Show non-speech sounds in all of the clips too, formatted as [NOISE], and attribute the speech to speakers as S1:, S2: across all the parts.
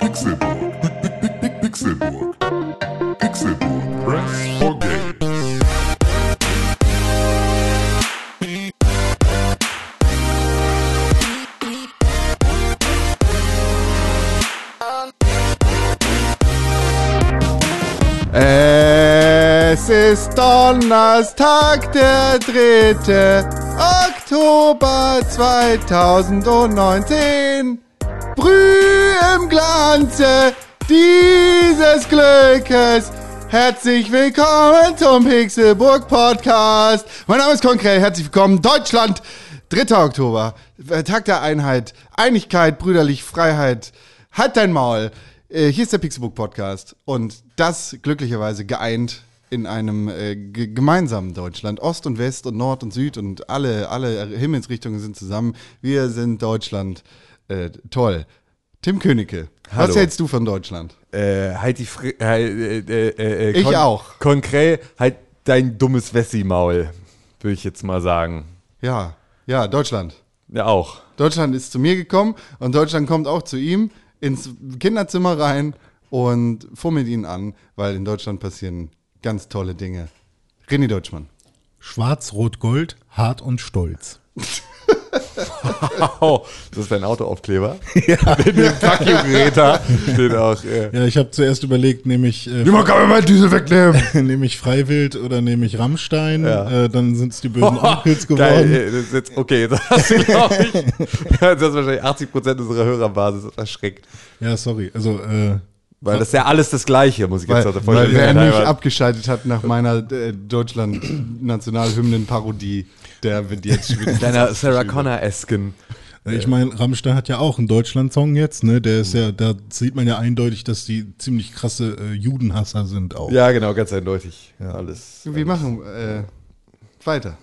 S1: Pixelburg. Pixelburg. Pixelburg. Press for Games.
S2: Es ist Donnerstag, der 3. Oktober 2019. Brüh im Glanze dieses Glückes. Herzlich willkommen zum Pixelburg Podcast. Mein Name ist Konkret. Herzlich willkommen, Deutschland. 3. Oktober, äh, Tag der Einheit, Einigkeit, Brüderlich, Freiheit. Halt dein Maul. Äh, Hier ist der Pixelburg Podcast und das glücklicherweise geeint in einem äh, ge- gemeinsamen Deutschland. Ost und West und Nord und Süd und alle, alle Himmelsrichtungen sind zusammen. Wir sind Deutschland. Äh, toll. Tim Königke, was
S3: Hallo.
S2: hältst du von Deutschland?
S3: äh, halt die Fri halt, äh, äh, äh,
S2: Ich auch.
S3: Konkret, halt dein dummes Wessi-Maul, würde ich jetzt mal sagen.
S2: Ja, ja, Deutschland.
S3: Ja, auch.
S2: Deutschland ist zu mir gekommen und Deutschland kommt auch zu ihm ins Kinderzimmer rein und fummelt ihn an, weil in Deutschland passieren ganz tolle Dinge. René Deutschmann.
S4: Schwarz, Rot, Gold, hart und stolz.
S3: Au, Oh, das ist
S2: [LAUGHS]
S3: dein Autoaufkleber. Mit dem fuck you Greta steht auch. Äh,
S4: Ja, ich habe zuerst überlegt, nehme ich, äh,
S2: Niemand kann mir meinen Diesel wegnehmen.
S4: [LAUGHS] nehme ich Freiwild oder nehme ich Rammstein.
S3: Ja.
S4: Äh, dann sind es die
S3: [LAUGHS]
S4: bösen Onkels
S3: Geil,
S4: geworden.
S3: äh, das ist jetzt, okay, jetzt hast du, glaube ich, [LAUGHS] das ist wahrscheinlich 80% unserer Hörerbasis erschreckt.
S4: Ja, sorry. Also, äh,
S3: Weil das ist ja alles das Gleiche, muss ich jetzt
S2: Weil,
S3: sagen.
S2: weil wer nicht abgeschaltet hat nach meiner äh, Deutschland-Nationalhymnen-Parodie, der wird jetzt schwierig.
S3: Deiner Sarah Connor-esken.
S4: ich meine, Rammstein hat ja auch einen Deutschland-Song jetzt, ne? Der ist ja, da sieht man ja eindeutig, dass die ziemlich krasse äh, Judenhasser sind auch.
S3: Ja, genau, ganz eindeutig. Alles.
S2: Wir machen äh, weiter.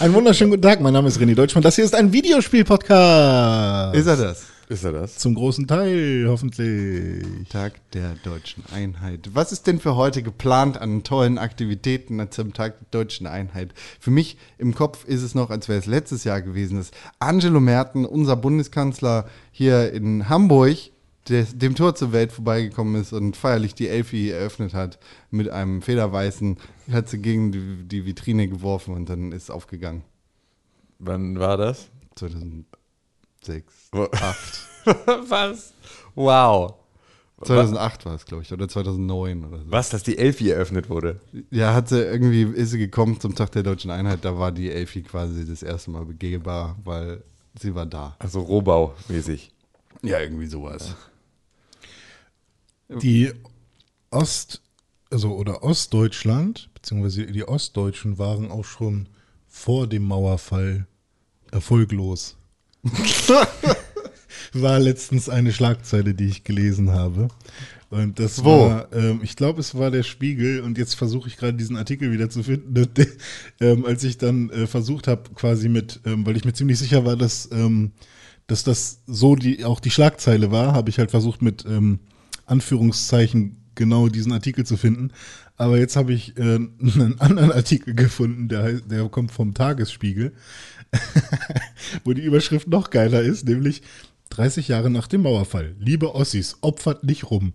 S4: Einen wunderschönen guten Tag, mein Name ist René Deutschmann. Das hier ist ein Videospiel-Podcast.
S2: Ist er das?
S3: Ist er das?
S4: Zum großen Teil, hoffentlich.
S2: Tag der deutschen Einheit. Was ist denn für heute geplant an tollen Aktivitäten zum Tag der deutschen Einheit? Für mich im Kopf ist es noch, als wäre es letztes Jahr gewesen, dass Angelo Merten, unser Bundeskanzler hier in Hamburg, des, dem Tor zur Welt vorbeigekommen ist und feierlich die Elfi eröffnet hat mit einem federweißen, hat sie gegen die, die Vitrine geworfen und dann ist es aufgegangen.
S3: Wann war das?
S2: 2006,
S3: Wo-
S2: 8.
S4: [LAUGHS]
S3: Was? Wow.
S2: 2008 war es, glaube ich, oder 2009 oder so.
S3: Was, dass die Elfi eröffnet wurde?
S2: Ja, hat sie irgendwie, ist sie gekommen zum Tag der Deutschen Einheit, da war die Elfi quasi das erste Mal begehbar, weil sie war da.
S3: Also Rohbau-mäßig.
S2: Ja, irgendwie sowas.
S4: Die Ost, also oder Ostdeutschland, beziehungsweise die Ostdeutschen waren auch schon vor dem Mauerfall erfolglos. [LAUGHS] War letztens eine Schlagzeile, die ich gelesen habe. Und das
S2: Wo?
S4: war, ähm, ich glaube, es war der Spiegel. Und jetzt versuche ich gerade diesen Artikel wieder zu finden. [LAUGHS] ähm, als ich dann äh, versucht habe, quasi mit, ähm, weil ich mir ziemlich sicher war, dass, ähm, dass das so die, auch die Schlagzeile war, habe ich halt versucht, mit ähm, Anführungszeichen genau diesen Artikel zu finden. Aber jetzt habe ich äh, [LAUGHS] einen anderen Artikel gefunden, der, heißt- der kommt vom Tagesspiegel wo die Überschrift noch geiler ist, nämlich 30 Jahre nach dem Mauerfall. Liebe Ossis, opfert nicht rum.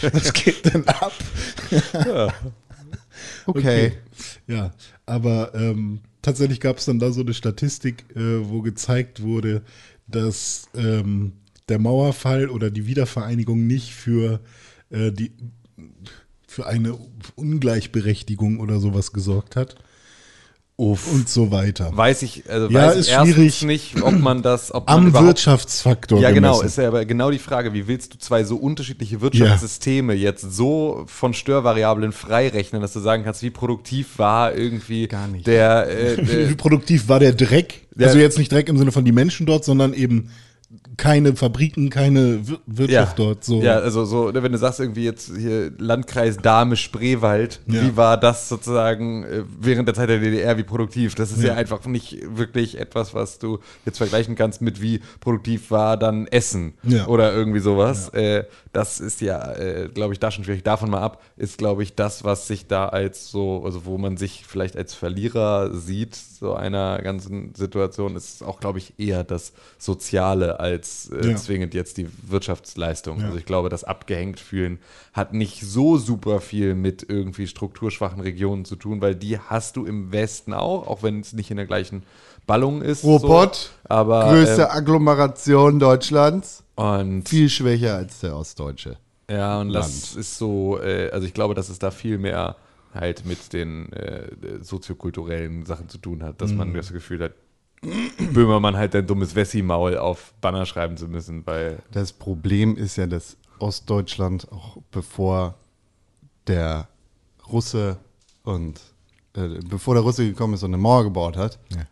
S4: Was geht denn ab?
S2: Okay.
S4: Ja, aber ähm, tatsächlich gab es dann da so eine Statistik, äh, wo gezeigt wurde, dass ähm, der Mauerfall oder die Wiedervereinigung nicht für äh, die für eine Ungleichberechtigung oder sowas gesorgt hat
S3: Uff.
S4: und so weiter.
S3: weiß ich, also
S4: Ja,
S3: weiß
S4: ist
S3: ich erstens
S4: schwierig.
S3: nicht, ob man das, ob man
S4: Am
S3: überhaupt-
S4: Wirtschaftsfaktor
S3: Ja, genau,
S4: gemessen.
S3: ist ja aber genau die Frage, wie willst du zwei so unterschiedliche Wirtschaftssysteme jetzt so von Störvariablen freirechnen, dass du sagen kannst, wie produktiv war irgendwie
S2: Gar nicht.
S3: der, äh,
S4: [LAUGHS] Wie
S3: der
S4: produktiv war der Dreck?
S3: Ja.
S4: Also jetzt nicht Dreck im Sinne von die Menschen dort, sondern eben keine Fabriken, keine Wir- Wirtschaft dort. So.
S3: Ja, also so, ne, wenn du sagst, irgendwie jetzt hier Landkreis Dahme Spreewald,
S4: Ja.
S3: wie war das sozusagen äh, während der Zeit der DDR, wie produktiv? Das ist ja.
S4: Ja.
S3: einfach nicht wirklich etwas, was du jetzt vergleichen kannst mit wie produktiv war dann Essen
S4: Ja.
S3: oder irgendwie sowas. Äh, das ist ja, äh, glaube ich, da schon schwierig. Davon mal ab, ist, glaube ich, das, was sich da als so, also wo man sich vielleicht als Verlierer sieht, so einer ganzen Situation, ist auch, glaube ich, eher das Soziale als äh,
S4: Ja.
S3: zwingend zwingend jetzt die Wirtschaftsleistung.
S4: Ja.
S3: Also ich glaube, das abgehängt fühlen hat nicht so super viel mit irgendwie strukturschwachen Regionen zu tun, weil die hast du im Westen auch, auch wenn es nicht in der gleichen Ballung ist.
S5: Ruhrpott,
S3: so. aber
S5: Größte Agglomeration Deutschlands.
S3: ähm, und
S5: Viel schwächer als der Ostdeutsche.
S3: ja, und das
S5: Land.
S3: ist so, äh, also ich glaube, dass es da viel mehr halt mit den äh, soziokulturellen Sachen zu tun hat, dass man das Gefühl hat, [CLEARS THROAT] Böhmermann halt ein dummes Wessi-Maul auf Banner schreiben zu müssen, weil
S5: Das Problem ist ja, dass Ostdeutschland auch bevor der Russe und äh, bevor der Russe gekommen ist und eine Mauer gebaut hat,
S4: Ja.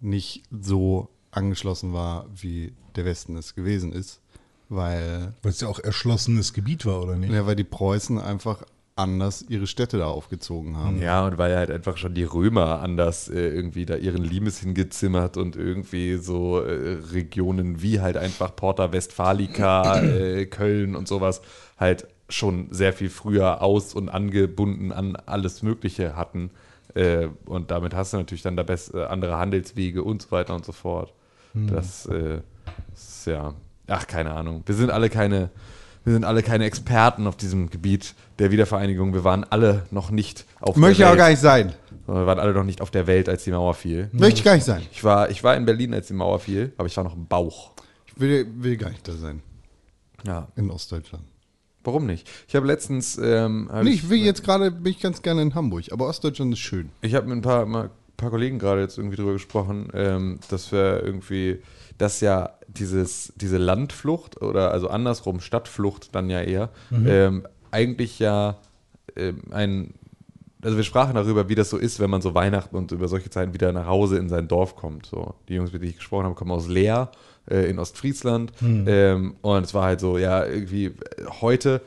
S5: nicht so angeschlossen war, wie der Westen es gewesen ist, weil,
S4: Weil es ja auch erschlossenes Gebiet war, oder nicht?
S5: ja, weil die Preußen einfach anders ihre Städte da aufgezogen haben.
S3: Ja, und weil halt einfach schon die Römer anders äh, irgendwie da ihren Limes hingezimmert und irgendwie so äh, Regionen wie halt einfach Porta Westfalica, äh, Köln und sowas halt schon sehr viel früher aus- und angebunden an alles Mögliche hatten. Äh, und damit hast du natürlich dann da bess- äh, andere Handelswege und so weiter und so fort. Das äh, ist ja, ach, keine Ahnung. Wir sind alle keine. Wir sind alle keine Experten auf diesem Gebiet der Wiedervereinigung. Wir waren alle noch nicht auf
S5: Möchte ich
S3: der
S5: auch
S3: Welt.
S5: gar nicht sein.
S3: Wir waren alle noch nicht auf der Welt, als die Mauer fiel.
S5: Möchte ich gar nicht sein.
S3: Ich war, ich war in Berlin, als die Mauer fiel, aber ich war noch im Bauch.
S5: Ich will, will gar nicht da sein.
S3: Ja.
S5: In Ostdeutschland.
S3: Warum nicht? Ich habe letztens. Ähm, hab
S5: Nee,
S3: ich
S5: ich will jetzt gerade, bin ich ganz gerne in Hamburg, aber Ostdeutschland ist schön.
S3: ich habe mit ein paar, mal, paar Kollegen gerade jetzt irgendwie drüber gesprochen, ähm, dass wir irgendwie, dass ja dieses, diese Landflucht oder also andersrum Stadtflucht dann ja eher, ähm, eigentlich ja ähm, ein also wir sprachen darüber, wie das so ist, wenn man so Weihnachten und über solche Zeiten wieder nach Hause in sein Dorf kommt. So, die Jungs, mit denen ich gesprochen habe, kommen aus Leer äh, in Ostfriesland. Ähm, und es war halt so, ja, irgendwie äh, heute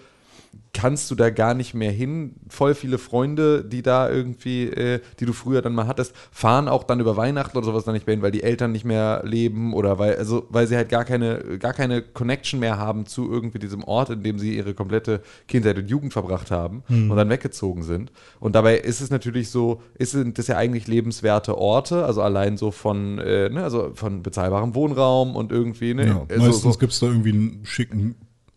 S3: kannst du da gar nicht mehr hin. Voll viele Freunde, die da irgendwie, äh, die du früher dann mal hattest, fahren auch dann über Weihnachten oder sowas dann nicht mehr hin, weil die Eltern nicht mehr leben oder weil, also, weil sie halt gar keine, gar keine Connection mehr haben zu irgendwie diesem Ort, in dem sie ihre komplette Kindheit und Jugend verbracht haben
S4: Hm.
S3: und dann weggezogen sind. Und dabei ist es natürlich so, ist, sind das ja eigentlich lebenswerte Orte, also allein so von, äh, ne, also von bezahlbarem Wohnraum und irgendwie, ne?
S4: Ja,
S3: also
S4: Genau. meistens
S3: so,
S4: gibt es da irgendwie einen schicken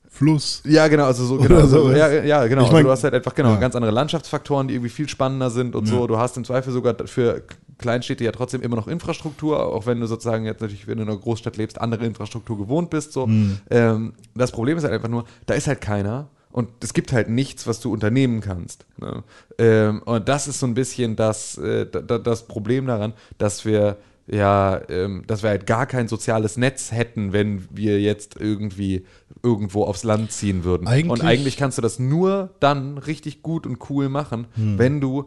S4: Fluss.
S3: ja, genau, also so, genau, also,
S4: sowas.
S3: ja, ja, genau.
S4: Ich mein-
S3: also du hast halt einfach genau
S4: ja.
S3: ganz andere Landschaftsfaktoren, die irgendwie viel spannender sind und so. Du hast im Zweifel sogar für Kleinstädte ja trotzdem immer noch Infrastruktur, auch wenn du sozusagen jetzt natürlich, wenn du in einer Großstadt lebst, andere Infrastruktur gewohnt bist. So. Ähm, das Problem ist halt einfach nur, da ist halt keiner. Und es gibt halt nichts, was du unternehmen kannst. Ne? Ähm, und das ist so ein bisschen das, äh, da- da- das Problem daran, dass wir ja, ähm, dass wir halt gar kein soziales Netz hätten, wenn wir jetzt irgendwie irgendwo aufs Land ziehen würden.
S4: Eigentlich-
S3: und eigentlich kannst du das nur dann richtig gut und cool machen,
S4: Hm.
S3: wenn du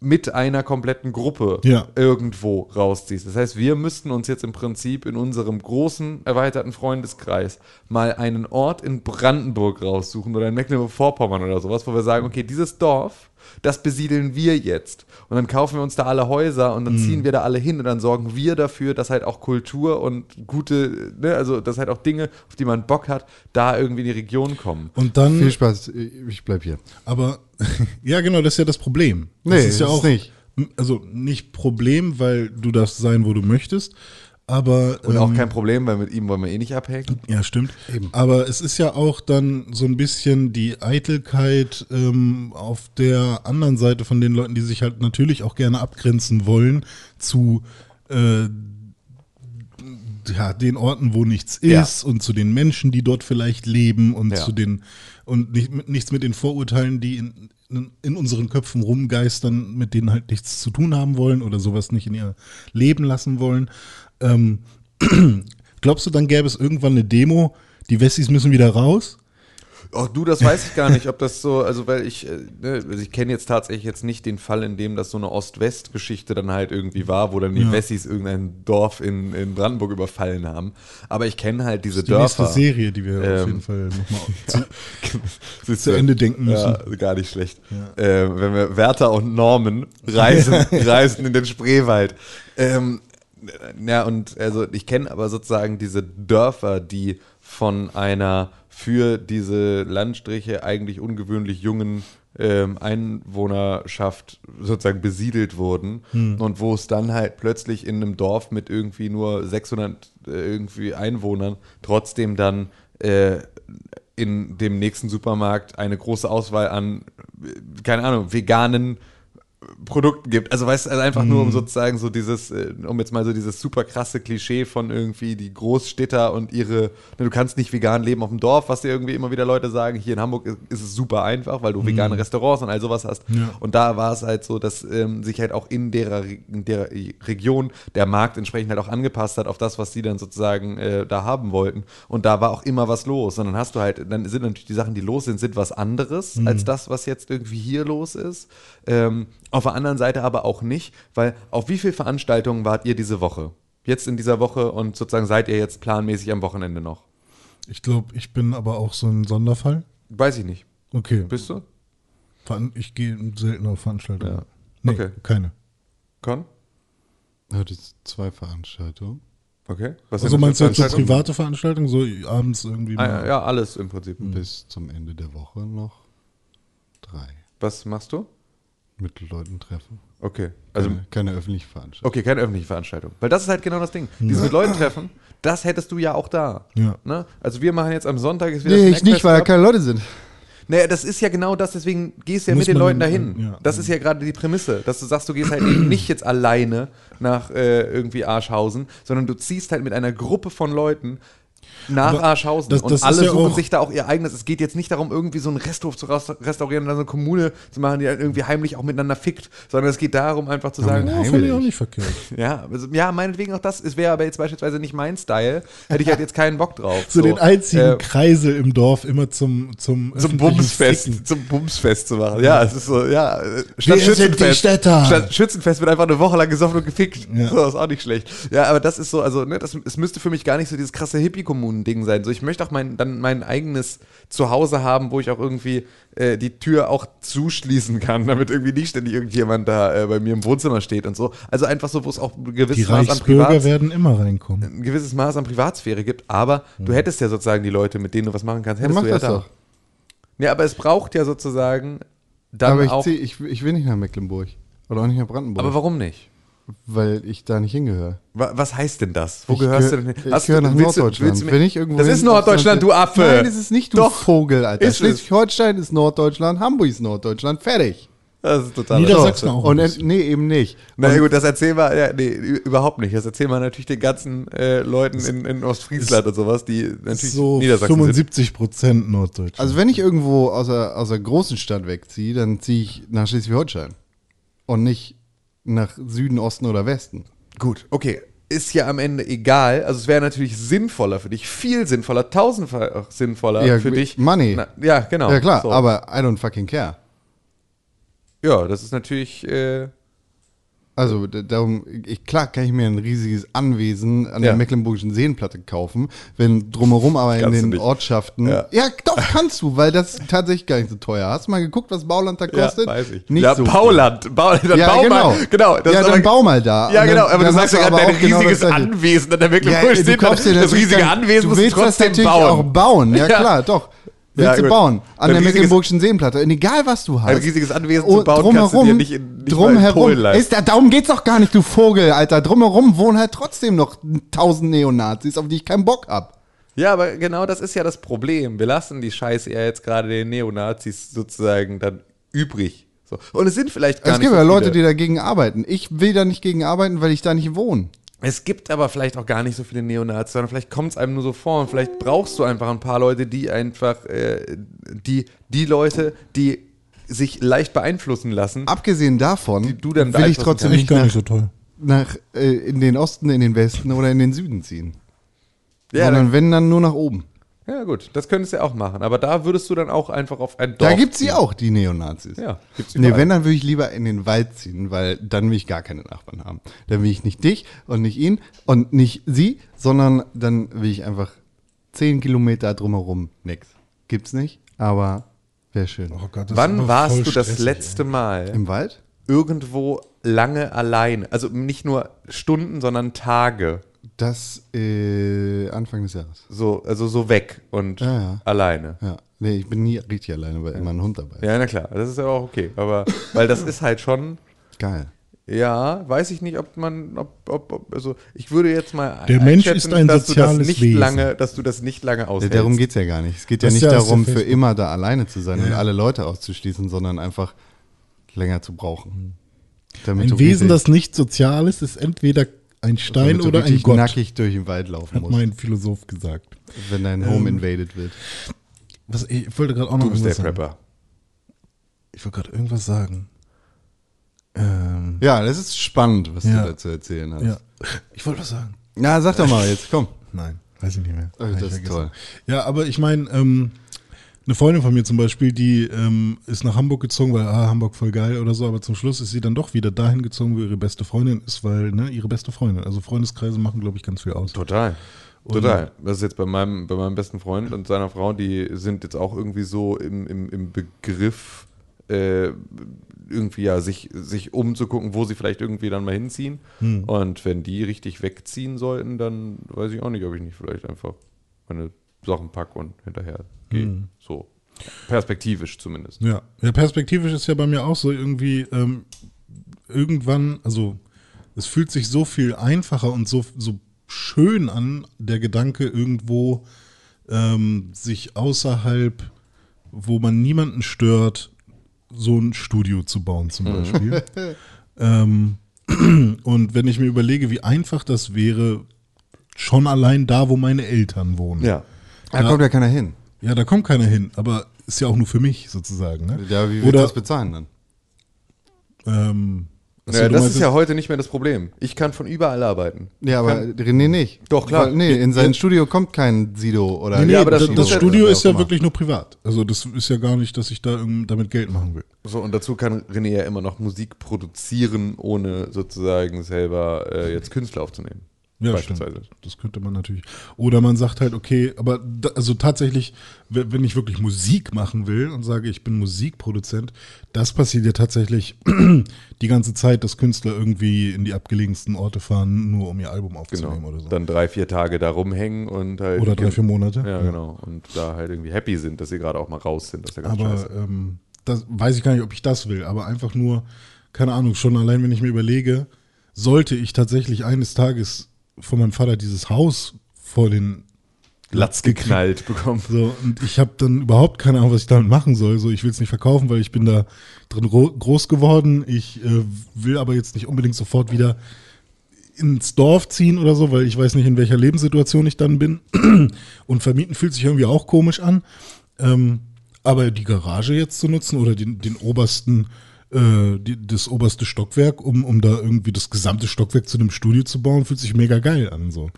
S3: mit einer kompletten Gruppe
S4: Ja.
S3: irgendwo rausziehst. Das heißt, wir müssten uns jetzt im Prinzip in unserem großen erweiterten Freundeskreis mal einen Ort in Brandenburg raussuchen oder in Mecklenburg-Vorpommern oder sowas, wo wir sagen, okay, dieses Dorf, das besiedeln wir jetzt. Und dann kaufen wir uns da alle Häuser und dann
S4: Hm.
S3: ziehen wir da alle hin und dann sorgen wir dafür, dass halt auch Kultur und gute, ne, also dass halt auch Dinge, auf die man Bock hat, da irgendwie in die Region kommen.
S4: Und dann,
S5: Viel Spaß, ich bleib hier.
S4: aber, [LAUGHS] ja genau, das ist ja das Problem.
S5: Nee,
S4: das ist ja
S5: das
S4: auch,
S5: ist nicht.
S4: M- also nicht Problem, weil du darfst sein, wo du möchtest, aber...
S3: Und auch
S4: ähm,
S3: kein Problem, weil mit ihm wollen wir eh nicht abhängen.
S4: Ja, stimmt. Aber es ist ja auch dann so ein bisschen die Eitelkeit ähm, auf der anderen Seite von den Leuten, die sich halt natürlich auch gerne abgrenzen wollen zu äh, ja, den Orten, wo nichts
S3: Ja.
S4: ist und zu den Menschen, die dort vielleicht leben und
S3: Ja.
S4: zu den und nicht, mit, nichts mit den Vorurteilen, die in, in, in unseren Köpfen rumgeistern, mit denen halt nichts zu tun haben wollen oder sowas nicht in ihr Leben lassen wollen. Ähm, [CLEARS THROAT] glaubst du, dann gäbe es irgendwann eine Demo, die Wessis müssen wieder raus?
S3: Ach du, das weiß ich gar nicht, ob das so, also weil ich, äh, ne, also ich kenne jetzt tatsächlich jetzt nicht den Fall, in dem das so eine Ost-West-Geschichte dann halt irgendwie war, wo dann die Wessis irgendein Dorf in, in Brandenburg überfallen haben. Aber ich kenne halt diese
S4: Die nächste
S3: Dörfer.
S4: Serie, die wir auf
S3: Ähm,
S4: jeden Fall nochmal
S3: [LAUGHS] Siehst
S4: zu
S3: du?
S4: Ende denken
S3: Ja, gar nicht schlecht. Ähm, wenn wir Werther und Norman
S4: [LAUGHS]
S3: reisen, reisen in den Spreewald. Ähm, ja, und also ich kenne aber sozusagen diese Dörfer, die von einer für diese Landstriche eigentlich ungewöhnlich jungen ähm, Einwohnerschaft sozusagen besiedelt wurden
S4: Hm.
S3: und wo es dann halt plötzlich in einem Dorf mit irgendwie nur 600 äh, irgendwie Einwohnern trotzdem dann äh, in dem nächsten Supermarkt eine große Auswahl an, äh, keine Ahnung, veganen Produkten gibt. Also weißt du, also einfach nur um sozusagen so dieses, äh, um jetzt mal so dieses super krasse Klischee von irgendwie die Großstädter und ihre, ne, du kannst nicht vegan leben auf dem Dorf, was dir irgendwie immer wieder Leute sagen, hier in Hamburg ist, ist es super einfach, weil du vegane Restaurants und all sowas hast. Und da war es halt so, dass ähm, sich halt auch in derer, Re- in der Region der Markt entsprechend halt auch angepasst hat auf das, was die dann sozusagen äh, da haben wollten. Und da war auch immer was los. Und dann hast du halt, dann sind natürlich die Sachen, die los sind, sind was anderes
S4: Mhm.
S3: als das, was jetzt irgendwie hier los ist. Ähm, auf der anderen Seite aber auch nicht, weil auf wie viele Veranstaltungen wart ihr diese Woche? Jetzt in dieser Woche und sozusagen seid ihr jetzt planmäßig am Wochenende noch?
S4: Ich glaube, ich bin aber auch so ein Sonderfall.
S3: Weiß ich nicht.
S4: Okay.
S3: Bist du?
S4: Veran- Ich gehe selten auf Veranstaltungen.
S3: Ja.
S4: Nee,
S3: Okay.
S4: keine.
S3: Con?
S2: Hatte zwei Veranstaltungen.
S3: Okay. Was
S4: Also
S3: sind das
S4: meinst
S3: für
S4: du jetzt so
S3: Veranstaltungen?
S4: private Veranstaltungen, so abends irgendwie?
S3: Ah,
S4: mal-
S3: ja, ja, alles im Prinzip.
S2: Bis zum Ende der Woche noch drei.
S3: Was machst du?
S2: Mit Leuten treffen.
S3: Okay.
S2: Also
S3: Also
S4: Ähm,
S2: keine, keine öffentliche Veranstaltung.
S3: Okay, keine öffentliche Veranstaltung. Weil das ist halt genau das Ding. Dieses mit Leuten treffen, das hättest du ja auch da.
S4: Ja.
S3: Ne? Also wir machen jetzt am Sonntag ist wieder
S5: Nee, ich
S3: Snackfest
S5: nicht, weil da
S3: Club.
S5: keine Leute sind.
S3: Naja, das ist ja genau das, deswegen gehst du ja
S4: Muss
S3: mit den
S4: man
S3: Leuten
S4: dann,
S3: dahin.
S4: äh, ja.
S3: das ist ja gerade die Prämisse, dass du sagst, du gehst halt eben nicht jetzt alleine nach äh, irgendwie Arschhausen, sondern du ziehst halt mit einer Gruppe von Leuten nach
S4: Aber
S3: Arschhausen
S4: das- das
S3: und alle
S4: ist ja
S3: suchen
S4: auch-
S3: sich da auch ihr eigenes. Es geht jetzt nicht darum, irgendwie so einen Resthof zu raus- restaurieren und dann so eine Kommune zu machen, die halt irgendwie heimlich auch miteinander fickt, sondern es geht darum, einfach zu sagen, oh,
S4: Ja, fand ich auch
S3: [LAUGHS]
S4: nicht verkehrt.
S3: ja, also, ja, meinetwegen auch das. Es wäre aber jetzt beispielsweise nicht mein Style. Hätte ich halt jetzt keinen Bock drauf.
S4: [LAUGHS] So, den einzigen
S3: äh,
S4: Kreisel im Dorf immer zum zum
S3: zum
S4: öffentlichen
S3: Bumsfest,
S4: Ficken.
S3: zum Bumsfest zu machen. Ja, es ist so, ja. äh, Statt
S4: Wir sind die Städter.
S3: Statt Schützenfest wird einfach eine Woche lang gesoffen und gefickt.
S4: Ja.
S3: So, ist auch nicht schlecht. Ja, aber das ist so, also, ne, das, es müsste für mich gar nicht so dieses krasse Hippie-Kommunen-Ding sein. So, ich möchte auch mein, dann mein eigenes Zuhause haben, wo ich auch irgendwie äh, die Tür auch zuschließen kann, [LAUGHS] damit irgendwie nicht ständig irgendjemand da äh, bei mir im Wohnzimmer steht und so. Also einfach so, wo es auch ein
S4: Die
S3: gewisses Maß an
S4: Reichsbürger
S3: Privats
S4: werden immer reinkommen.
S3: ein gewisses Maß an Privatsphäre gibt, aber du hättest ja sozusagen die Leute, mit denen du was machen kannst, hättest
S2: Mhm. mach
S3: du ja
S2: das
S3: da.
S2: doch.
S3: Ja, aber es braucht ja sozusagen dann
S2: Aber ich,
S3: auch.
S2: zieh, ich, ich will nicht nach Mecklenburg. Oder auch nicht nach Brandenburg.
S3: aber warum nicht?
S2: weil ich da nicht hingehöre.
S3: Wa- Was heißt denn das? Wo
S2: Ich
S3: gehörst
S2: gehö-
S3: du denn hin?
S2: ich
S3: Hast du-
S2: gehöre nach
S3: willst du-
S2: Norddeutschland.
S3: willst du mir-
S2: Wenn ich irgendwo
S3: das
S2: hin-
S3: ist Norddeutschland, du Affe!
S2: Nein, das ist nicht, du
S3: Doch.
S2: Vogel, Alter.
S3: Ist es.
S2: Schleswig-Holstein ist Norddeutschland, Hamburg ist Norddeutschland, fertig.
S3: Das ist total.
S4: Niedersachsen auch.
S2: Und
S4: ein
S2: ent- nee, eben nicht.
S3: Na
S2: Und
S3: ja, gut, das erzählen wir, ja, nee, ü- überhaupt nicht. Das erzählen wir natürlich den ganzen äh, Leuten in, in Ostfriesland und sowas, die
S4: bisschen.
S3: natürlich
S4: so
S3: Niedersachsen sind.
S4: 75 Prozent Norddeutsch.
S2: Also wenn ich irgendwo aus der, aus der großen Stadt wegziehe, dann ziehe ich nach Schleswig-Holstein. Und nicht nach Süden, Osten oder Westen.
S3: Gut, okay. Ist ja am Ende egal. Also es wäre natürlich sinnvoller für dich, viel sinnvoller, tausendfach sinnvoller
S2: Ja,
S3: für dich.
S2: Money.
S3: Na, ja, genau.
S2: ja klar,
S3: So.
S2: aber I don't fucking care.
S3: Ja, das ist natürlich. Äh,
S2: Also d- darum, ich, klar kann ich mir ein riesiges Anwesen an
S3: Ja.
S2: der Mecklenburgischen Seenplatte kaufen, wenn drumherum aber in
S3: Kannst du
S2: den
S3: nicht.
S2: Ortschaften.
S3: Ja.
S2: Ja.
S3: [LAUGHS]
S2: doch kannst du, weil das ist tatsächlich gar nicht so teuer. Hast du mal geguckt, was Bauland da kostet?
S3: Ja, weiß ich.
S2: Nicht
S3: ja,
S2: so
S3: Bauland. Bauland dann
S2: Viel. Ja,
S3: bau
S2: genau.
S3: mal. Genau.
S2: ja,
S3: ist
S2: dann
S3: aber-
S2: bau mal da.
S3: Ja,
S2: Und dann-
S3: genau. Aber
S2: dann
S3: du sagst
S2: hast
S3: ja gerade
S2: aber
S3: dein
S2: auch genau
S3: riesiges
S2: das Gleiche.
S3: Anwesen an der Mecklenburg
S2: du
S3: steht.
S2: kaufst dir
S3: Das
S2: natürlich
S3: riesige
S2: dann-
S3: Anwesen
S2: du
S3: musst du
S2: willst das
S3: trotzdem
S2: natürlich auch
S3: bauen.
S2: bauen. Ja,
S3: [LAUGHS] Ja.
S2: klar, doch.
S3: Ja,
S2: Willst
S3: gut.
S2: du bauen. An
S3: Ein
S2: der
S3: riesiges-
S2: Mecklenburgischen Seenplatte. Und egal, was du hast.
S3: Ein riesiges Anwesen zu bauen kannst du dir nicht in- nicht mal in Polen
S2: drumherum
S3: leisten.
S2: ist, da- darum geht's doch gar nicht, du Vogel, Alter. Drumherum wohnen halt trotzdem noch tausend Neonazis, auf die ich keinen Bock hab.
S3: Ja, aber genau das ist ja das Problem. Wir lassen die Scheiße ja jetzt gerade den Neonazis sozusagen dann übrig. So. Und es sind vielleicht gar
S2: Es
S3: nicht
S2: gibt
S3: so
S2: ja Leute, die
S3: viele.
S2: dagegen arbeiten. Ich will da nicht gegen arbeiten, weil ich da nicht wohne.
S3: Es gibt aber vielleicht auch gar nicht so viele Neonazis, sondern vielleicht kommt es einem nur so vor und vielleicht brauchst du einfach ein paar Leute, die einfach äh, die, die Leute, die sich leicht beeinflussen lassen.
S2: Abgesehen davon
S3: Die du dann
S2: will ich
S3: beeinflussen
S2: trotzdem
S4: Finde ich
S2: nicht
S4: gar
S2: nach,
S4: nicht so toll.
S2: nach äh, in den Osten, in den Westen oder in den Süden ziehen.
S3: Ja,
S2: sondern wenn, dann nur nach oben.
S3: Ja, gut, das könntest du ja auch machen. Aber da würdest du dann auch einfach auf ein Dorf.
S2: Da gibt's sie
S3: ziehen.
S2: auch, die Neonazis.
S3: Ja, gibt's
S2: Nee,
S3: überall.
S2: wenn, dann würde ich lieber in den Wald ziehen, weil dann will ich gar keine Nachbarn haben. Dann will ich nicht dich und nicht ihn und nicht sie, sondern dann will ich einfach zehn Kilometer drumherum nix. Gibt's nicht, aber wäre schön.
S4: Oh Gott, das ist
S3: Wann
S4: aber
S3: warst
S4: voll
S3: du das
S4: stressig,
S3: letzte Mal
S2: Im Wald?
S3: irgendwo lange allein? Also nicht nur Stunden, sondern Tage.
S2: Das äh, Anfang des Jahres.
S3: So, also so weg und
S2: Ja, ja.
S3: alleine.
S2: Ja. Nee, ich bin nie richtig alleine, weil immer ein Hund dabei ist.
S3: Ja, na klar, das ist ja auch okay. Aber weil das ist halt schon,
S2: Geil.
S3: ja, weiß ich nicht, ob man, ob, ob, ob also ich würde jetzt mal
S4: Der Mensch
S3: einschätzen,
S4: ist ein
S3: dass du das
S4: soziales
S3: nicht
S4: Wesen.
S3: lange, dass du das nicht lange
S2: Ja,
S3: aushältst.
S2: Äh, darum geht's ja gar nicht. Es geht ja
S4: Das ist
S2: nicht
S4: ja aus der
S2: darum, für
S4: Facebook-
S2: immer da alleine zu sein und
S4: ja.
S2: alle Leute auszuschließen, sondern einfach länger zu brauchen. Damit
S4: Hm. Ein
S2: du richtig-
S4: Wesen, das nicht sozial ist, ist entweder ein Stein
S2: damit du
S4: oder ein
S2: richtig
S4: Gott,
S2: nackig durch den Wald laufen
S4: hat
S2: musst,
S4: mein ähm, Philosoph gesagt.
S2: wenn dein Home invaded wird.
S4: Was, ich wollte gerade auch noch
S3: Du bist der
S4: irgendwas sagen.
S3: Prepper.
S4: Ich wollte gerade irgendwas sagen. Ähm,
S2: Ja, das ist spannend, was
S4: Ja.
S2: du da zu erzählen hast.
S4: ja. Ich wollte was sagen.
S2: Na, sag doch mal jetzt, komm.
S4: Nein, weiß ich nicht mehr.
S2: Also
S4: Hab ich
S2: das ist
S4: vergessen.
S2: toll.
S4: Ja, aber ich meine, ähm, eine Freundin von mir zum Beispiel, die ähm, ist nach Hamburg gezogen, weil ah, Hamburg voll geil oder so, aber zum Schluss ist sie dann doch wieder dahin gezogen, wo ihre beste Freundin ist, weil ne, ihre beste Freundin. Also Freundeskreise machen, glaube ich, ganz viel aus.
S3: Total. Total. Das ist jetzt bei meinem, bei meinem besten Freund und seiner Frau, die sind jetzt auch irgendwie so im, im, im Begriff, äh, irgendwie ja, sich, sich umzugucken, wo sie vielleicht irgendwie dann mal hinziehen.
S4: Hm.
S3: Und wenn die richtig wegziehen sollten, dann weiß ich auch nicht, ob ich nicht vielleicht einfach meine Sachen packe und hinterher gehe. So. Perspektivisch zumindest.
S4: Ja, ja, perspektivisch ist ja bei mir auch so irgendwie ähm, irgendwann, also es fühlt sich so viel einfacher und so, so schön an, der Gedanke irgendwo ähm, sich außerhalb, wo man niemanden stört, so ein Studio zu bauen
S2: [LAUGHS]
S4: zum Beispiel. ähm, [CLEARS THROAT] und wenn ich mir überlege, wie einfach das wäre, schon allein da, wo meine Eltern wohnen.
S2: Da kommt ja keiner hin.
S4: Ja, da kommt keiner hin, aber ist ja auch nur für mich sozusagen. Ne?
S2: Ja, wie willst du
S4: Oder,
S2: das bezahlen dann?
S4: ähm, achso,
S3: Naja,
S4: du
S3: das
S4: meinst
S3: ist ja heute nicht mehr das Problem. Ich kann von überall arbeiten.
S2: Ja, aber René nicht.
S3: Doch, klar.
S2: Weil, nee, in sein Studio kommt kein Sido oder
S4: Nee,
S3: Ja, aber
S4: aber
S3: das Studio
S4: das, das
S3: ist ja-
S4: Studio
S2: wer
S4: ist
S2: auch
S4: ja
S2: immer.
S4: wirklich nur privat. Also das ist ja gar nicht, dass ich da irgend- damit Geld machen will.
S3: So, und dazu kann René ja immer noch Musik produzieren, ohne sozusagen selber äh, jetzt Künstler aufzunehmen.
S4: Ja, stimmt.
S3: beispielsweise.
S4: Das könnte man natürlich. Oder man sagt halt, okay, aber da, also tatsächlich, we- wenn ich wirklich Musik machen will und sage, ich bin Musikproduzent, das passiert ja tatsächlich [CLEARS THROAT] die ganze Zeit, dass Künstler irgendwie in die abgelegensten Orte fahren, nur um ihr Album
S3: Genau.
S4: aufzunehmen oder so.
S3: Dann drei, vier Tage da rumhängen und halt.
S4: Oder drei, vier Monate.
S3: Ja, genau. Und da halt irgendwie happy sind, dass sie gerade auch mal raus sind. Das ist ja ganz
S4: Aber
S3: scheiße.
S4: ähm, das weiß ich gar nicht, ob ich das will, aber einfach nur, keine Ahnung, schon allein, wenn ich mir überlege, sollte ich tatsächlich eines Tages von meinem Vater dieses Haus vor den
S3: Latz geknallt bekommen.
S4: so, und ich habe dann überhaupt keine Ahnung, was ich damit machen soll. So, ich will es nicht verkaufen, weil ich bin da drin ro- groß geworden. Ich äh, will aber jetzt nicht unbedingt sofort wieder ins Dorf ziehen oder so, weil ich weiß nicht, in welcher Lebenssituation ich dann bin. Und vermieten fühlt sich irgendwie auch komisch an. Ähm, aber die Garage jetzt zu nutzen oder den, den obersten, äh, die, das oberste Stockwerk, um, um da irgendwie das gesamte Stockwerk zu einem Studio zu bauen, fühlt sich mega geil an. So.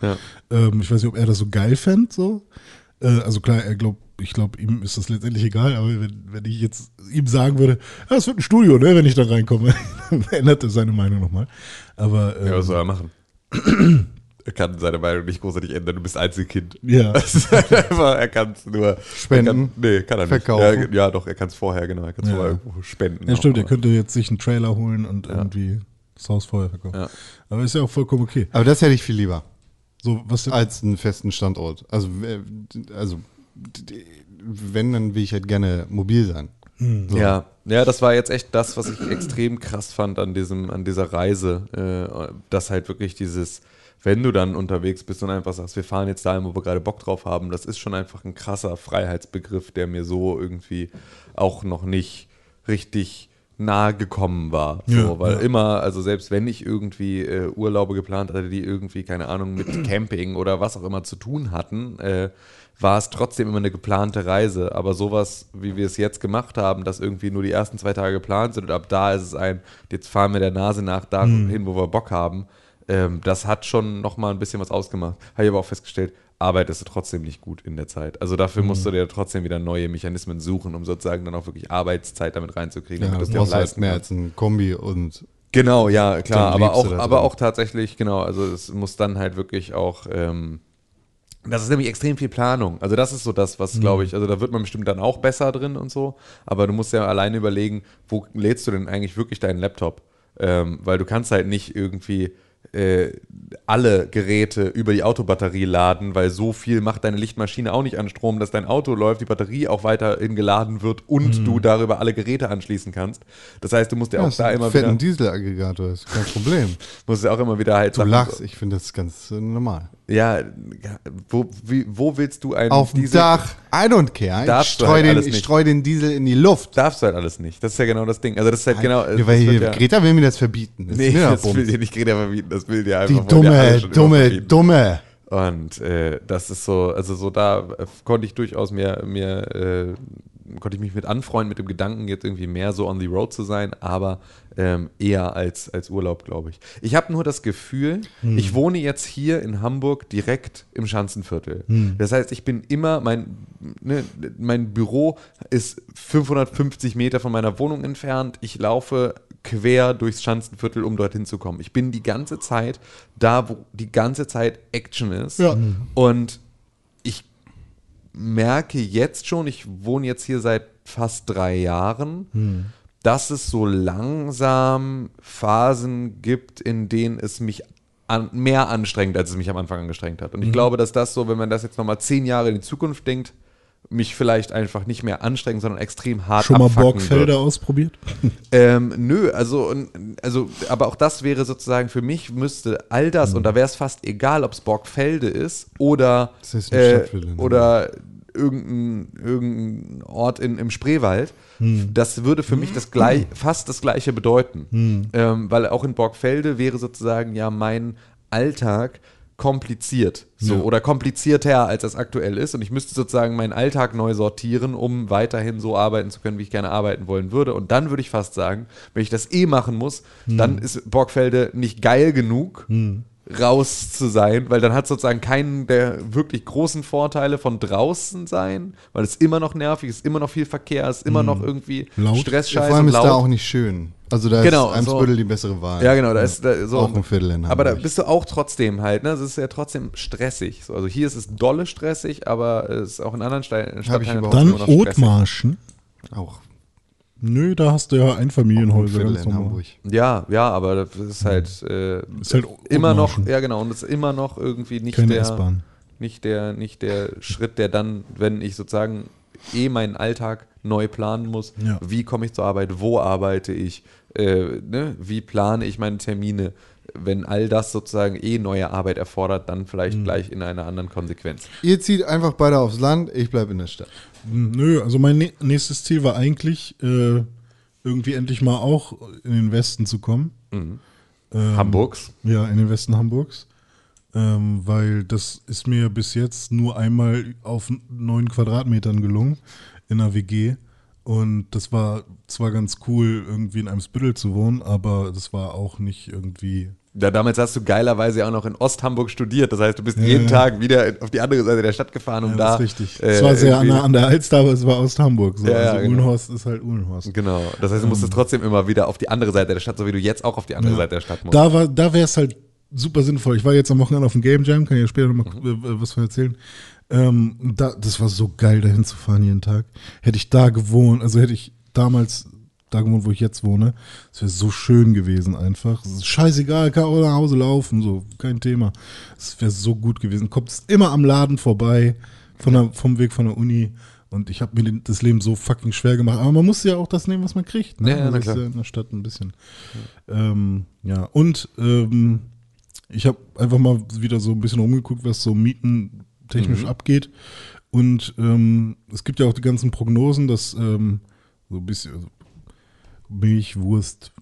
S4: Ähm, ich weiß nicht, ob er das so geil fänd, so. Äh, also klar, er glaubt, ich glaube, ihm ist das letztendlich egal, aber wenn, wenn ich jetzt ihm sagen würde, "Ja, es wird ein Studio, ne, wenn ich da reinkomme, [LAUGHS] dann ändert er seine Meinung nochmal. Aber ähm,
S3: Ja, was soll er
S4: [CLEARS THROAT]
S3: machen? er kann seine Meinung nicht großartig ändern. Du bist Einzelkind. [LAUGHS]
S4: Ja.
S3: Das ist halt einfach, er kann es nur.
S2: Spenden.
S3: Er kann, nee, kann er nicht.
S2: Verkaufen.
S3: Ja, ge- ja, doch, er kann es vorher, genau. Er kann es
S4: Ja.
S3: vorher irgendwo spenden.
S4: Ja, stimmt,
S3: auch,
S4: er
S3: aber-
S4: könnte jetzt sich einen Trailer holen und irgendwie das Haus vorher verkaufen.
S3: Ja.
S4: Aber ist ja auch vollkommen okay.
S2: Aber das hätte ich viel lieber.
S4: So, was denn?
S2: als einen festen Standort. Also, äh, d- also d- d- wenn, dann will ich halt gerne mobil sein.
S3: Ja. ja, das war jetzt echt das, was ich extrem krass fand an, diesem, an dieser Reise. Äh, dass halt wirklich dieses, wenn du dann unterwegs bist und einfach sagst, wir fahren jetzt dahin, wo wir gerade Bock drauf haben, das ist schon einfach ein krasser Freiheitsbegriff, der mir so irgendwie auch noch nicht richtig nahe gekommen war. So,
S4: Ja,
S3: weil
S4: ja.
S3: immer, also selbst wenn ich irgendwie äh, Urlaube geplant hatte, die irgendwie, keine
S2: [CLEARS THROAT]
S3: Ahnung, mit Camping oder was auch immer zu tun hatten, äh, war es trotzdem immer eine geplante Reise. Aber sowas, wie wir es jetzt gemacht haben, dass irgendwie nur die ersten zwei Tage geplant sind und ab da ist es ein, jetzt fahren wir der Nase nach
S2: Hm.
S3: dahin, wo wir Bock haben, ähm, das hat schon nochmal ein bisschen was ausgemacht. Habe ich aber auch festgestellt, arbeitest du trotzdem nicht gut in der Zeit. Also dafür musst
S2: Hm.
S3: du dir trotzdem wieder neue Mechanismen suchen, um sozusagen dann auch wirklich Arbeitszeit damit reinzukriegen,
S2: Ja,
S3: damit
S2: das
S3: du es
S2: brauchst
S3: dir
S2: du
S3: auch
S2: halt
S3: leisten
S2: mehr
S3: kannst.
S2: als ein Kombi und
S3: Genau, ja, klar,
S2: Dann
S3: aber
S2: lebst du
S3: auch,
S2: da
S3: aber
S2: drin.
S3: auch tatsächlich, genau, also es muss dann halt wirklich auch, ähm, das ist nämlich extrem viel Planung. Also das ist so das, was,
S2: Mhm.
S3: glaube ich, also da wird man bestimmt dann auch besser drin und so, aber du musst ja alleine überlegen, wo lädst du denn eigentlich wirklich deinen Laptop? Ähm, weil du kannst halt nicht irgendwie äh, alle Geräte über die Autobatterie laden, weil so viel macht deine Lichtmaschine auch nicht an Strom, dass dein Auto läuft, die Batterie auch weiterhin geladen wird und du darüber alle Geräte anschließen kannst. Das heißt, du musst ja,
S2: Mhm. ja,
S3: auch da immer wieder
S2: fetten Dieselaggregator ist kein Problem.
S3: [LAUGHS] muss ja auch immer wieder halt
S2: Du
S3: Sachen-
S2: lachst, ich finde das ganz äh, normal.
S3: Ja, ja, wo, wie, wo willst du einen
S2: Auf dem
S3: Diesel-
S2: Dach, I don't care. Ich
S3: Darfst du
S2: streue
S3: halt
S2: den,
S3: alles
S2: ich
S3: nicht.
S2: streu den Diesel in die Luft.
S3: Darfst du halt alles nicht. Das ist ja genau das Ding. Also das ist halt genau.
S2: Nee,
S3: das
S2: weil
S3: wird
S2: hier,
S3: ja,
S2: Greta will mir das verbieten. Das
S3: nee,
S2: ist mir ja
S3: das
S2: Bums.
S3: will dir nicht Greta verbieten. Das will dir einfach
S2: die
S3: wollen dir
S2: dumme,
S3: alle schon immer
S2: dumme,
S3: verbieten.
S2: dumme.
S3: Und äh, das ist so, also so da äh, konnte ich durchaus mehr, mehr äh, konnte ich mich mit anfreunden, mit dem Gedanken, jetzt irgendwie mehr so on the road zu sein, aber ähm, eher als, als Urlaub, glaube ich. Ich habe nur das Gefühl, ich wohne jetzt hier in Hamburg direkt im Schanzenviertel. Das heißt, ich bin immer, mein, ne, mein Büro ist 550 Meter von meiner Wohnung entfernt. Ich laufe quer durchs Schanzenviertel, um dorthin zu kommen. Ich bin die ganze Zeit da, wo die ganze Zeit Action ist.
S4: Ja.
S3: Und ich merke jetzt schon, ich wohne jetzt hier seit fast drei Jahren,
S4: Mhm.
S3: dass es so langsam Phasen gibt, in denen es mich an, mehr anstrengt, als es mich am Anfang angestrengt hat. Und
S4: Mhm.
S3: ich glaube, dass das so, wenn man das jetzt nochmal zehn Jahre in die Zukunft denkt, mich vielleicht einfach nicht mehr anstrengen, sondern extrem hart
S4: Schon mal
S3: abfucken wird.
S4: Borgfelder ausprobiert?
S3: Ähm, nö, also, und- also, aber auch das wäre sozusagen für mich, müsste all das, und da wäre es fast egal, ob es Borgfelde ist oder,
S2: Mhm. Das ist eine
S3: äh,
S2: Stadtvilla, ne?
S3: oder irgendein, irgendein Ort in, im Spreewald. Das würde für mich das gleich, fast das Gleiche bedeuten. Ähm, weil auch in Borgfelde wäre sozusagen ja mein Alltag kompliziert so oder komplizierter als das aktuell ist und ich müsste sozusagen meinen Alltag neu sortieren, um weiterhin so arbeiten zu können, wie ich gerne arbeiten wollen würde und dann würde ich fast sagen, wenn ich das eh machen muss, dann ist Borgfelde nicht geil genug raus zu sein, weil dann hat sozusagen keinen der wirklich großen Vorteile von draußen sein, weil es immer noch nervig ist, immer noch viel Verkehr ist, immer noch irgendwie
S4: Laut.
S2: Mhm. Ja,
S3: Stressscheiße
S2: vor allem ist
S3: laut.
S2: da auch nicht schön. Also da
S3: Genau,
S2: ist Eimsbüttel
S3: so.
S2: die bessere Wahl.
S3: Ja, genau, da ist da, so.
S2: Auch ein Viertel in
S3: Aber da
S2: Hamburg.
S3: bist du auch trotzdem halt, ne? Es ist ja trotzdem stressig. So, also hier ist es dolle stressig, aber es ist auch in anderen Ste- Stadtteilen
S2: überhaupt
S3: trotzdem
S4: Dann
S3: immer noch stressig.
S4: Othmarschen.
S2: Auch
S4: Nö, da hast du ja
S2: ein
S4: Einfamilienhäuser.
S2: Viertel
S4: ganz
S2: in
S4: normal.
S2: Hamburg.
S3: Ja, ja, aber das ist halt, äh,
S4: Ist halt
S3: immer noch,
S4: Othmarschen.
S3: ja genau, und es ist immer noch irgendwie nicht
S4: Keine
S3: der,
S4: S-Bahn.
S3: nicht der, nicht der Schritt, der dann, wenn ich sozusagen eh meinen Alltag neu planen muss,
S4: Ja.
S3: wie komme ich zur Arbeit, wo arbeite ich, äh, ne? wie plane ich meine Termine, wenn all das sozusagen eh neue Arbeit erfordert, dann
S4: Mhm.
S3: vielleicht gleich in einer anderen Konsequenz.
S2: Ihr zieht einfach beide aufs Land, ich bleibe in der Stadt.
S4: Nö, also mein nä- nächstes Ziel war eigentlich, äh, irgendwie endlich mal auch in den Westen zu kommen. Ähm,
S3: Hamburgs.
S4: Ja, in den Westen Hamburgs. Ähm, weil das ist mir bis jetzt nur einmal auf neun Quadratmetern gelungen in einer WG. Und das war zwar ganz cool, irgendwie in einem Spittel zu wohnen, aber das war auch nicht irgendwie.
S3: Ja, damals hast du geilerweise auch noch in Osthamburg studiert. Das heißt, du bist
S4: Ja,
S3: jeden
S4: ja.
S3: Tag wieder auf die andere Seite der Stadt gefahren, um
S4: Ja,
S3: da.
S4: das ist richtig.
S3: äh,
S4: es war sehr an
S3: irgendwie-
S4: der, an der Alster, aber es war Osthamburg. So.
S3: Ja, ja,
S4: also
S3: genau.
S4: Uhlenhorst ist halt Uhlenhorst.
S3: Genau. Das heißt, du musstest trotzdem immer wieder auf die andere Seite der Stadt, so wie du jetzt auch auf die andere
S4: Ja.
S3: Seite der Stadt musst.
S4: Da, war- da wäre es halt super sinnvoll. Ich war jetzt am Wochenende auf dem Game Jam, kann ich ja später nochmal
S3: Mhm.
S4: äh, was von erzählen. Ähm, da, das war so geil, da hinzufahren jeden Tag. Hätte ich da gewohnt, also hätte ich damals da gewohnt, wo ich jetzt wohne, es wäre so schön gewesen einfach. Es ist scheißegal, kann auch nach Hause laufen, so, kein Thema. Es wäre so gut gewesen. Kommst immer am Laden vorbei, von der, vom Weg von der Uni. Und ich habe mir den, das Leben so fucking schwer gemacht. Aber man muss ja auch das nehmen, was man kriegt. Ne?
S3: Ja, ja, na
S4: das
S3: klar.
S4: ist ja in der Stadt ein bisschen. Ähm, ja, und ähm, ich habe einfach mal wieder so ein bisschen rumgeguckt, was so Mieten technisch
S3: Mhm.
S4: abgeht. Und ähm, es gibt ja auch die ganzen Prognosen, dass ähm, so ein bisschen also Milch, Wurst,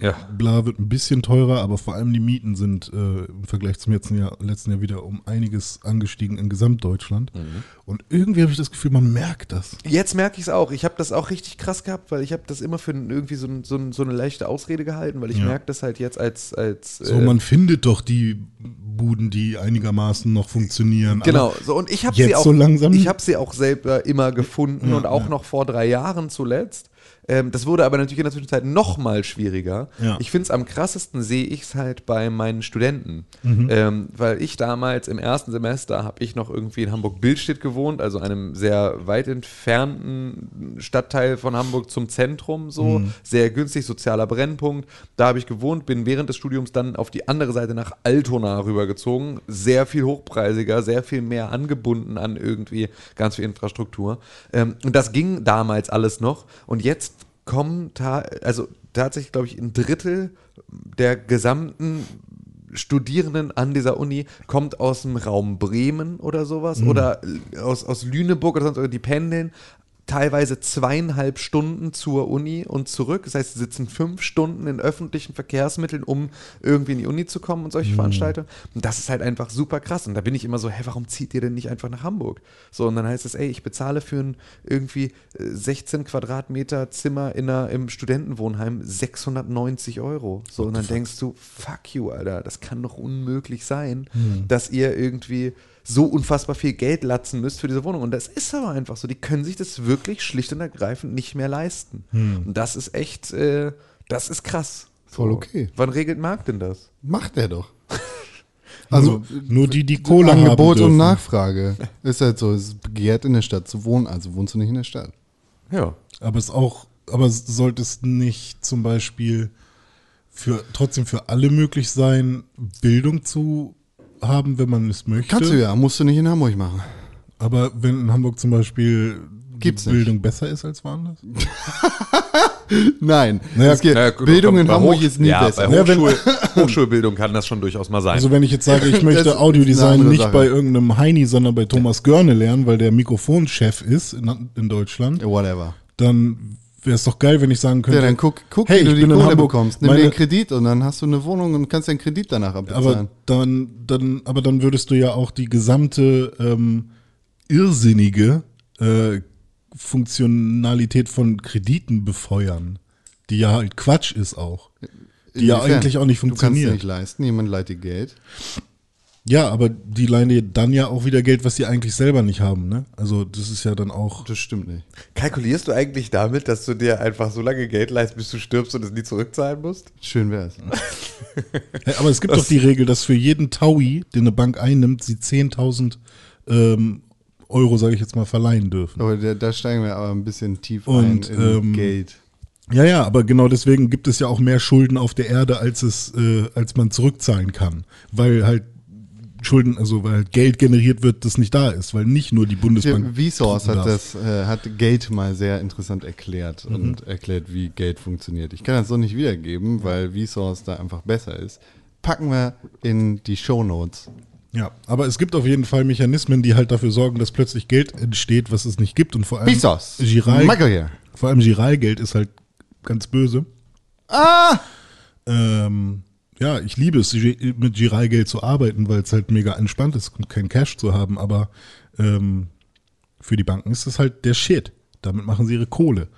S3: Ja.
S4: bla wird ein bisschen teurer, aber vor allem die Mieten sind äh, im Vergleich zum letzten Jahr, letzten Jahr wieder um einiges angestiegen in Gesamtdeutschland. Und irgendwie habe ich das Gefühl, man merkt das.
S3: Jetzt merke ich es auch. Ich habe das auch richtig krass gehabt, weil ich habe das immer für n- irgendwie so, n- so, n- so eine leichte Ausrede gehalten, weil ich
S4: Ja.
S3: merke das halt jetzt als als
S4: So, man findet doch die Buden, die einigermaßen noch funktionieren.
S3: Genau,
S4: Aber
S3: so und ich habe
S4: jetzt
S3: sie auch
S4: so langsam-
S3: ich habe sie auch selber immer gefunden
S4: Ja,
S3: und auch
S4: ja.
S3: noch vor drei Jahren zuletzt. Ähm, das wurde aber natürlich in der Zwischenzeit noch mal schwieriger.
S4: Ja.
S3: Ich finde es am krassesten sehe ich es halt bei meinen Studenten, ähm, weil ich damals im ersten Semester habe ich noch irgendwie in Hamburg Billstedt gewohnt, also einem sehr weit entfernten Stadtteil von Hamburg zum Zentrum so sehr günstig sozialer Brennpunkt. Da habe ich gewohnt, bin während des Studiums dann auf die andere Seite nach Altona rübergezogen. Sehr viel hochpreisiger, sehr viel mehr angebunden an irgendwie ganz viel Infrastruktur. Ähm, und das ging damals alles noch. Und jetzt kommen, ta also tatsächlich, glaube ich, ein Drittel der gesamten Studierenden an dieser Uni kommt aus dem Raum Bremen oder sowas oder aus, aus Lüneburg oder sonst oder die pendeln teilweise zweieinhalb Stunden zur Uni und zurück. Das heißt, sie sitzen fünf Stunden in öffentlichen Verkehrsmitteln, um irgendwie in die Uni zu kommen und solche Veranstaltungen. Und das ist halt einfach super krass. Und da bin ich immer so, hä, warum zieht ihr denn nicht einfach nach Hamburg? So, und dann heißt es, ey, ich bezahle für ein irgendwie äh, 16 Quadratmeter Zimmer in einer, im Studentenwohnheim 690 Euro. So, und dann denkst du, fuck you, Alter, das kann doch unmöglich sein,
S2: Hm.
S3: dass ihr irgendwie so unfassbar viel Geld latzen müsst für diese Wohnung. Und das ist aber einfach so. Die können sich das wirklich schlicht und ergreifend nicht mehr leisten. Und das ist echt, äh, das ist krass.
S2: Hm. Voll okay.
S3: Wann regelt Marc denn das?
S2: Macht er doch.
S4: also
S2: Also
S4: nur, nur die, die Kohle haben
S2: Angebot
S4: dürfen.
S2: und
S4: [LAUGHS]
S2: Nachfrage. Ist halt so, es begehrt in der Stadt zu wohnen, also wohnst du nicht in der Stadt.
S3: Ja.
S4: Aber es auch, aber es sollte es nicht zum Beispiel für trotzdem für alle möglich sein, Bildung zu haben, wenn man es möchte.
S2: Kannst du ja, musst du nicht in Hamburg machen. [LAUGHS]
S4: Aber wenn in Hamburg zum Beispiel
S2: Gibt's
S4: die
S2: nicht.
S4: Bildung besser ist als woanders?
S2: Nein,
S4: Naja,
S2: es geht,
S3: Naja, gut,
S2: Bildung
S3: kommt
S2: in
S3: bei
S2: Hamburg
S3: Hoch-
S2: ist nie
S3: ja,
S2: besser. Ne,
S3: Bei
S4: Ja, wenn-
S3: Hochschul Hochschulbildung kann das schon
S2: [LAUGHS]
S3: durchaus mal sein.
S4: Also wenn ich jetzt sage, ich möchte
S2: Das ist eine
S4: Audiodesign
S2: andere
S4: nicht
S2: Sache.
S4: bei irgendeinem Heini, sondern bei Thomas Görne lernen, weil der Mikrofonchef ist in, in Deutschland,
S2: Whatever.
S4: dann wäre es doch geil, wenn ich sagen könnte,
S2: Ja, dann guck, guck
S4: hey,
S2: wie
S4: ich
S2: du die
S4: bin in
S2: Kohle
S4: Hamburg,
S2: bekommst. Nimm
S4: meine-
S2: dir einen Kredit und dann hast du eine Wohnung und kannst deinen Kredit danach abbezahlen.
S4: aber dann, dann, aber dann würdest du ja auch die gesamte ähm, irrsinnige äh, Funktionalität von Krediten befeuern, die ja halt Quatsch ist auch. Die ja
S2: Inwiefern?
S4: eigentlich auch nicht
S2: Du kannst
S4: funktioniert.
S2: nicht leisten, jemand leiht dir Geld.
S4: Ja, aber die leihen dir dann ja auch wieder Geld, was sie eigentlich selber nicht haben, ne? Also das ist ja dann auch.
S2: Das stimmt nicht.
S3: Kalkulierst du eigentlich damit, dass du dir einfach so lange Geld leist, bis du stirbst und es nie zurückzahlen musst?
S2: Schön wär's.
S4: Hä, Aber es gibt doch die Regel, dass für jeden Taui, den eine Bank einnimmt, sie 10.000 ähm, Euro, sage ich jetzt mal, verleihen dürfen.
S2: Aber da, da steigen wir aber ein bisschen tief
S4: Und,
S2: ein in
S4: ähm,
S2: Geld.
S4: Ja, ja, aber genau deswegen gibt es ja auch mehr Schulden auf der Erde, als es, äh, als man zurückzahlen kann, weil halt Schulden, also weil halt Geld generiert wird, das nicht da ist, weil nicht nur die Bundesbank.
S2: Vsauce hat
S4: darf.
S2: das, äh, hat Geld mal sehr interessant erklärt
S3: Mhm.
S2: und erklärt, wie Geld funktioniert. Ich kann das so nicht wiedergeben, weil Vsauce da einfach besser ist. Packen wir in die Shownotes.
S4: Ja, aber es gibt auf jeden Fall Mechanismen, die halt dafür sorgen, dass plötzlich Geld entsteht, was es nicht gibt und
S3: Ähm,
S4: vor allem
S2: Vsauce.
S4: Giral,
S2: Michael hier.
S4: vor allem Giralgeld ist halt ganz böse.
S2: Ah!
S4: Ähm, ja, ich liebe es, Gi- mit Giralgeld zu arbeiten, weil es halt mega entspannt ist, kein Cash zu haben, aber ähm, für die Banken ist es halt der Shit. Damit machen sie ihre Kohle,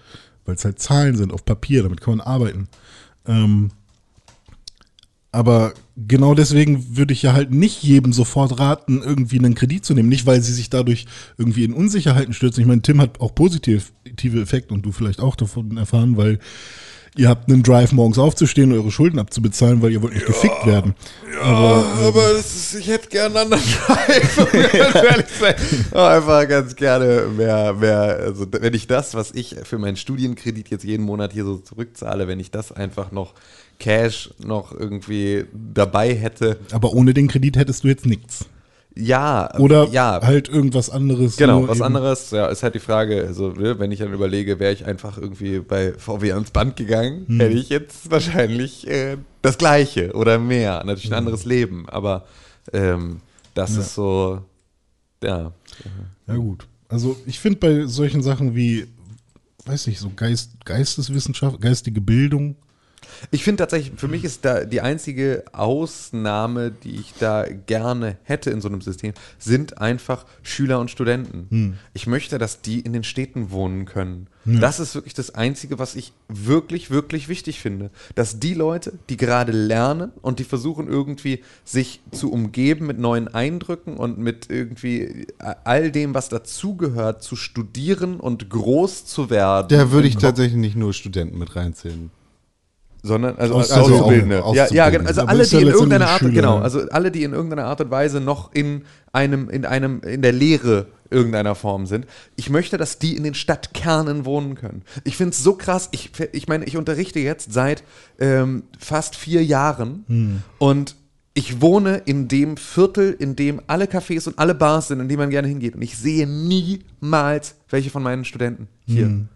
S4: weil es halt Zahlen sind auf Papier, damit kann man arbeiten. Ähm, aber genau deswegen würde ich ja halt nicht jedem sofort raten, irgendwie einen Kredit zu nehmen. Nicht, weil sie sich dadurch irgendwie in Unsicherheiten stürzen. Ich meine, Tim hat auch positive Effekte und du vielleicht auch davon erfahren, weil ihr habt einen Drive, morgens aufzustehen und eure Schulden abzubezahlen, weil ihr wollt nicht gefickt werden.
S3: Aber das ist, ich hätte gerne einen anderen Drive, um ganz ehrlich zu sein. Aber einfach ganz gerne mehr, mehr, also wenn ich das, was ich für meinen Studienkredit jetzt jeden Monat hier so zurückzahle, wenn ich das einfach noch Cash noch irgendwie dabei hätte.
S4: Aber ohne den Kredit hättest du jetzt nichts.
S3: Ja,
S4: Oder
S3: ja,
S4: halt irgendwas anderes.
S3: Genau,
S4: nur
S3: was
S4: eben-
S3: anderes, ja, ist halt die Frage, also ne, wenn ich dann überlege, wäre ich einfach irgendwie bei VW ans Band gegangen,
S4: Mhm.
S3: hätte ich jetzt wahrscheinlich äh, das gleiche oder mehr, natürlich
S4: Mhm.
S3: ein anderes Leben, aber ähm, das ist so, ja.
S4: Ja, gut. Also, ich finde bei solchen Sachen wie, weiß nicht, so Geist, Geisteswissenschaft, geistige Bildung,
S3: Ich finde tatsächlich, für mich ist da die einzige Ausnahme, die ich da gerne hätte in so einem System, sind einfach Schüler und Studenten. Ich möchte, dass die in den Städten wohnen können. Das ist wirklich das Einzige, was ich wirklich, wirklich wichtig finde. Dass die Leute, die gerade lernen und die versuchen irgendwie sich zu umgeben mit neuen Eindrücken und mit irgendwie all dem, was dazugehört, zu studieren und groß zu werden.
S2: Da würde
S3: genau.
S2: ich tatsächlich nicht nur Studenten mit reinzählen.
S3: sondern also
S4: Aus-
S3: also
S4: also
S3: Auszubildende.
S2: auch-
S3: ja, ja,
S2: Auszubildende.
S3: genau. also
S4: Aber
S3: alle,
S4: ist ja
S3: die in
S4: letztendlich
S3: irgendeiner Art,
S4: Schüler,
S3: genau,
S4: ne?
S3: also alle, die in irgendeiner Art und Weise noch in einem, in einem, in der Lehre irgendeiner Form sind. Ich möchte, dass die in den Stadtkernen wohnen können. Ich finde es so krass. Ich, ich meine, ich unterrichte jetzt seit ähm, fast vier Jahren
S4: Hm.
S3: und ich wohne in dem Viertel, in dem alle Cafés und alle Bars sind, in die man gerne hingeht. Und ich sehe niemals welche von meinen Studenten hier.
S4: Hm.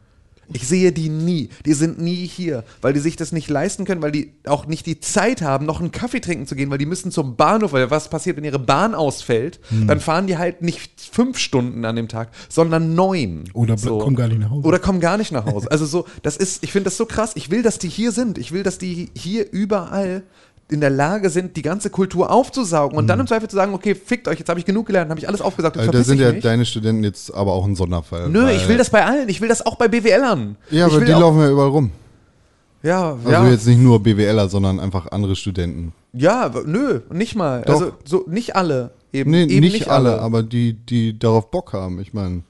S3: Ich sehe die nie. Die sind nie hier, weil die sich das nicht leisten können, weil die auch nicht die Zeit haben, noch einen Kaffee trinken zu gehen, weil die müssen zum Bahnhof, weil was passiert, wenn ihre Bahn ausfällt,
S2: Hm.
S3: dann fahren die halt nicht fünf Stunden an dem Tag, sondern neun.
S4: Oder ble- kommen gar nicht nach Hause.
S3: Oder kommen gar nicht nach Hause. Also so, das ist, ich finde das so krass. Ich will, dass die hier sind. Ich will, dass die hier überall in der Lage sind, die ganze Kultur aufzusaugen und dann im Zweifel zu sagen, okay, fickt euch, jetzt habe ich genug gelernt, habe ich alles aufgesagt, jetzt
S2: Also Hm. da
S3: verpiss
S2: sind
S3: ich
S2: ja
S3: mich.
S2: deine Studenten jetzt aber auch ein Sonderfall.
S3: Nö,
S2: weil-
S3: ich will das bei allen. Ich will das auch bei BWLern.
S2: Ja,
S3: ich
S2: aber
S3: will
S2: die
S3: auch-
S2: laufen ja überall rum.
S3: Ja,
S2: Also
S3: ja.
S2: jetzt nicht nur BWLer, sondern einfach andere Studenten.
S3: Ja, w- nö, nicht mal.
S2: Doch.
S3: Also so nicht alle. Eben,
S2: Nee,
S3: eben
S2: nicht, alle, aber die, die darauf Bock haben. Ich meine,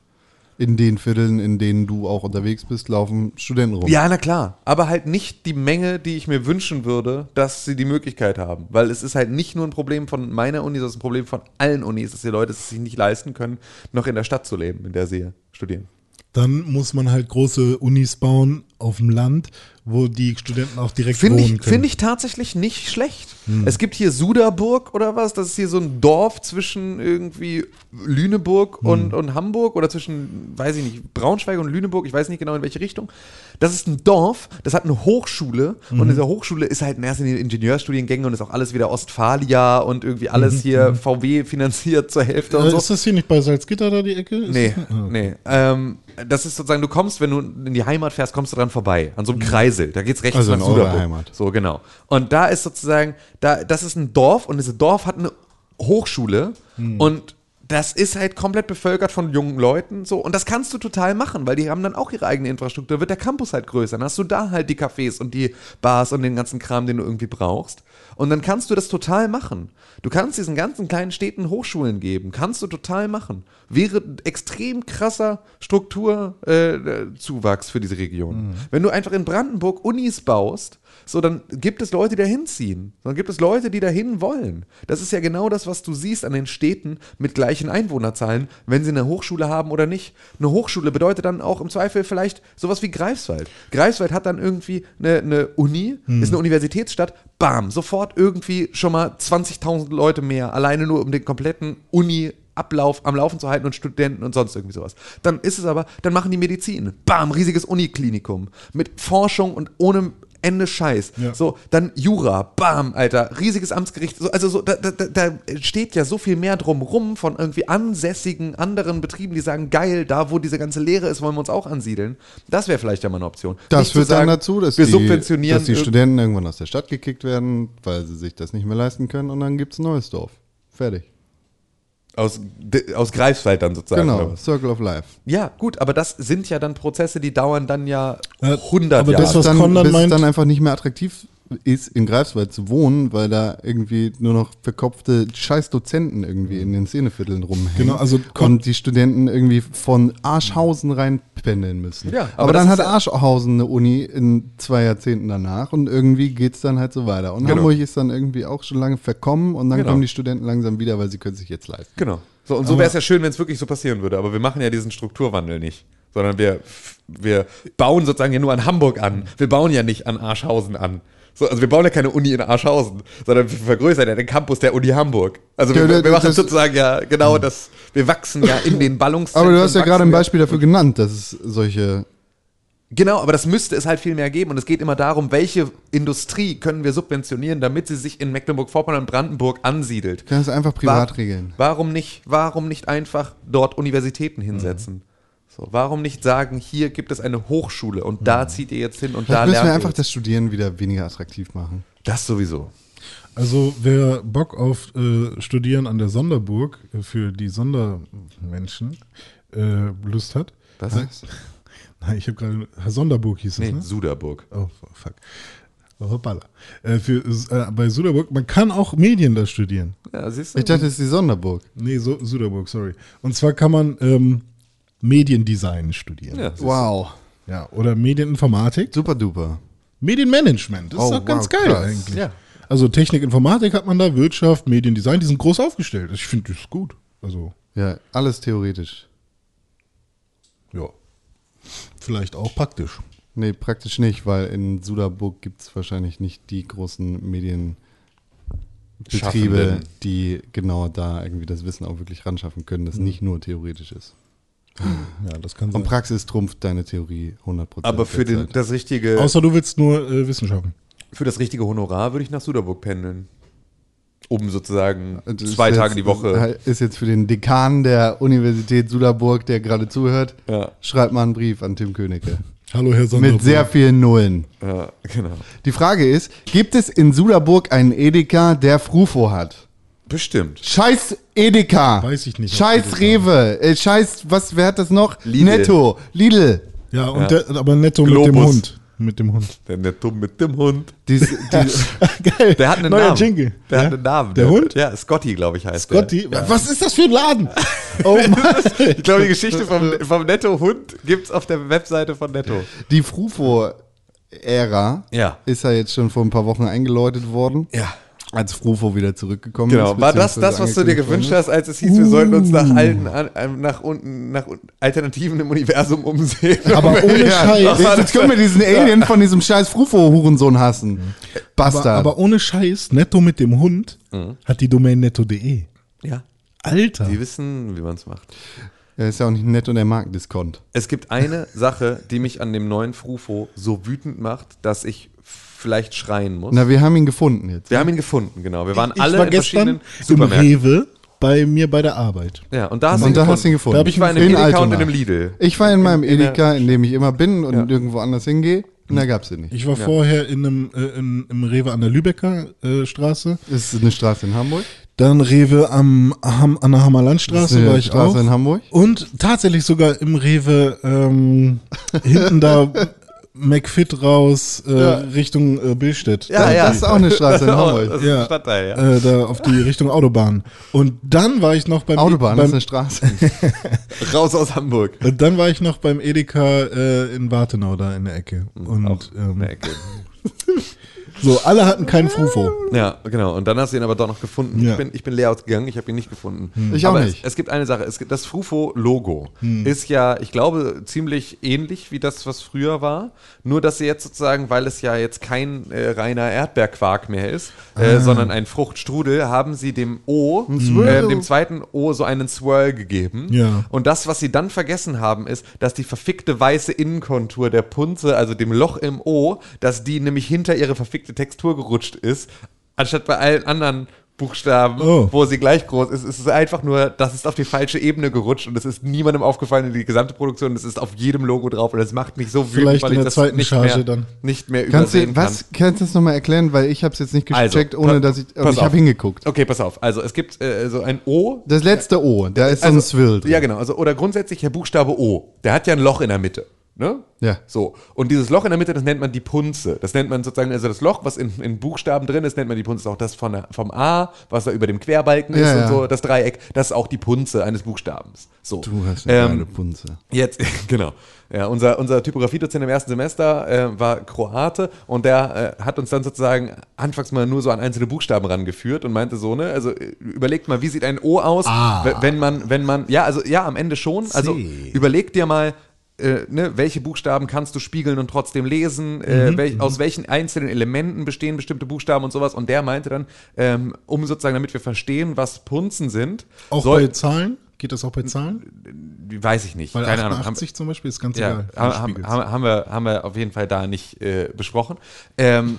S2: in den Vierteln, in denen du auch unterwegs bist, laufen Studenten rum.
S3: ja, na klar. Aber halt nicht die Menge, die ich mir wünschen würde, dass sie die Möglichkeit haben. Weil es ist halt nicht nur ein Problem von meiner Uni, sondern es ist ein Problem von allen Unis, dass die Leute es sich nicht leisten können, noch in der Stadt zu leben, in der sie studieren.
S4: Dann muss man halt große Unis bauen auf dem Land, wo die Studenten auch direkt
S3: Finde
S4: wohnen
S3: ich,
S4: können.
S3: find ich tatsächlich nicht schlecht. Es gibt hier Suderburg oder was, das ist hier so ein Dorf zwischen irgendwie Lüneburg und, und Hamburg oder zwischen, weiß ich nicht, Braunschweig und Lüneburg, ich weiß nicht genau in welche Richtung. Das ist ein Dorf, das hat eine Hochschule und in dieser Hochschule ist halt in erster Linie Ingenieurstudiengänge und ist auch alles wieder Ostfalia und irgendwie alles hier VW finanziert zur Hälfte und
S4: Äh,
S3: so.
S4: Ist das hier nicht bei Salzgitter da die Ecke? Ist
S3: also-
S2: [LAUGHS]
S3: Nee,
S4: das- Ah.
S3: nee. Ähm, das ist sozusagen, du kommst, wenn du in die Heimat fährst, kommst du dran vorbei. An so einem Kreisel. Da geht's rechts
S2: Mhm. Also
S3: nach
S2: in eurer
S3: Suderburg.
S2: Heimat.
S3: So, genau. Und da ist sozusagen, da, das ist ein Dorf und dieses Dorf hat eine Hochschule
S2: Mhm.
S3: und das ist halt komplett bevölkert von jungen Leuten so und das kannst du total machen, weil die haben dann auch ihre eigene Infrastruktur, wird der Campus halt größer, dann hast du da halt die Cafés und die Bars und den ganzen Kram, den du irgendwie brauchst und dann kannst du das total machen. Du kannst diesen ganzen kleinen Städten Hochschulen geben, kannst du total machen. Wäre ein extrem krasser Strukturzuwachs äh, Zuwachs für diese Region. Wenn du einfach in Brandenburg Unis baust, so, dann gibt es Leute, die da hinziehen. Dann gibt es Leute, die dahin wollen. Das ist ja genau das, was du siehst an den Städten mit gleichen Einwohnerzahlen, wenn sie eine Hochschule haben oder nicht. Eine Hochschule bedeutet dann auch im Zweifel vielleicht sowas wie Greifswald. Greifswald hat dann irgendwie eine, eine Uni, ist eine Universitätsstadt, bam, sofort irgendwie schon mal 20.000 Leute mehr, alleine nur um den kompletten Uni Ablauf am Laufen zu halten und Studenten und sonst irgendwie sowas. Dann ist es aber, dann machen die Medizin. Bam, riesiges Uniklinikum. Mit Forschung und ohne Ende Scheiß.
S4: Ja.
S3: So, dann Jura, bam, Alter, riesiges Amtsgericht. So, also so, da, da, da- da steht ja so viel mehr drumrum von irgendwie ansässigen anderen Betrieben, die sagen, geil, da wo diese ganze Lehre ist, wollen wir uns auch ansiedeln. Das wäre vielleicht ja mal eine Option. Nicht
S2: Das
S3: zu
S2: führt
S3: sagen,
S2: dann dazu, dass
S3: wir
S2: die,
S3: subventionieren äh,
S2: dass die
S3: ir-
S2: Studenten irgendwann aus der Stadt gekickt werden, weil sie sich das nicht mehr leisten können und dann gibt es ein neues Dorf. Fertig.
S3: aus, de- aus Greifswald dann sozusagen. oder
S2: Genau,
S3: was?
S2: Circle of Life.
S3: Ja, gut, aber das sind ja dann Prozesse, die dauern dann ja
S4: Äh,
S3: 100
S4: aber
S3: Jahre.
S4: das, was
S2: dann,
S4: Conlan
S2: bis
S4: meint-
S2: es dann einfach nicht mehr attraktiv ist, in Greifswald zu wohnen, weil da irgendwie nur noch verkopfte scheiß Dozenten irgendwie in den Szenevierteln rumhängen.
S4: Genau, also Con-
S2: und die Studenten irgendwie von Arschhausen rein pendeln müssen.
S3: Ja,
S2: aber,
S3: aber das
S2: dann hat
S3: ist ja-
S2: Arschhausen eine Uni in zwei Jahrzehnten danach und irgendwie geht es dann halt so weiter. Und
S3: Genau.
S2: Hamburg ist dann irgendwie auch schon lange verkommen und dann
S3: Genau.
S2: kommen die Studenten langsam wieder, weil sie können sich jetzt leisten.
S3: Genau. So, und so wäre es ja schön, wenn es wirklich so passieren würde. Aber wir machen ja diesen Strukturwandel nicht. Sondern wir, wir bauen sozusagen ja nur an Hamburg an. Wir bauen ja nicht an Arschhausen an. So, also wir bauen ja keine Uni in Arschhausen, sondern wir vergrößern ja den Campus der Uni Hamburg. Also wir,
S2: Ja, das-
S3: wir machen
S2: das- Hm.
S3: sozusagen ja genau das. Wir wachsen ja in den Ballungszentren.
S2: Aber du hast ja
S3: wachsen
S2: gerade ein
S3: wir.
S2: Beispiel dafür genannt, dass es solche
S3: Genau, aber das müsste es halt viel mehr geben. Und es geht immer darum, welche Industrie können wir subventionieren, damit sie sich in Mecklenburg-Vorpommern und Brandenburg ansiedelt.
S2: Kannst du einfach privat regeln.
S3: Warum nicht, warum nicht einfach dort Universitäten hinsetzen? So, warum nicht sagen, hier gibt es eine Hochschule und da zieht ihr jetzt hin und da
S2: Vielleicht müssen
S3: lernt
S2: wir
S3: ihr
S2: einfach
S3: das.
S2: das Studieren wieder weniger attraktiv
S3: [LAUGHS]
S2: machen.
S3: das sowieso.
S4: Also wer Bock auf äh, Studieren an der Sonderburg äh, für die Sondermenschen äh, Lust hat.
S3: Was?
S4: Nein, Nein, ich habe gerade Sonderburg hieß es,
S3: Nee,
S4: ne?
S3: Suderburg.
S4: Oh, fuck. Hoppala. Äh, für, äh, bei Suderburg, man kann auch Medien da studieren.
S3: Ja, siehst du?
S2: Ich dachte, das ist die Sonderburg.
S4: Nee, so, Suderburg, sorry. Und zwar kann man ähm, Mediendesign studieren.
S3: Ja, siehst du.
S2: Wow.
S4: Ja, oder Medieninformatik.
S2: Super duper.
S4: Medienmanagement, das
S2: Oh,
S4: ist doch ganz
S2: wow,
S4: geil
S2: krass.
S4: eigentlich.
S3: Ja.
S4: Also Technik, Informatik hat man da, Wirtschaft, Mediendesign, die sind groß aufgestellt. Ich finde das ist gut. Also,
S2: Ja, alles theoretisch.
S4: ja. Vielleicht auch praktisch.
S2: Nee, praktisch nicht, weil in Suderburg gibt es wahrscheinlich nicht die großen Medienbetriebe,
S3: Schaffenden.
S2: die genau da irgendwie das Wissen auch wirklich ranschaffen können,
S3: Mhm.
S2: das nicht nur theoretisch ist.
S4: Ja, das kann
S2: Und
S4: sein.
S2: Praxis trumpft deine Theorie 100%.
S3: Aber für,
S2: der
S3: den,
S2: Zeit.
S3: das richtige,
S4: Außer du willst nur äh, Wissenschaften.
S3: für das richtige Honorar würde ich nach Suderburg pendeln. Um sozusagen
S2: Das ist
S3: zwei
S2: jetzt-
S3: Tage
S2: halt-
S3: die Woche.
S2: Ist jetzt für den Dekan der Universität Suderburg, der gerade zuhört,
S3: Ja.
S2: schreibt mal einen Brief an Tim
S3: [LAUGHS]
S2: Königke.
S4: Hallo, Herr Sonderburg.
S2: Mit sehr vielen Nullen.
S3: Ja, genau.
S2: Die Frage ist, gibt es in Suderburg einen Edeka, der Frufo hat?
S3: Bestimmt.
S2: Scheiß Edeka.
S4: Weiß ich nicht, ob
S2: Scheiß
S4: die das
S2: Rewe. Äh, scheiß, was, wer hat das noch?
S3: Lidl.
S2: Netto. Lidl.
S4: Ja, und
S3: Ja.
S4: Der, aber netto mit dem
S3: Globus.
S4: Hund. Mit dem Hund. [LAUGHS]
S3: Denn der Dumm mit dem Hund.
S2: Dies,
S3: [LAUGHS]
S2: die,
S4: Geil.
S3: Der hat einen
S4: Neuer
S3: Namen.
S4: Jingle.
S3: Der
S4: ja.
S3: hat einen Namen.
S4: Der Hund?
S3: Ja, Scotty, glaube ich, heißt
S4: Scotty.
S3: der. Ja.
S4: Was ist das für ein
S3: [LAUGHS]
S4: Laden? Oh Mann.
S3: Ich glaube, [LAUGHS] die Geschichte vom, vom Netto-Hund gibt es auf der Webseite von Netto.
S2: die Frufo-Ära
S3: Ja.
S2: ist ja jetzt schon vor ein paar Wochen eingeläutet worden.
S3: Ja.
S2: Als Frufo wieder zurückgekommen ist.
S3: Genau. War das das,
S2: beziehungsweise
S3: was du dir
S2: angekündigt worden
S3: gewünscht
S2: ist?
S3: hast, als es hieß, wir sollten uns nach allen, an- an- nach unten, nach unten- Alternativen im Universum umsehen?
S4: Aber
S3: [LAUGHS]
S4: ohne
S2: Ja,
S4: Scheiß.
S2: jetzt, jetzt können wir diesen Alien von diesem scheiß Frufo-Hurensohn hassen. Bastard.
S4: Aber, Mhm. aber ohne Scheiß, netto mit dem Hund hat die Domain netto.de.
S3: ja.
S4: Alter.
S3: Mhm. Die wissen, wie man es macht.
S2: er ist ja auch nicht nett und er mag Diskont.
S3: Es gibt eine Sache, die mich an dem neuen Frufo so wütend macht, dass ich vielleicht schreien muss.
S2: Na, wir haben ihn gefunden jetzt.
S3: wir haben ihn gefunden, genau. Wir waren alle
S4: ich war
S3: in verschiedenen
S4: gestern im
S3: Supermärkten.
S4: Rewe bei mir bei der Arbeit.
S3: Ja, und da hast du ihn
S2: Und da
S3: gefunden.
S2: hast du ihn gefunden.
S4: Da hab ich
S3: Ich war in einem
S2: In
S3: Edeka und
S2: Altona.
S3: in einem Lidl.
S2: Ich war in meinem Edeka, in dem ich immer bin und
S3: Ja.
S2: irgendwo anders hingehe. Und da gab's ihn nicht.
S4: Ich war vorher in einem, äh, in, im Rewe an der Lübecker äh, Straße.
S2: Das ist eine Straße in Hamburg.
S4: Dann Rewe am, Ham, an der Hammer
S2: Das ist
S4: Landstraße
S2: eine
S4: war ich
S2: Straße
S4: auch.
S2: in Hamburg.
S4: Und tatsächlich sogar im Rewe ähm, hinten da McFit raus äh, Richtung äh, Billstedt.
S3: Ja, ja. Also,
S2: Das ist auch eine Straße
S3: [LAUGHS]
S2: in
S3: Das
S2: Hamburg.
S3: ist
S4: Ja.
S3: ein Stadtteil, ja.
S4: Äh, da auf die Richtung Autobahn. Und dann war ich noch beim E-
S2: Autobahn, das
S4: beim,
S2: ist eine
S3: [LAUGHS]
S2: Straße.
S3: Raus aus Hamburg.
S4: Und dann war ich noch beim Edeka äh, in Wartenau da in der Ecke.
S3: Mhm,
S4: Und ähm,
S3: Der Ecke.
S4: so, alle hatten keinen Frufo.
S3: [LAUGHS] Ja, genau. Und dann hast du ihn aber doch noch gefunden.
S4: Ja.
S3: Ich, bin, ich bin leer ausgegangen, ich habe ihn nicht gefunden.
S2: Hm. Ich auch
S3: aber
S2: nicht. Hm.
S3: Es, es gibt eine Sache. Es gibt das Frufo-Logo ist ja, ich glaube, ziemlich ähnlich wie das, was früher war. Nur, dass sie jetzt sozusagen, weil es ja jetzt kein äh, reiner Erdbeerquark mehr ist,
S2: Ah.
S3: äh, sondern ein Fruchtstrudel, haben sie dem O, äh, dem zweiten O, so einen Swirl gegeben.
S4: Ja.
S3: Und das, was sie dann vergessen haben, ist, dass die verfickte weiße Innenkontur der Punze, also dem Loch im O, dass die nämlich hinter ihre verfickte Textur gerutscht ist, anstatt bei allen anderen Buchstaben,
S4: Oh.
S3: wo sie gleich groß ist, ist es einfach nur, das ist auf die falsche Ebene gerutscht und es ist niemandem aufgefallen in die gesamte Produktion, das ist auf jedem Logo drauf und es macht mich so wütend,
S4: Vielleicht in der
S3: das
S4: zweiten
S3: nicht
S4: Charge
S3: mehr,
S4: dann.
S3: nicht mehr
S2: Kannst
S3: übersehen
S2: du,
S3: kann.
S2: was, kannst du das nochmal erklären? Weil ich hab's jetzt nicht
S3: Also,
S2: gecheckt, ohne
S3: pa-
S2: dass ich. Und
S3: pass
S2: ich habe
S3: auf.
S2: hingeguckt.
S3: Okay, pass auf. Also es gibt äh, so ein O,
S2: Das letzte O, da ist so ein Swill drin.
S3: Ja, genau. Also, oder grundsätzlich der Buchstabe O, der hat ja ein Loch in der Mitte. Ne?
S2: Ja.
S3: So. Und dieses Loch in der Mitte, das nennt man die Punze. Das nennt man sozusagen, also das Loch, was in, in Buchstaben drin ist, nennt man die Punze. Das ist Auch das von der, vom A, was da über dem Querbalken ist
S2: Ja,
S3: und
S2: ja.
S3: so, das Dreieck, das ist auch die Punze eines Buchstabens. So.
S2: Du hast eine
S3: Ähm,
S2: kleine Punze.
S3: Jetzt, [LAUGHS] genau. Ja, unser, unser Typografiedozent im ersten Semester äh, war Kroate und der äh, hat uns dann sozusagen anfangs mal nur so an einzelne Buchstaben rangeführt und meinte so, ne, also äh, überlegt mal, wie sieht ein O aus,
S4: Ah.
S3: w- wenn man, wenn man, ja, also ja, am Ende schon, also überleg dir mal, äh, ne, welche Buchstaben kannst du spiegeln und trotzdem lesen,
S4: Mhm,
S3: äh, welch, aus welchen einzelnen Elementen bestehen bestimmte Buchstaben und sowas und der meinte dann, ähm, um sozusagen, damit wir verstehen, was Punzen sind,
S4: Auch
S3: soll-
S4: bei Zahlen? Geht das auch bei Zahlen?
S3: weiß ich nicht,
S4: Weil
S3: keine Ahnung, haben-
S4: 88 zum Beispiel ist ganz
S3: ja,
S4: egal.
S3: haben, haben, haben, wir, haben wir auf jeden Fall da nicht äh, besprochen. Ähm,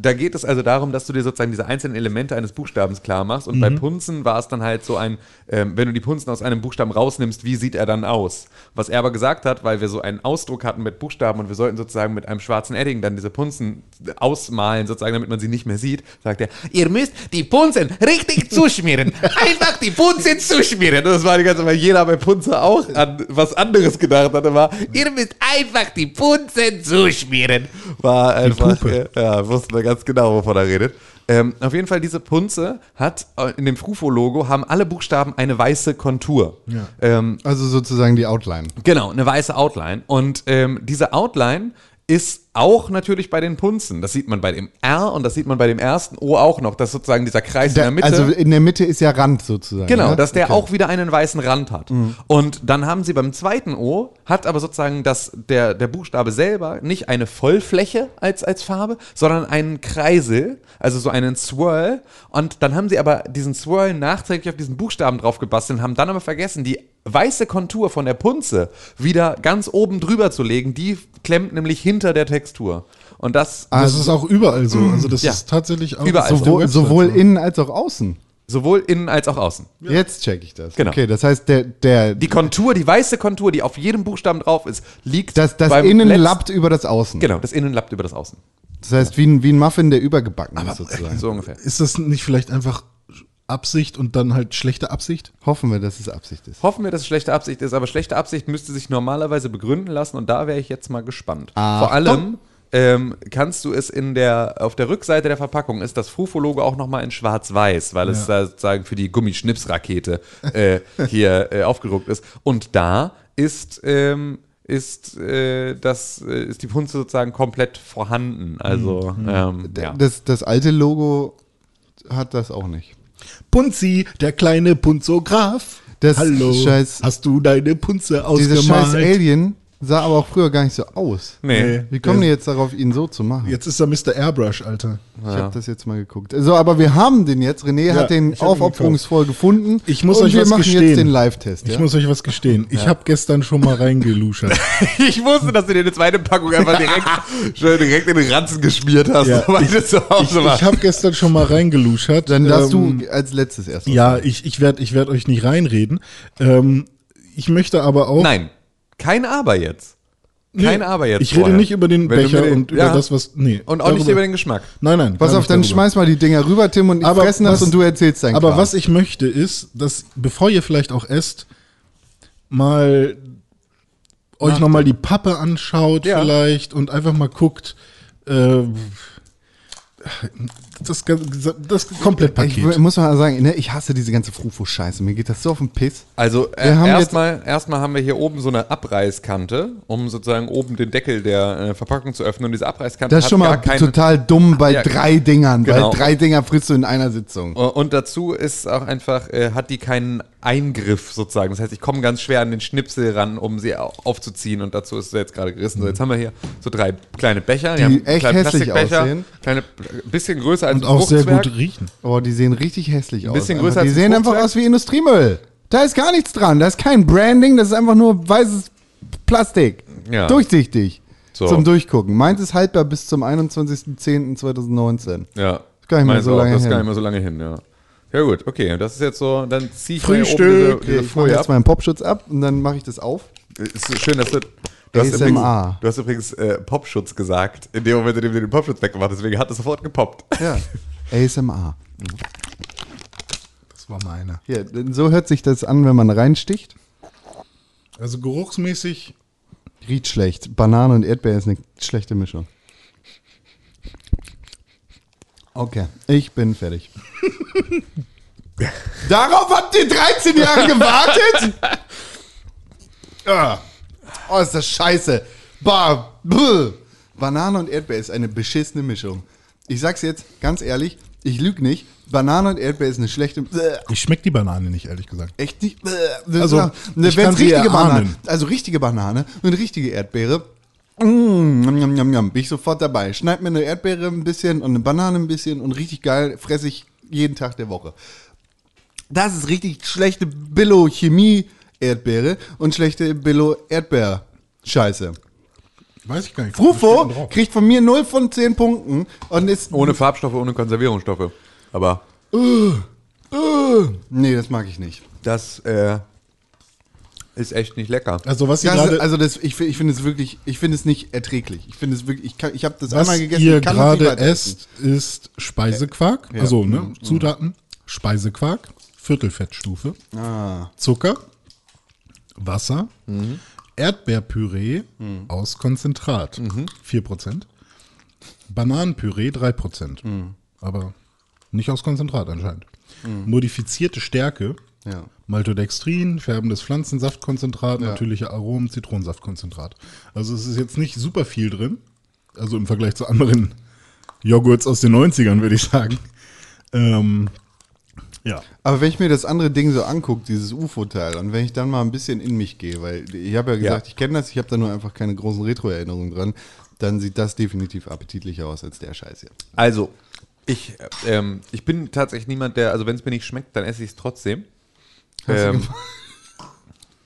S3: da geht es also darum, dass du dir sozusagen diese einzelnen Elemente eines Buchstabens klar machst. Und bei Punzen war es dann halt so ein, ähm, wenn du die Punzen aus einem Buchstaben rausnimmst, wie sieht er dann aus? Was er aber gesagt hat, weil wir so einen Ausdruck hatten mit Buchstaben und wir sollten sozusagen mit einem schwarzen Edding dann diese Punzen ausmalen, sozusagen, damit man sie nicht mehr sieht, sagt er, ihr müsst die Punzen richtig [LAUGHS] zuschmieren. Einfach die Punzen zuschmieren. Und das war die ganze Zeit, weil jeder bei Punze auch an was anderes gedacht hatte, war, ihr müsst einfach die Punzen zuschmieren. War einfach,
S4: Puppe.
S3: äh, ja, wussten wir ganz genau, wovon er redet. Ähm, auf jeden Fall, diese Punze hat äh, in dem Frufo-Logo haben alle Buchstaben eine weiße Kontur. Ähm,
S2: Also sozusagen die Outline.
S3: Genau, eine weiße Outline. Und ähm, diese Outline ist auch natürlich bei den Punzen. Das sieht man bei dem R und das sieht man bei dem ersten O auch noch, dass sozusagen dieser Kreis in der Mitte.
S2: Also in der Mitte ist ja Rand sozusagen.
S3: Genau,
S2: ne?
S3: dass der auch wieder einen weißen Rand hat.
S2: Mhm.
S3: Und dann haben sie beim zweiten O, hat aber sozusagen das, der, der Buchstabe selber nicht eine Vollfläche als, als Farbe, sondern einen Kreisel, also so einen Swirl. Und dann haben sie aber diesen Swirl nachträglich auf diesen Buchstaben drauf gebastelt und haben dann aber vergessen, die weiße Kontur von der Punze wieder ganz oben drüber zu legen. Die klemmt nämlich hinter der Textur. Und das
S2: Ah.
S4: das ist auch überall so. Also das
S3: Ja.
S4: ist tatsächlich auch
S3: Überall so.
S4: Sowohl,
S2: sowohl, sowohl innen als auch außen.
S3: sowohl innen als auch außen.
S2: Jetzt check ich das.
S3: Genau.
S2: Okay, das heißt, der, der,
S3: Die Kontur, die weiße Kontur, die auf jedem Buchstaben drauf ist, liegt
S2: das, das
S3: beim
S2: Innen
S3: letzten-
S2: lappt über das Außen.
S3: Genau, das Innen lappt über das Außen.
S2: Das heißt, wie ein, wie ein Muffin, der übergebacken ist sozusagen.
S3: äh, So ungefähr.
S4: ist das nicht vielleicht einfach Absicht und dann halt schlechte Absicht?
S2: Hoffen wir, dass es Absicht ist.
S3: Hoffen wir, dass es schlechte Absicht ist, aber schlechte Absicht müsste sich normalerweise begründen lassen und da wäre ich jetzt mal gespannt. Vor allem ähm, kannst du es in der, auf der Rückseite der Verpackung ist das Frufo-Logo auch nochmal in schwarz-weiß, weil es da sozusagen für die Gummischnipsrakete äh, hier äh, aufgedruckt ist. Und da ist, ähm, ist, äh, das, äh, ist die Punze sozusagen komplett vorhanden. Also, ähm, ja.
S2: Das, das alte Logo hat das auch nicht.
S4: Punzi, der kleine Punzograf.
S2: Das
S4: Hallo,
S2: scheiß-
S4: hast du deine Punze
S2: Dieses scheiß
S4: ausgemalt?
S2: Alien sah aber auch früher gar nicht so aus.
S3: nee.
S2: Wie kommen die jetzt darauf, ihn so zu machen?
S4: Jetzt ist er Mr. Airbrush, Alter.
S2: Ich habe das jetzt mal geguckt. So, aber wir haben den jetzt. René
S4: Ja,
S2: hat den
S4: ich hab ihn
S2: aufopferungsvoll gefunden.
S4: Ich muss
S2: und
S4: euch
S2: wir
S4: was
S2: machen
S4: gestehen.
S2: jetzt den Live-Test.
S4: Ich
S2: Ja?
S4: muss euch was gestehen. Ich habe gestern schon
S3: [LAUGHS]
S4: mal reingeluschert.
S3: Ich wusste, dass du dir eine zweite Packung einfach direkt, schon direkt in den Ranzen geschmiert hast,
S4: Ja,
S3: [LAUGHS] weil du zu
S4: ich
S3: Hause
S4: ich
S3: warst.
S4: habe gestern schon mal reingeluschert.
S2: Dann darfst
S4: Ähm,
S2: du als letztes erstmal.
S4: Ja, ich, ich werde ich werd euch nicht reinreden. Ähm, ich möchte aber auch.
S3: Nein, kein Aber jetzt. Kein Aber jetzt.
S4: Ich rede
S3: vorher.
S4: nicht über den
S3: Wenn du
S4: Becher
S3: mir den-
S4: und über
S3: ja.
S4: das, was. Nee.
S3: Und auch nicht über den Geschmack.
S4: Nein, nein.
S2: Pass
S4: gar
S2: auf,
S4: nicht
S2: dann
S4: darüber.
S2: schmeiß mal die Dinger rüber, Tim, und ich
S4: Aber
S2: fressen das
S4: was-
S2: und du erzählst deinen
S4: Aber
S2: Kram.
S4: was ich möchte ist, dass, bevor ihr vielleicht auch esst, mal euch nochmal die Pappe anschaut
S3: Ja.
S4: vielleicht und einfach mal guckt. Äh, das, ganze- das
S2: Ich
S4: Komplettpaket.
S2: w- muss mal sagen, ne, ich hasse diese ganze Frufo-Scheiße. Mir geht das so auf den Piss.
S3: Also äh,
S2: Wir haben jetzt-
S3: erstmal erstmal haben wir hier oben so eine Abreißkante, um sozusagen oben den Deckel der äh, Verpackung zu öffnen. Und diese Abreißkante
S2: Das ist schon mal
S3: gar keine.
S2: total dumm bei
S3: Ja,
S2: drei Dingern,
S3: genau.
S2: weil drei Dinger frisst du in einer Sitzung.
S3: Äh, Und dazu ist auch einfach, äh, hat die keinen Eingriff sozusagen. Das heißt, ich komme ganz schwer an den Schnipsel ran, um sie au- aufzuziehen. Und dazu ist sie jetzt gerade gerissen. So, jetzt haben wir hier so drei kleine Becher.
S2: Mhm. Die
S3: haben
S2: echt
S3: kleine
S2: hässlich
S3: Plastikbecher,
S2: aussehen.
S3: Kleine, äh, bisschen größer als
S4: Und
S3: ein
S4: auch sehr
S3: Fruchtzwerg.
S4: gut riechen.
S2: Oh, die sehen richtig hässlich aus.
S3: bisschen
S2: einfach.
S3: größer
S2: die
S3: als ein
S2: sehen einfach
S3: Fruchtfleisch.
S2: aus wie Industriemüll. Da ist gar nichts dran. Da ist kein Branding, das ist einfach nur weißes Plastik.
S3: Ja.
S2: Durchsichtig.
S3: So.
S2: Zum Durchgucken. Meins ist haltbar bis zum 21.10.2019.
S3: Ja.
S2: Das kann nicht mehr
S3: Meins
S2: so
S3: auch,
S2: lange
S3: das
S2: hin.
S3: kann nicht mehr so lange hin, ja. Ja gut, okay, das ist jetzt so, dann ziehe ich
S4: Frühstück.
S3: mir hier oben diese,
S2: Okay, ich
S3: diese
S2: mache
S3: Folie
S2: jetzt
S3: ab.
S2: meinen Popschutz ab und dann mache ich das auf.
S3: Ist so schön, dass du, du hast
S2: ASMR.
S3: übrigens, du hast übrigens äh, Popschutz gesagt, in dem Moment, in dem du den Popschutz weggemacht hast, deswegen hat es sofort gepoppt.
S2: [LAUGHS] Ja. ASMR.
S4: Das war meine.
S2: Hier, so hört sich das an, wenn man reinsticht.
S4: Also geruchsmäßig
S2: Riecht schlecht. Banane und Erdbeer ist eine schlechte Mischung. Okay, ich bin fertig. Darauf habt ihr 13 Jahre gewartet? Ah. Oh, ist das scheiße. Bah, bäh. Banane und Erdbeer ist eine beschissene Mischung. Ich sag's jetzt ganz ehrlich, ich lüge nicht. Banane und Erdbeer ist eine schlechte. Bäh.
S4: Ich schmecke die Banane nicht, ehrlich gesagt.
S2: Echt nicht? Bäh.
S4: Also,
S2: Also,
S4: ich
S2: wenn
S4: kann
S2: es
S4: sie
S2: richtige
S4: erahnen.
S2: Banane, also richtige Banane und richtige Erdbeere, mm, yum, yum, yum, yum, bin ich sofort dabei. Schneid mir eine Erdbeere ein bisschen und eine Banane ein bisschen und richtig geil fresse ich jeden Tag der Woche. Das ist richtig schlechte Billo-Chemie-Erdbeere und schlechte Billo-Erdbeer-Scheiße.
S4: Weiß ich gar nicht. Was steht denn
S2: Trufo
S4: drauf?
S2: kriegt von mir 0 von 10 Punkten und ist.
S3: Ohne Farbstoffe, ohne Konservierungsstoffe. Aber
S2: Äh. Nee, das mag ich nicht.
S3: das äh, ist echt nicht lecker.
S4: Also was ihr
S2: Das,
S4: gerade
S2: also das, ich, fi- ich finde es wirklich, ich finde es nicht erträglich. Ich finde es wirklich, ich, kann- ich habe das einmal
S4: was
S2: gegessen.
S4: ihr
S2: ich kann das nicht
S4: gerade
S2: weiter essen.
S4: esst, ist Speisequark. Also ne, Zutaten: Speisequark, Viertelfettstufe, Zucker, Wasser, Erdbeerpüree aus Konzentrat,
S3: Mhm.
S4: 4%. Bananenpüree, 3%. Aber nicht aus Konzentrat anscheinend.
S3: Mhm.
S4: Modifizierte Stärke,
S2: Ja.
S4: Maltodextrin, färbendes Pflanzensaftkonzentrat, natürliche Aromen, Zitronensaftkonzentrat. Also es ist jetzt nicht super viel drin. Also im Vergleich zu anderen Joghurts aus den 90ern, würde ich sagen. Ähm, ja.
S2: Aber wenn ich mir das andere Ding so angucke, dieses UFO-Teil, und wenn ich dann mal ein bisschen in mich gehe, weil ich habe ja gesagt, ich kenne das, ich habe da nur einfach keine großen Retro-Erinnerungen dran, dann sieht das definitiv appetitlicher aus als der Scheiß hier.
S3: Also, ich, äh, ähm, ich bin tatsächlich niemand, der, also wenn es mir nicht schmeckt, dann esse ich es trotzdem. Ähm,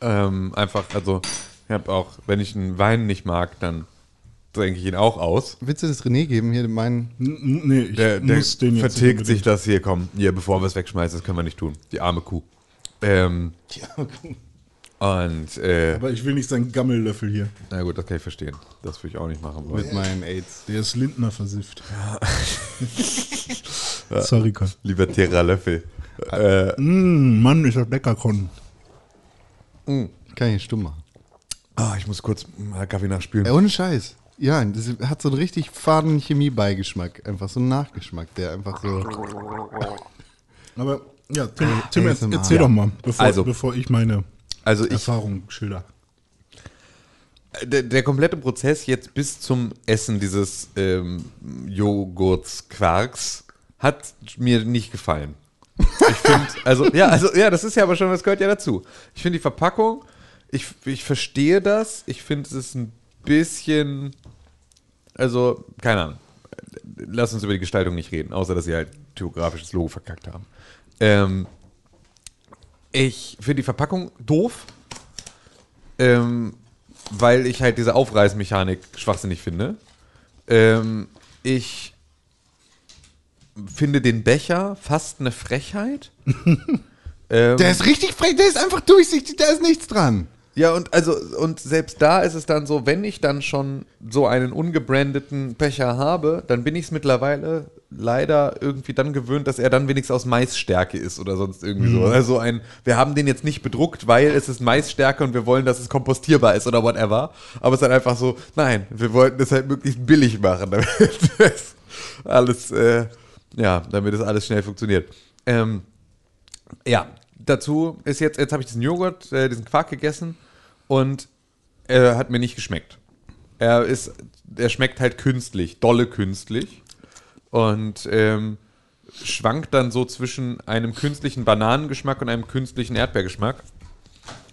S3: ähm, einfach, also, ich habe auch, wenn ich einen Wein nicht mag, dann trinke ich ihn auch aus.
S2: Willst du das René geben, hier meinen?
S4: N- n- Nee, ich
S3: Der, der
S4: muss den jetzt
S3: vertilgt sich
S4: unbedingt-
S3: das hier, komm, hier, bevor wir es wegschmeißen, das können wir nicht tun. Die arme Kuh. Ähm, und, äh,
S4: Aber ich will nicht seinen Gammellöffel hier.
S3: na gut, das kann ich verstehen. Das würde ich auch nicht machen wollen.
S2: Mit meinen AIDS.
S4: Der ist Lindner versifft. [LAUGHS] Sorry, Con.
S3: Lieber Terra Löffel.
S4: Mm, Mann, ist das lecker, Con.
S2: Kann ich nicht stumm machen.
S3: Mm. Ah, ich muss kurz mal Kaffee nachspülen.
S2: Ey, ohne Scheiß. Ja, das hat so einen richtig faden Chemiebeigeschmack. Einfach so einen Nachgeschmack, der einfach so.
S4: Aber ja, Tim, Tim
S2: ASMR.
S4: jetzt erzähl doch mal, bevor,
S3: Also.
S4: bevor ich meine
S3: Also ich
S4: Erfahrung schilder.
S3: der, der komplette Prozess jetzt bis zum Essen dieses ähm, Joghurts-Quarks hat mir nicht gefallen. Ich finde, also, ja, also, ja, das ist ja aber schon, das gehört ja dazu. Ich finde die Verpackung, ich, ich verstehe das, ich finde es ist ein bisschen, also, keine Ahnung. Lass uns über die Gestaltung nicht reden, außer dass sie halt typografisches Logo verkackt haben. Ähm, ich finde die Verpackung doof. Ähm, weil ich halt diese Aufreißmechanik schwachsinnig finde. Ähm, ich finde den Becher fast eine Frechheit. ähm,
S2: Der ist richtig frech, der ist einfach durchsichtig, da ist nichts dran.
S3: ja, und also, und selbst da ist es dann so, wenn ich dann schon so einen ungebrandeten Becher habe, dann bin ich es mittlerweile leider irgendwie dann gewöhnt, dass er dann wenigstens aus Maisstärke ist oder sonst irgendwie so. Also ein, wir haben den jetzt nicht bedruckt, weil es ist Maisstärke und wir wollen, dass es kompostierbar ist oder whatever. Aber es ist halt einfach so, nein, wir wollten es halt möglichst billig machen, [LAUGHS] damit das alles, äh, ja, damit das alles schnell funktioniert. Ähm, ja, dazu ist jetzt, jetzt habe ich diesen Joghurt, äh, diesen Quark gegessen und er hat mir nicht geschmeckt. Er ist, er schmeckt halt künstlich, dolle künstlich und ähm, schwankt dann so zwischen einem künstlichen Bananengeschmack und einem künstlichen Erdbeergeschmack.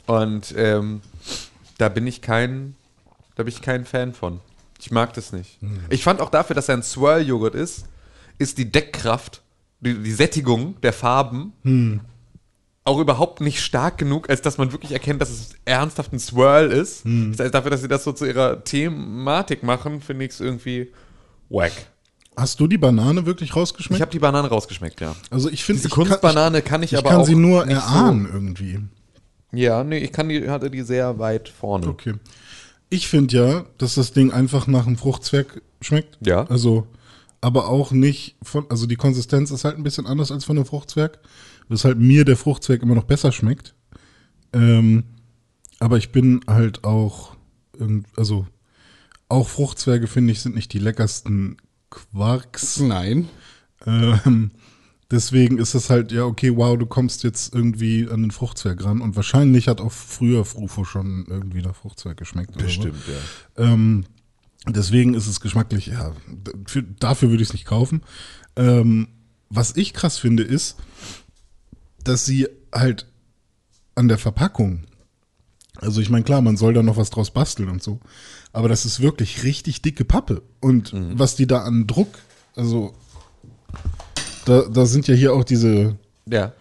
S3: Und ähm, da bin ich kein, da bin ich kein Fan von. Ich mag das nicht. Ich fand auch dafür, dass er ein Swirl-Joghurt ist, ist die Deckkraft, die, die Sättigung der Farben auch überhaupt nicht stark genug, als dass man wirklich erkennt, dass es ernsthaft ein Swirl ist.
S4: Hm.
S3: Das heißt, dafür, dass sie das so zu ihrer Thematik machen, finde ich es irgendwie wack.
S4: Hast du die Banane wirklich
S3: Ich
S4: rausgeschmeckt?
S3: habe die Bananen rausgeschmeckt, ja.
S4: also ich finde,
S3: Diese
S4: ich
S3: Kunstbanane kann
S4: ich,
S3: ich,
S4: ich
S3: aber
S4: kann
S3: auch.
S4: sie nur erahnen irgendwie.
S3: ja, nee, ich kann die, hatte die sehr weit vorne.
S4: Okay. Ich finde ja, dass das Ding einfach nach einem Fruchtzwerg schmeckt.
S3: Ja.
S4: Also, aber auch nicht von, also die Konsistenz ist halt ein bisschen anders als von einem Fruchtzwerg, weshalb mir der Fruchtzwerg immer noch besser schmeckt. Ähm, aber ich bin halt auch, irgend- also auch Fruchtzwerge finde ich sind nicht die leckersten Quarks.
S2: Nein.
S4: Ähm, deswegen ist es halt, ja, okay, wow, du kommst jetzt irgendwie an den Fruchtzwerg ran. Und wahrscheinlich hat auch früher Frufo schon irgendwie nach Fruchtzwerg geschmeckt. Bestimmt, ja. Ähm, deswegen ist es geschmacklich, ja, d- für, dafür würde ich es nicht kaufen. Ähm, was ich krass finde, ist, dass sie halt an der Verpackung, also ich meine, klar, man soll da noch was draus basteln und so, aber das ist wirklich richtig dicke Pappe. Und was die da an Druck, also da, da sind ja hier auch diese,
S3: Ja.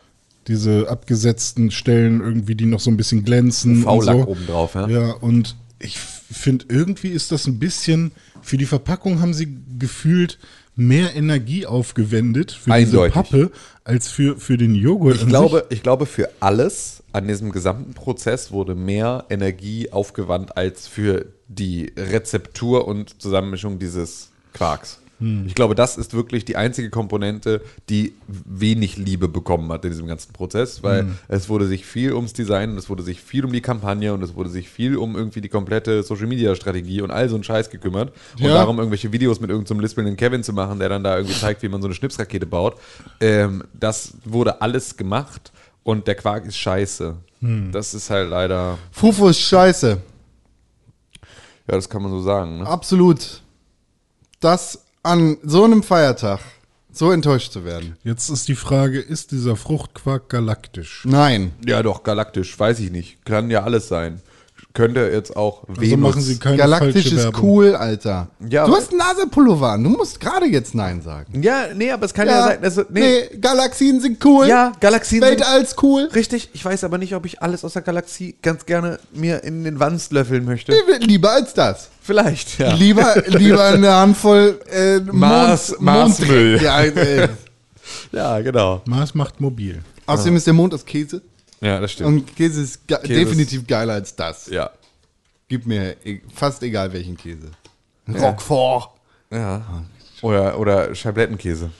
S4: diese abgesetzten Stellen irgendwie, die noch so ein bisschen glänzen.
S3: UV-Lack
S4: und so.
S3: obendrauf, ja.
S4: Ja, und ich, finde, irgendwie ist das ein bisschen, für die Verpackung haben sie gefühlt mehr Energie aufgewendet für
S3: Eindeutig.
S4: diese Pappe als für, für den Joghurt.
S3: Ich
S4: an
S3: glaube, ich glaube, für alles an diesem gesamten Prozess wurde mehr Energie aufgewandt als für die Rezeptur und Zusammenmischung dieses Quarks.
S4: Hm.
S3: Ich glaube, das ist wirklich die einzige Komponente, die wenig Liebe bekommen hat in diesem ganzen Prozess, weil
S4: Hm.
S3: es wurde sich viel ums Design und es wurde sich viel um die Kampagne und es wurde sich viel um irgendwie die komplette Social-Media-Strategie und all so einen Scheiß gekümmert und
S4: Ja.
S3: darum, um irgendwelche Videos mit irgendeinem lispelnden Kevin zu machen, der dann da irgendwie zeigt, wie man so eine Schnipsrakete baut. Ähm, das wurde alles gemacht und der Quark ist scheiße.
S4: Hm.
S3: Das ist halt leider,
S2: Fufu ist scheiße.
S3: ja, das kann man so sagen. Ne?
S2: Absolut. Das an so einem Feiertag so enttäuscht zu werden.
S4: sich. Jetzt ist die Frage, ist dieser Fruchtquark galaktisch?
S2: Nein.
S3: Ja, doch, galaktisch, weiß ich nicht. Kann ja alles sein. Könnte jetzt auch
S4: Also
S3: Venus.
S4: machen sie keine
S2: Galaktisch
S4: falsche
S2: ist
S4: Werbung.
S2: cool, Alter.
S3: Ja,
S2: du
S3: aber-
S2: hast einen NASA-Pullover an. Du musst gerade jetzt Nein sagen.
S3: ja, nee, aber es kann ja, sein. Also, nee.
S2: nee, Galaxien sind cool.
S3: Ja, Galaxien sind-
S2: Weltalls cool.
S3: Richtig, ich weiß aber nicht, ob ich alles aus der Galaxie ganz gerne mir in den Wanst löffeln möchte.
S2: Lieber als das.
S3: Vielleicht, ja.
S2: Lieber, lieber eine Handvoll äh,
S3: Mars-
S2: Mond-
S3: Marsmüll.
S2: Mondre- Ja, äh,
S3: Ja, genau.
S4: Mars macht mobil.
S2: außerdem ist der Mond aus Käse.
S3: Ja, das stimmt.
S2: Und Käse ist ge
S3: Käse ist-
S2: definitiv geiler als das.
S3: ja.
S2: Gib mir e fast egal welchen Käse. Roquefort.
S3: Ja. Oder, oder Scheiblettenkäse.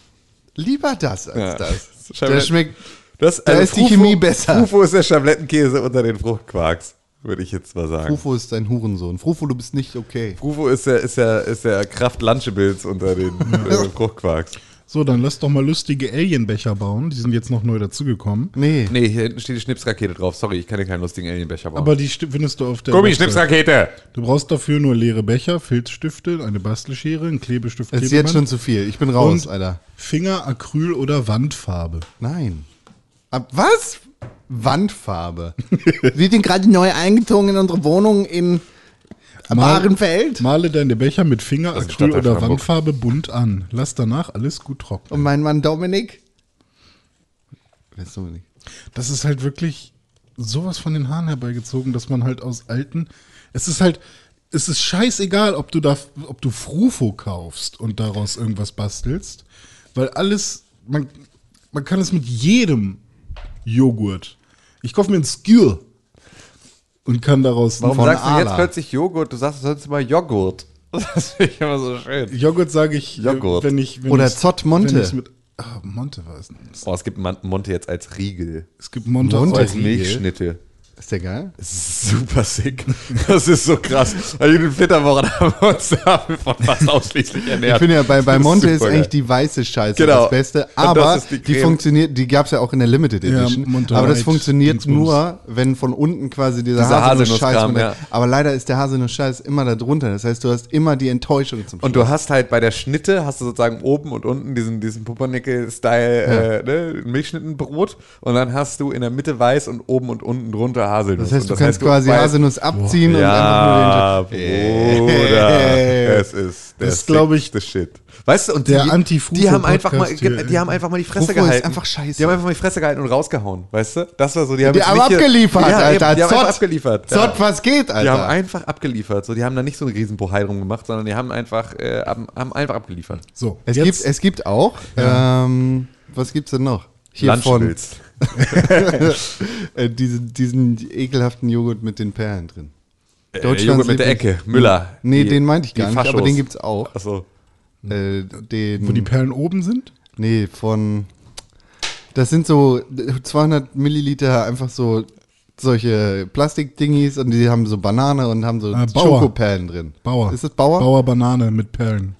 S2: Lieber das als
S3: Ja.
S2: das.
S3: Scheinbar-
S2: Der schmeckt.
S3: Das,
S2: Da ist die Chemie besser.
S3: Rufo ist der Schablettenkäse unter den Fruchtquarks, würde ich jetzt mal sagen.
S2: Frufo ist dein Hurensohn. Frufo, du bist nicht okay.
S3: Rufo ist der, ist der, ist der kraft lunchables unter [LAUGHS] den äh, Fruchtquarks.
S4: So, dann lass doch mal lustige Alienbecher bauen. Die sind jetzt noch neu dazugekommen.
S2: Nee.
S3: Nee, hier hinten steht die Schnipsrakete drauf. Sorry, ich kann dir keinen lustigen Alienbecher bauen.
S4: Aber die sti- findest du auf der Website.
S3: Gummischnipsrakete!
S4: Du brauchst dafür nur leere Becher, Filzstifte, eine Bastelschere, einen Klebestift,
S2: Das ist jetzt schon zu viel. Ich bin raus,
S4: und
S2: Alter.
S4: Finger, Acryl oder Wandfarbe.
S2: Nein. Ab, was? Wandfarbe. Wir sind gerade neu eingezogen in unsere Wohnung in Bahrenfeld.
S4: Male deine Becher
S3: Also
S4: mit Finger,
S3: ist die
S4: Acryl
S3: Stadtteil
S4: oder
S3: von Hamburg.
S4: Wandfarbe bunt an. Lass danach alles gut trocknen.
S2: Und oh mein Mann Dominik. Wer ist Dominik?
S4: Das ist halt wirklich sowas von den Haaren herbeigezogen, dass man halt aus alten. Es ist halt. Es ist scheißegal, ob du da, ob du Frufo kaufst und daraus irgendwas bastelst. Weil alles. Man, man kann es mit jedem Joghurt. Ich kaufe mir ein Skyr und kann daraus einen
S3: Warum
S2: Von
S3: sagst du jetzt
S2: Ala.
S3: plötzlich Joghurt? Du sagst sonst immer Joghurt. [LAUGHS] Das finde ich immer so schön.
S4: Joghurt sage ich, äh,
S3: Joghurt.
S4: wenn ich wenn
S2: Oder
S4: ich's-
S2: Zott Monte.
S4: wenn ich's mit, ah, Monte war es. nicht.
S3: Oh, es gibt Man- Monte jetzt als Riegel.
S4: Es gibt Monte,
S2: Monte.
S4: auch.
S3: Als
S2: Riegel?
S3: Milchschnitte.
S2: Ist der geil?
S3: Das ist super sick. Das ist so krass. An jedem Flitterwochen [LAUGHS] haben wir uns davon fast ausschließlich ernährt.
S2: Ich finde ja, bei, bei
S3: [LAUGHS] Das ist
S2: Monte ist
S3: supergeil.
S2: eigentlich die weiße Scheiße
S3: Genau.
S2: das Beste.
S3: Und das
S2: Aber
S3: ist die
S2: die,
S3: Creme.
S2: funktioniert, die gab es ja auch in der Limited
S4: Ja,
S2: Edition.
S4: Monte
S2: aber das
S4: Light,
S2: funktioniert
S4: Dingsbums.
S2: nur, wenn von unten quasi dieser,
S3: Dieser
S2: Haselnuss-Scheiß.
S3: Haselnuss-Kram,
S2: mit der-
S3: ja.
S2: Aber leider ist der Haselnuss-Scheiß immer da drunter. Das heißt, du hast immer die Enttäuschung zum
S3: Und du hast halt bei der Schnitte, hast du sozusagen oben und unten diesen, diesen Pumpernickel-Style äh, ne, Milchschnittenbrot und dann hast du in der Mitte weiß und oben und unten drunter Haselnuss.
S2: Das heißt, du
S3: Und
S2: kannst quasi
S3: weißt-
S2: Haselnuss abziehen
S3: Ja,
S2: und einfach nur den. [LAUGHS]
S3: Bruder. Es ist der
S4: Das ist, glaub ich,
S3: sickste Shit. Weißt du, und
S4: der
S3: die,
S4: Anti-Fufu-
S3: die haben einfach mal,
S4: Podcast hier,
S3: die haben einfach mal die Fresse
S2: Fufu ist
S3: gehalten.
S2: einfach scheiße.
S3: Die haben einfach mal die Fresse gehalten und rausgehauen, weißt du? Das war so, die haben
S2: Die
S3: jetzt
S2: haben
S3: nicht hier-
S2: abgeliefert,
S3: ja,
S2: Alter.
S3: Eben, die haben
S2: Zott.
S3: einfach abgeliefert. ja.
S2: Zott, was geht,
S3: Die haben
S2: Alter?
S3: einfach abgeliefert. So, die haben da nicht so eine Riesenbohai drum gemacht, sondern die haben einfach, äh, haben, haben einfach abgeliefert.
S4: So,
S2: Es
S4: jetzt-
S2: gibt, es gibt auch, ähm, was gibt's denn noch? von
S3: Lunchables.
S2: [LAUGHS] äh, diesen, diesen ekelhaften Joghurt mit den Perlen drin.
S3: Äh,
S2: Deutschlands
S3: Joghurt mit der
S2: Lieblings-
S3: Ecke, Müller.
S2: Nee,
S3: Die-
S2: den meinte ich
S3: die
S2: gar nicht, aber
S3: Faschos.
S2: den gibt's auch.
S3: Achso.
S2: Äh, den,
S4: wo die Perlen oben sind.
S2: nee, von, das sind so 200 Milliliter einfach so solche Plastikdingis und die haben so Banane und haben so
S4: Ah, Bauer.
S2: Schokoperlen drin.
S4: Bauer.
S2: Ist das Bauer?
S4: Bauer Banane mit Perlen.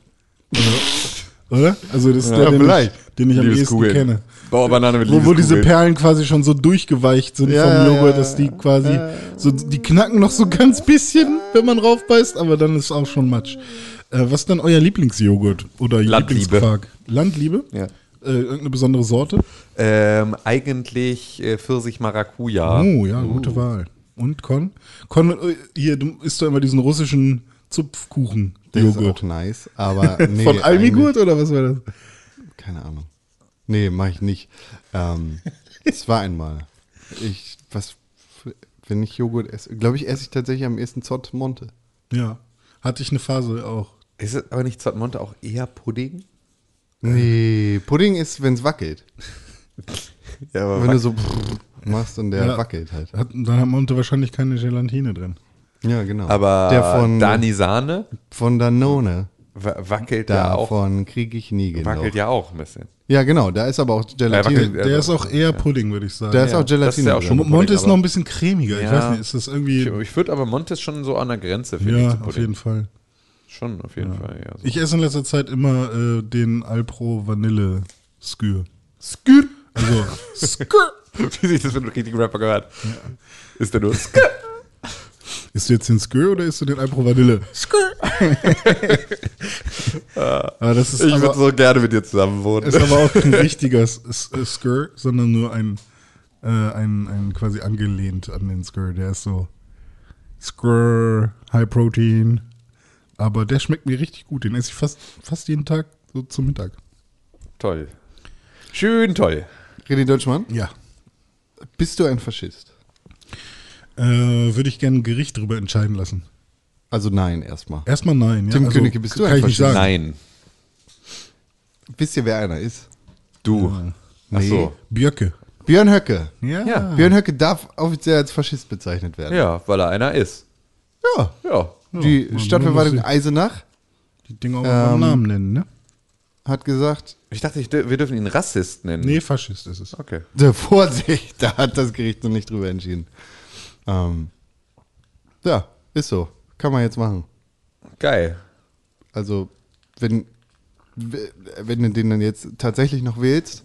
S4: Oder? Also das ist
S2: Ja,
S4: der, den ich,
S2: vielleicht.
S4: den ich am
S3: Liebes
S4: ehesten
S3: Kugeln.
S4: kenne.
S3: Bauer Banane mit
S4: Wo, wo diese
S3: Liebeskugeln.
S4: Perlen quasi schon so durchgeweicht sind
S2: Ja, ja,
S4: vom Joghurt,
S2: ja,
S4: dass die quasi so, die knacken noch so ganz bisschen, wenn man raufbeißt, aber dann ist auch schon Matsch. Äh, was ist denn euer Lieblingsjoghurt oder
S3: Landliebe.
S4: Lieblingsquark? Landliebe?
S3: Ja.
S4: Äh, irgendeine besondere Sorte?
S3: Ähm, eigentlich äh, Pfirsich Maracuja.
S4: Oh, ja, gute Wahl. Und Con? Con, äh, hier, du isst doch immer diesen russischen
S2: Der ist auch
S4: Zupfkuchen-Joghurt.
S2: nice,
S4: [LAUGHS]
S2: aber nee.
S4: Von
S2: eigentlich-
S4: Almigurt oder was war das?
S2: Keine Ahnung. Nee, mach ich nicht.
S4: [LAUGHS]
S2: Ähm, es war einmal. Ich, was, wenn ich Joghurt esse, glaube ich, esse ich tatsächlich am ehesten Zott Monte.
S4: Ja. Hatte ich eine Phase auch.
S3: Ist es aber nicht Zartmonte auch eher Pudding?
S2: Nee, Pudding ist, wenn es wackelt.
S3: Ja,
S2: Wenn du so machst und der
S4: Ja.
S2: wackelt halt.
S4: Hat, dann hat Monte wahrscheinlich keine Gelatine drin.
S2: Ja, genau.
S3: aber
S2: der von,
S3: Dani Sahne
S2: von Danone,
S3: wa- wackelt ja auch,
S2: davon kriege ich nie genug.
S3: wackelt ja auch ein bisschen.
S2: Ja, genau, da ist aber auch Gelatine.
S3: wackelt- Ja,
S4: Der
S3: so.
S4: ist auch eher Pudding, würde ich sagen.
S2: da ist
S3: ja,
S2: auch Gelatine.
S3: das ist ja auch
S2: drin.
S3: schon
S4: Mo- Monte ist
S3: aber-
S4: noch ein bisschen cremiger. Ich
S3: Ja.
S4: weiß nicht, ist das irgendwie.
S3: Ich, ich würde aber Montes schon so an der Grenze, finde ich,
S4: ja,
S3: zu
S4: auf
S3: Pudding.
S4: jeden Fall.
S3: Schon, auf jeden Fall, ja. So.
S4: Ich esse in letzter Zeit immer äh, den Alpro Vanille Skür.
S3: Skür.
S4: Also,
S3: [LAUGHS] Wie sich das für einen richtigen Rapper gehört. Ist der
S4: [LAUGHS]
S3: nur Skür.
S4: isst du jetzt den Skür oder isst du den Alpro Vanille? Skür. aber Ah, das ist
S3: Ich
S4: aber,
S3: würde so gerne mit dir zusammen wohnen.
S4: ist aber
S2: [LAUGHS]
S4: auch kein richtiger S- S- äh, Skür, sondern nur ein, äh, ein, ein quasi angelehnt an den Skür. Der ist so Skür, High Protein. Aber der schmeckt mir richtig gut. Den esse ich fast, fast jeden Tag so zum Mittag.
S3: toll. Schön toll.
S2: René Deutschmann,
S4: Ja.
S2: bist du ein Faschist?
S4: Äh, würde ich gerne ein Gericht darüber entscheiden lassen.
S2: Also nein, erstmal.
S4: Erstmal nein. Ja? Also,
S2: Tim Königke, bist du
S4: kann
S2: ein
S4: ich nicht
S2: Faschist?
S4: sagen.
S3: Nein.
S2: Wisst ihr, wer einer ist?
S3: Du. Ach so.
S4: Björke.
S2: Björn Höcke.
S4: Ja.
S3: Ja.
S2: Björn Höcke darf offiziell als Faschist bezeichnet werden.
S3: Ja, weil er einer ist.
S2: Ja.
S3: Ja.
S2: Die
S4: man
S2: Stadtverwaltung
S4: muss sie-
S2: Eisenach
S4: Die Dinge auch mal beim
S2: Ähm,
S4: Namen nennen, ne?
S2: hat gesagt, [LAUGHS]
S3: Ich dachte, ich, dür- wir dürfen ihn Rassist nennen.
S4: Nee, Faschist ist es.
S3: Okay.
S2: der Vorsicht, [LAUGHS] da hat das Gericht noch nicht drüber entschieden. Ähm, ja, ist so. Kann man jetzt machen.
S3: Geil.
S2: Also, wenn, wenn du den dann jetzt tatsächlich noch wählst,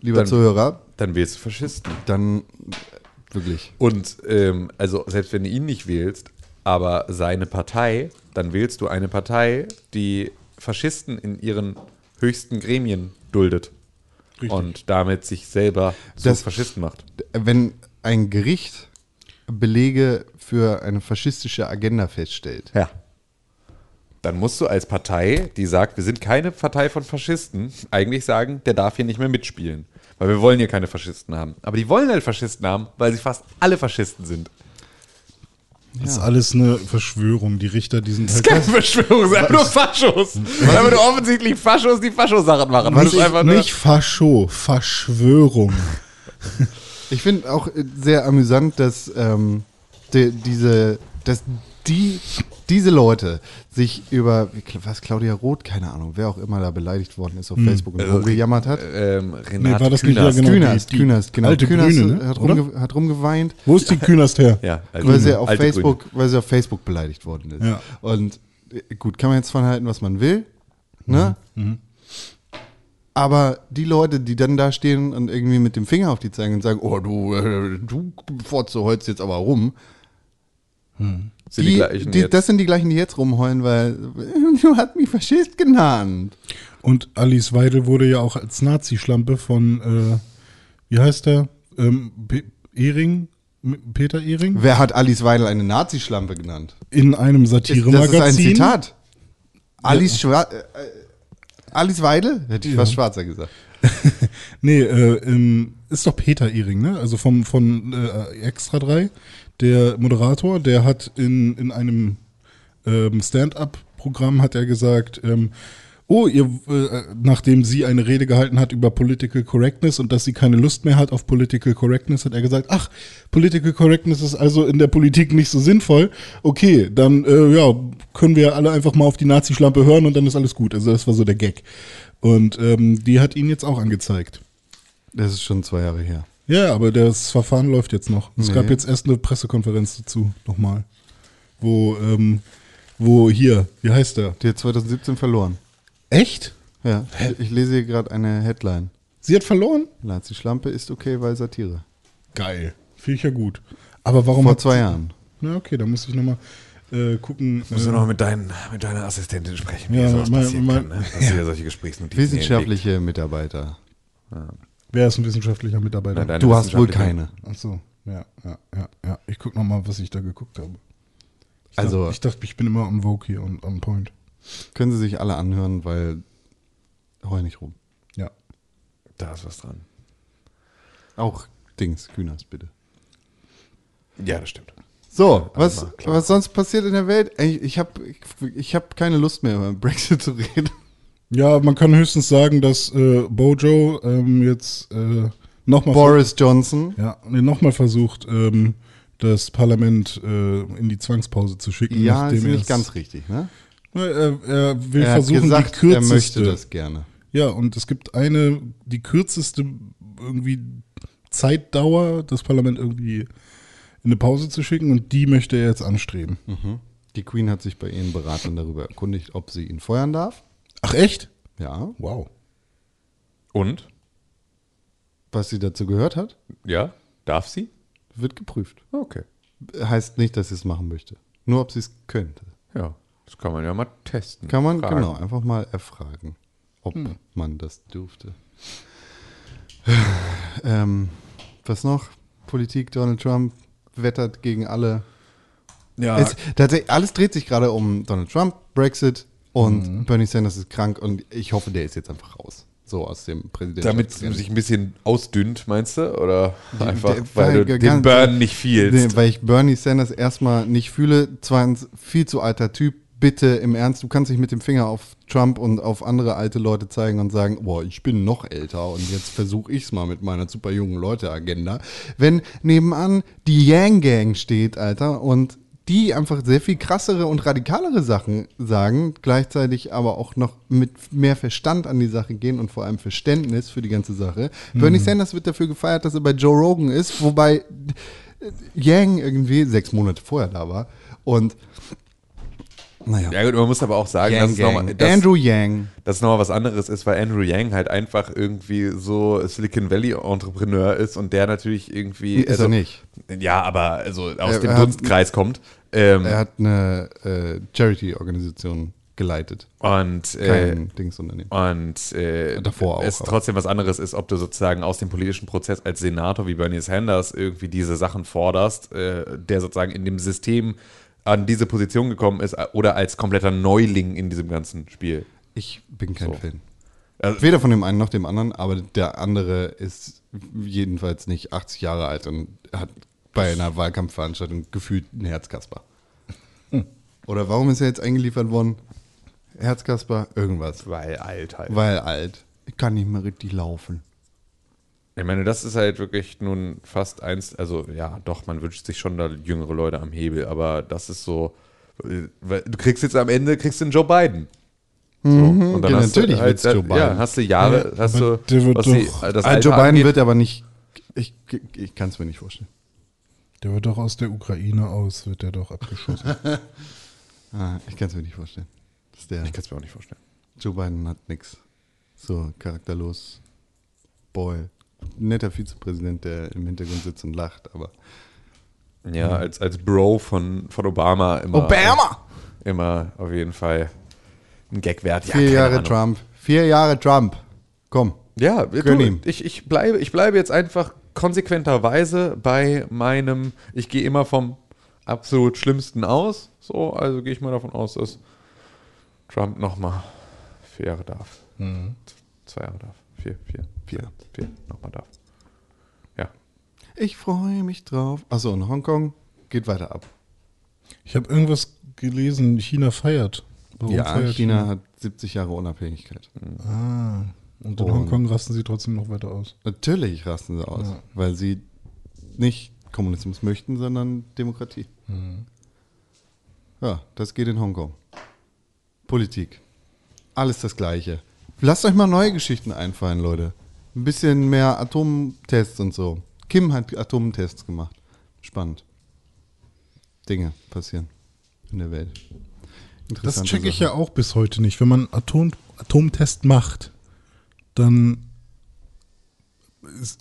S2: lieber
S3: Dann-
S2: Zuhörer,
S3: Dann wählst du Faschisten.
S2: dann wirklich.
S3: Und ähm, also selbst wenn du ihn nicht wählst, aber seine Partei, dann wählst du eine Partei, die Faschisten in ihren höchsten Gremien duldet. Und damit sich selber zu
S2: Das-
S3: Faschisten macht.
S2: Wenn ein Gericht Belege für eine faschistische Agenda feststellt,
S3: Ja. Dann musst du als Partei, die sagt, wir sind keine Partei von Faschisten, eigentlich sagen, der darf hier nicht mehr mitspielen. Weil wir wollen hier keine Faschisten haben. Aber die wollen halt Faschisten haben, weil sie fast alle Faschisten sind.
S4: Das ist alles eine Verschwörung. Die Richter, die sind
S3: Das
S4: halt.
S3: ist keine Verschwörung, es sind einfach nur Faschos. Weil wir offensichtlich Faschos die Faschosachen machen.
S4: Was
S3: Das ist
S4: ich-
S3: einfach nur-
S4: nicht Fascho, Verschwörung.
S2: Ich finde auch äh, sehr amüsant, dass ähm, de, diese, dass die, diese Leute sich über wie Kla- was Claudia Roth, keine Ahnung, wer auch immer da beleidigt worden ist auf Facebook und
S3: Also,
S2: rumgejammert hat.
S3: Ähm,
S4: Nee,
S3: Renat
S4: war das nicht
S3: Künast.
S4: ja Hm. genau
S2: Künast,
S4: die- die
S2: Künast, genau.
S4: alte
S2: Künast
S4: Grüne, ne?
S2: hat,
S4: Oder?
S2: rumge hat rumgeweint,
S4: Wo
S2: [LAUGHS]
S4: ist die Künast her?
S3: Ja, also
S2: weil sie, auf
S3: alte
S2: Facebook, weil sie auf Facebook beleidigt worden ist.
S4: Ja.
S2: Und äh, gut, kann man jetzt von halten, was man will, ne?
S4: Mhm.
S2: Aber die Leute, die dann da stehen und irgendwie mit dem Finger auf die zeigen und sagen, oh du, äh, du Fotze, heulst jetzt aber rum,
S4: Hm.
S3: Grüne. Sind die, gleichen jetzt.
S2: Das sind die gleichen, die jetzt rumheulen, weil [LAUGHS] du hast mich Faschist genannt.
S4: Und Alice Weidel wurde ja auch als Nazi-Schlampe von, äh, wie heißt der? Ähm, Pe Ehring? M- Peter Ehring?
S2: Wer hat Alice Weidel eine Nazi-Schlampe genannt?
S4: In einem
S2: das
S4: Satiremagazin.
S2: ist ein Zitat. Alice, Schwa äh, äh, Alice Weidel? Hätte ich
S4: Ja.
S2: fast schwarzer gesagt.
S4: Nee, äh, ähm, ist doch Peter Ehring, ne? Also vom, von äh, Extra 3. Der Moderator, der hat in, in einem ähm, Stand-up-Programm hat er gesagt, ähm, oh, ihr, äh, nachdem sie eine Rede gehalten hat über Political Correctness und dass sie keine Lust mehr hat auf Political Correctness, hat er gesagt, ach, Political Correctness ist also in der Politik nicht so sinnvoll. Okay, dann äh, ja, können wir alle einfach mal auf die Nazi-Schlampe hören und dann ist alles gut. Also das war so der Gag. Und ähm, die hat ihn jetzt auch angezeigt.
S2: Das ist schon zwei Jahre her.
S4: Ja, aber das Verfahren läuft jetzt noch. Es
S2: Nee.
S4: gab jetzt erst eine Pressekonferenz dazu, nochmal. Wo, ähm, wo hier, wie heißt der?
S2: Die hat 2017 verloren.
S4: Echt?
S2: Ja, ich lese hier gerade eine Headline.
S4: Sie hat verloren?
S2: Nazi-Schlampe ist okay, weil Satire.
S4: Geil. Finde ich ja gut. Aber warum
S2: Vor
S4: hat
S2: zwei Jahren.
S4: Na, okay, da muss ich nochmal äh, gucken.
S3: Musst du
S4: äh,
S3: noch mit, deinen, mit deiner Assistentin sprechen, wie
S4: Ja,
S3: ja, sowas
S4: mein-
S3: passieren
S4: mein-
S3: kann, ne? dass ja. solche Gesprächsnotizen hier
S2: Wissenschaftliche Mitarbeiter.
S4: Wer ist ein wissenschaftlicher
S3: liegt. Na,
S4: Mitarbeiter?
S3: deine
S2: Du hast wohl
S3: wissenschaftliche-
S2: keine.
S4: Ach so, ja, ja, ja, ja. Ich gucke nochmal, was ich da geguckt habe. Ich
S2: Also-
S4: dachte, ich dachte, ich bin immer on Vogue hier und on point.
S2: Können sie sich alle anhören, weil heul nicht rum.
S4: Ja.
S3: Da ist was dran.
S2: Auch Dings, Kühners, bitte.
S3: Ja, das stimmt.
S2: So, was, was sonst passiert in der Welt? Ich, ich habe ich, ich hab keine Lust mehr, über den Brexit zu reden.
S4: Ja, man kann höchstens sagen, dass äh, Bojo ähm, jetzt äh, nochmal
S2: Boris Johnson.
S4: ja, nee, noch mal versucht, ähm, das Parlament äh, in die Zwangspause zu schicken.
S2: Ja, ist
S4: nachdem
S2: nicht
S4: er's-
S2: ganz richtig, ne?
S4: Na, Er, er will
S2: Er hat
S4: versuchen,
S2: gesagt,
S4: die
S2: er
S4: kürzeste.
S2: möchte das gerne.
S4: Ja, und es gibt eine, die kürzeste irgendwie Zeitdauer, das Parlament irgendwie in eine Pause zu schicken und die möchte er jetzt anstreben.
S2: Hm. Die Queen hat sich bei ihren Beratern darüber erkundigt, ob sie ihn feuern darf.
S4: Ach echt?
S2: Ja,
S4: Wow.
S3: Und?
S2: was sie dazu gehört hat,
S3: Ja? Darf sie?
S2: wird geprüft.
S3: Okay.
S2: Heißt nicht, dass sie es machen möchte. Nur, ob sie es könnte.
S3: Ja. Das kann man ja mal testen.
S2: Kann man
S3: Fragen. Hm.
S2: genau einfach mal erfragen, ob man das dürfte. [SIGHS] Ähm, was noch? Politik, Donald Trump wettert gegen alle.
S4: Ja,
S2: Es, tatsächlich, alles dreht sich gerade um Donald Trump, Brexit und
S3: Mhm.
S2: Bernie Sanders ist krank und ich hoffe, der ist jetzt einfach raus. So aus dem Präsidenten.
S3: Damit sie sich ein bisschen ausdünnt, meinst du? Oder einfach,
S2: der-
S3: weil
S2: weil
S3: du den
S2: ganz-
S3: Burn nicht
S2: Nee,
S3: fielst?
S2: weil ich Bernie Sanders erstmal nicht fühle. Zweitens, viel zu alter Typ. Bitte im Ernst, du kannst dich mit dem Finger auf Trump und auf andere alte Leute zeigen und sagen, boah, ich bin noch älter und jetzt versuche ich es mal mit meiner super jungen Leute-Agenda. Wenn nebenan die Yang Gang steht, Alter, und die einfach sehr viel krassere und radikalere Sachen sagen, gleichzeitig aber auch noch mit mehr Verstand an die Sache gehen und vor allem Verständnis für die ganze Sache. Bernie Sanders wird dafür gefeiert, dass er bei Joe Rogan ist, wobei Yang irgendwie sechs Monate vorher da war. Und naja,
S3: Ja gut, man muss aber auch sagen, dass
S2: Yang
S3: es nochmal
S2: Gang.
S3: dass,
S2: Andrew Yang.
S3: dass noch mal was anderes ist, weil Andrew Yang halt einfach irgendwie so Silicon Valley Entrepreneur ist und der natürlich irgendwie... also,
S2: Ist er nicht.
S3: Ja, aber also aus
S2: Er-
S3: dem
S2: er hat-
S3: Dunstkreis kommt. Ähm,
S2: Er hat eine äh, Charity-Organisation geleitet.
S3: und äh,
S2: Kein Dingsunternehmen.
S3: Und äh,
S2: Davor auch,
S3: es
S2: aber-
S3: trotzdem was anderes ist, ob du sozusagen aus dem politischen Prozess als Senator wie Bernie Sanders irgendwie diese Sachen forderst, äh, der sozusagen in dem System an diese Position gekommen ist äh, oder als kompletter Neuling in diesem ganzen Spiel.
S2: Ich bin kein Fan.
S3: Also-
S2: Weder von dem einen noch dem anderen, aber der andere ist jedenfalls nicht 80 Jahre alt und hat bei einer Wahlkampfveranstaltung gefühlt ein Herzkasper.
S3: Hm.
S2: Oder warum ist er jetzt eingeliefert worden? Herzkasper, irgendwas.
S3: Weil alt halt.
S2: Weil alt. Ich kann nicht mehr richtig laufen.
S3: Ich meine, das ist halt wirklich nun fast eins, also ja, doch, man wünscht sich schon da jüngere Leute am Hebel, aber das ist so, äh, weil du kriegst jetzt am Ende, kriegst den Joe Biden. So, und
S2: Mhm. ja, natürlich wird's Joe
S3: halt Ja,
S2: Biden.
S3: hast du Jahre,
S4: Ja,
S3: hast du,
S4: aber der wird
S3: was die, äh,
S4: doch-
S3: das
S2: Ah,
S3: Alter
S2: Joe Biden
S3: angeht,
S2: wird aber nicht. Ich, ich kann es mir nicht vorstellen.
S4: der wird doch aus der Ukraine aus, wird der
S2: [LAUGHS]
S4: doch abgeschossen.
S2: Ah, ich kann es mir nicht vorstellen. Dass der
S3: Ich kann es mir auch nicht vorstellen.
S2: Joe Biden hat nix. So charakterlos. Boy. Netter Vizepräsident, der im Hintergrund sitzt und lacht, aber.
S3: Ja, als, als Bro von, von Obama immer. Immer auf jeden Fall ein Gag wert. Ja,
S2: Vier
S3: keine
S2: Jahre
S3: Ahnung.
S2: Trump. Vier Jahre Trump. Komm.
S3: Ja,
S2: Gönn
S3: du,
S2: ihm.
S3: ich, ich, bleibe, ich bleibe jetzt einfach konsequenterweise bei meinem, ich gehe immer vom absolut Schlimmsten aus. So, also gehe ich mal davon aus, dass Trump nochmal vier Jahre darf. Z- Zwei Jahre darf. Vier, vier, vier,
S2: Mhm. Ja.
S3: vier, nochmal darf. Ja.
S2: Ich freue mich drauf. Achso, in Hongkong geht weiter ab.
S4: ich habe irgendwas gelesen, China feiert. Warum
S2: Ja,
S4: feiert
S2: China hat 70 Jahre Unabhängigkeit.
S4: Ah, und in
S2: Oh.
S4: Hongkong rasten sie trotzdem noch weiter aus.
S2: Natürlich rasten sie aus,
S4: Ja.
S2: weil sie nicht Kommunismus möchten, sondern Demokratie.
S4: Mhm.
S2: Ja, das geht in Hongkong. Politik. Alles das Gleiche. Lasst euch mal neue Geschichten einfallen, Leute. Ein bisschen mehr Atomtests und so. Kim hat Atomtests gemacht. Spannend. Dinge passieren in der Welt.
S4: Das
S2: Interessante
S4: check ich
S2: Sachen.
S4: ja auch bis heute nicht. Wenn man einen Atom Atomtest macht, dann ist,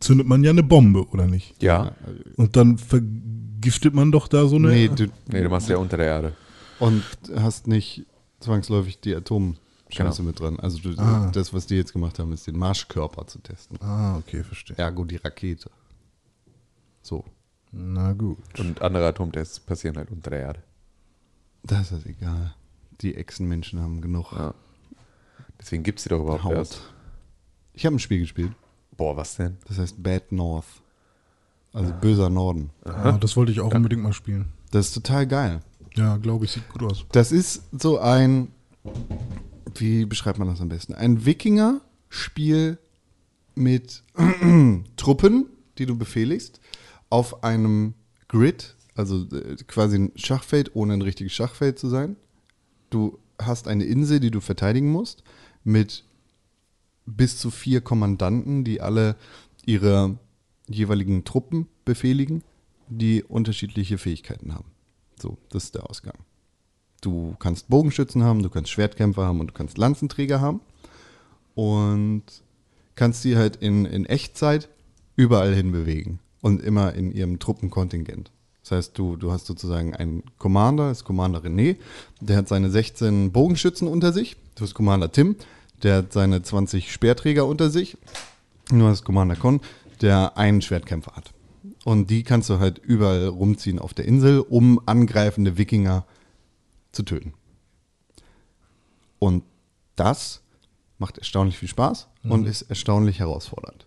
S4: zündet man ja eine Bombe, oder nicht?
S3: Ja.
S4: Und dann vergiftet man doch da so eine.
S2: Nee, du,
S3: Nee, du machst ja unter der Erde.
S2: Und hast nicht zwangsläufig die Atomscheiße
S3: Genau.
S2: mit dran. Also du,
S4: Ah.
S2: das, was die jetzt gemacht haben, ist den Marschkörper zu testen.
S4: ah, okay, verstehe.
S2: Ergo die Rakete. So.
S4: Na gut.
S3: Und andere Atomtests passieren halt unter der Erde.
S2: Das ist egal. Die Echsenmenschen haben genug
S3: Ja. Deswegen gibt es die doch überhaupt
S2: Haut.
S3: erst.
S2: Ich habe ein Spiel gespielt,
S3: Boah, was denn?
S2: das heißt Bad North. Also böser Norden.
S4: Ja, Ah, das wollte ich auch unbedingt mal spielen.
S2: Das ist total geil.
S4: Ja, glaube ich, sieht gut aus.
S2: Das ist so ein, wie beschreibt man das am besten? Ein Wikinger-Spiel mit [CLEARS THROAT] Truppen, die du befehligst, auf einem Grid, also äh, quasi ein Schachfeld, ohne ein richtiges Schachfeld zu sein. Du hast eine Insel, die du verteidigen musst, mit bis zu vier Kommandanten, die alle ihre jeweiligen Truppen befehligen, die unterschiedliche Fähigkeiten haben. So, das ist der Ausgang. Du kannst Bogenschützen haben, du kannst Schwertkämpfer haben und du kannst Lanzenträger haben. Und kannst die halt in, in Echtzeit überall hin bewegen. Und immer in ihrem Truppenkontingent. Das heißt, du, du hast sozusagen einen Commander, das ist Commander René, der hat seine 16 Bogenschützen unter sich. Du hast Commander Tim, der hat seine 20 Speerträger unter sich. Und Du hast Commander Con, der einen Schwertkämpfer hat. Und die kannst du halt überall rumziehen auf der Insel, um angreifende Wikinger zu töten. Und das macht erstaunlich viel Spaß
S3: Mhm.
S2: und ist erstaunlich herausfordernd,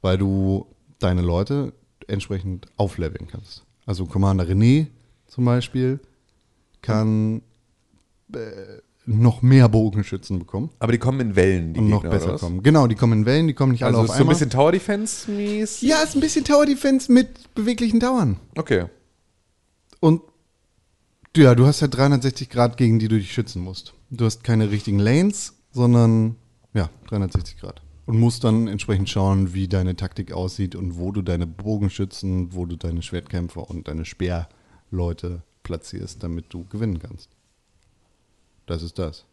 S2: weil du deine Leute entsprechend aufleveln kannst. Also Commander René zum Beispiel kann äh, noch mehr Bogenschützen bekommen
S3: Aber die kommen in Wellen, die
S2: und noch
S3: Gegner,
S2: besser
S3: oder was?
S2: kommen. Genau, die kommen in Wellen, die kommen nicht alle
S3: Also
S2: auf
S3: ist so ein
S2: einmal.
S3: bisschen Tower Defense-mäßig.
S2: ja, ist ein bisschen Tower Defense mit beweglichen Dauern.
S3: Okay.
S2: Und ja, du hast halt 360 Grad, gegen die du dich schützen musst. Du hast keine richtigen Lanes, sondern ja, 360 Grad. Und musst dann entsprechend schauen, wie deine Taktik aussieht und wo du deine Bogenschützen, wo du deine Schwertkämpfer und deine Speerleute platzierst, damit du gewinnen kannst. Das ist das.